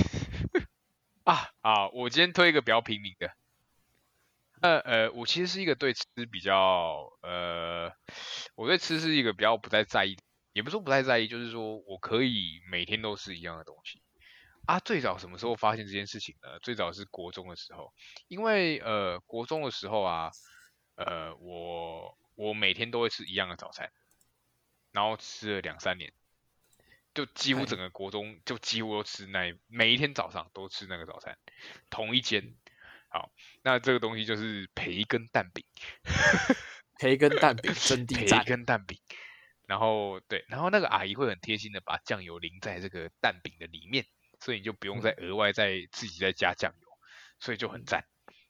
[SPEAKER 2] [LAUGHS] 啊啊！我今天推一个比较平民的，呃呃，我其实是一个对吃比较呃，我对吃是一个比较不太在意，也不是说不太在意，就是说我可以每天都吃一样的东西。啊，最早什么时候发现这件事情呢？最早是国中的时候，因为呃，国中的时候啊，呃，我我每天都会吃一样的早餐，然后吃了两三年，就几乎
[SPEAKER 1] 哎
[SPEAKER 2] 整个国中就几乎都吃那一每一天早上都吃那个早餐，同一间好，那这个东西就是培根蛋饼，
[SPEAKER 1] 培根蛋饼 [LAUGHS] 真地
[SPEAKER 2] 培
[SPEAKER 1] 赞，
[SPEAKER 2] 根蛋饼。然后对，然后那个阿姨会很贴心的把酱油淋在这个蛋饼的里面，所以你就不用再
[SPEAKER 1] 嗯
[SPEAKER 2] 额外再自己再加酱油，所以就很赞。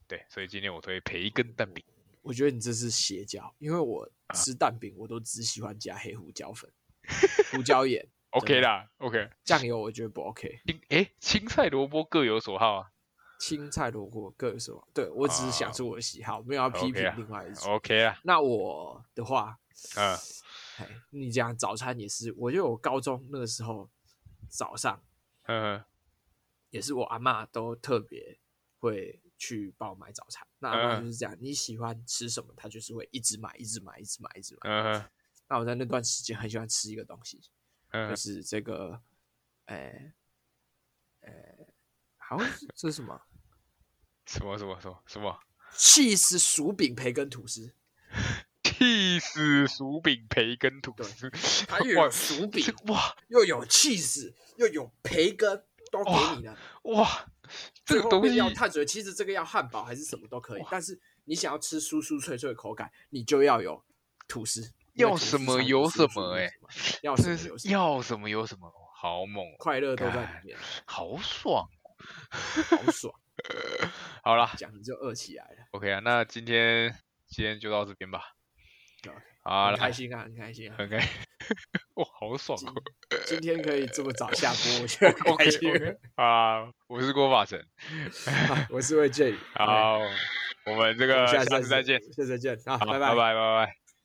[SPEAKER 2] 对，所以今天我推培根蛋饼。
[SPEAKER 1] 我觉得你这是邪教，因为我吃蛋饼我都只喜欢加黑胡椒 [LAUGHS] 粉、胡椒盐、
[SPEAKER 2] OK 啦，OK。
[SPEAKER 1] 酱油，我觉得不 OK。
[SPEAKER 2] 青诶，青菜萝卜各有所好啊。
[SPEAKER 1] 青菜萝卜各有所好，对我只是想出我的喜好，没有要批
[SPEAKER 2] OK
[SPEAKER 1] 评
[SPEAKER 2] 啊
[SPEAKER 1] 另外一组。
[SPEAKER 2] OK 啦，
[SPEAKER 1] 那我的话，
[SPEAKER 2] 嗯
[SPEAKER 1] 哎，你讲早餐也是，我觉得我高中那个时候早上
[SPEAKER 2] 嗯
[SPEAKER 1] 也是我阿嬷都特别会去帮我买早餐。那阿嬷就是这样，你喜欢吃什么，她就是会一直买，一直买，一直买，一直买。
[SPEAKER 2] 嗯嗯
[SPEAKER 1] 那我在那段时间很喜欢吃一个东西，就
[SPEAKER 2] 嗯，
[SPEAKER 1] 是这个，哎、哎、好像是这是什么
[SPEAKER 2] 什么什么什么什么
[SPEAKER 1] ？cheese 薯饼培根吐司，
[SPEAKER 2] 气死薯饼培根吐
[SPEAKER 1] 对 [LAUGHS]
[SPEAKER 2] 司，
[SPEAKER 1] 它又
[SPEAKER 2] 哇
[SPEAKER 1] 有薯饼，
[SPEAKER 2] 这哇
[SPEAKER 1] 又有 cheese，又有培根，都给你了。
[SPEAKER 2] 哇，这
[SPEAKER 1] 最
[SPEAKER 2] 个
[SPEAKER 1] 后
[SPEAKER 2] 东
[SPEAKER 1] 面
[SPEAKER 2] 西
[SPEAKER 1] 要碳水，其实这个要汉堡还是什么都可以，但是你想要吃酥酥脆脆的口感，你就要有吐司，因为
[SPEAKER 2] 要
[SPEAKER 1] 吐司
[SPEAKER 2] 什么
[SPEAKER 1] 才能
[SPEAKER 2] 有
[SPEAKER 1] 酥
[SPEAKER 2] 什
[SPEAKER 1] 酥
[SPEAKER 2] 么
[SPEAKER 1] 有
[SPEAKER 2] 欸
[SPEAKER 1] 什么要什
[SPEAKER 2] 真
[SPEAKER 1] 么
[SPEAKER 2] 的是
[SPEAKER 1] 有什么，
[SPEAKER 2] 要什么有什么，好猛哦，
[SPEAKER 1] 快乐都在里面，
[SPEAKER 2] 好爽。
[SPEAKER 1] 好爽，
[SPEAKER 2] 好啦
[SPEAKER 1] 讲你就饿起来了，
[SPEAKER 2] OK 啊，那今天今天就到这边吧。
[SPEAKER 1] OK，
[SPEAKER 2] 好
[SPEAKER 1] 很
[SPEAKER 2] 啦
[SPEAKER 1] 开，心啊，很开心啊。
[SPEAKER 2] 很开 [LAUGHS] 心，哇，好爽
[SPEAKER 1] 今
[SPEAKER 2] 哦。
[SPEAKER 1] 今天可以这么早下播，我
[SPEAKER 2] [LAUGHS]
[SPEAKER 1] 觉得很
[SPEAKER 2] OK
[SPEAKER 1] 开心。
[SPEAKER 2] OK 啊，我是郭法成，
[SPEAKER 1] 啊我是魏 J，，
[SPEAKER 2] [LAUGHS]
[SPEAKER 1] 哎
[SPEAKER 2] 好，我们这个
[SPEAKER 1] 我们下
[SPEAKER 2] 下次再见，
[SPEAKER 1] 下次再见啊，
[SPEAKER 2] 好，
[SPEAKER 1] 拜
[SPEAKER 2] 拜拜拜拜。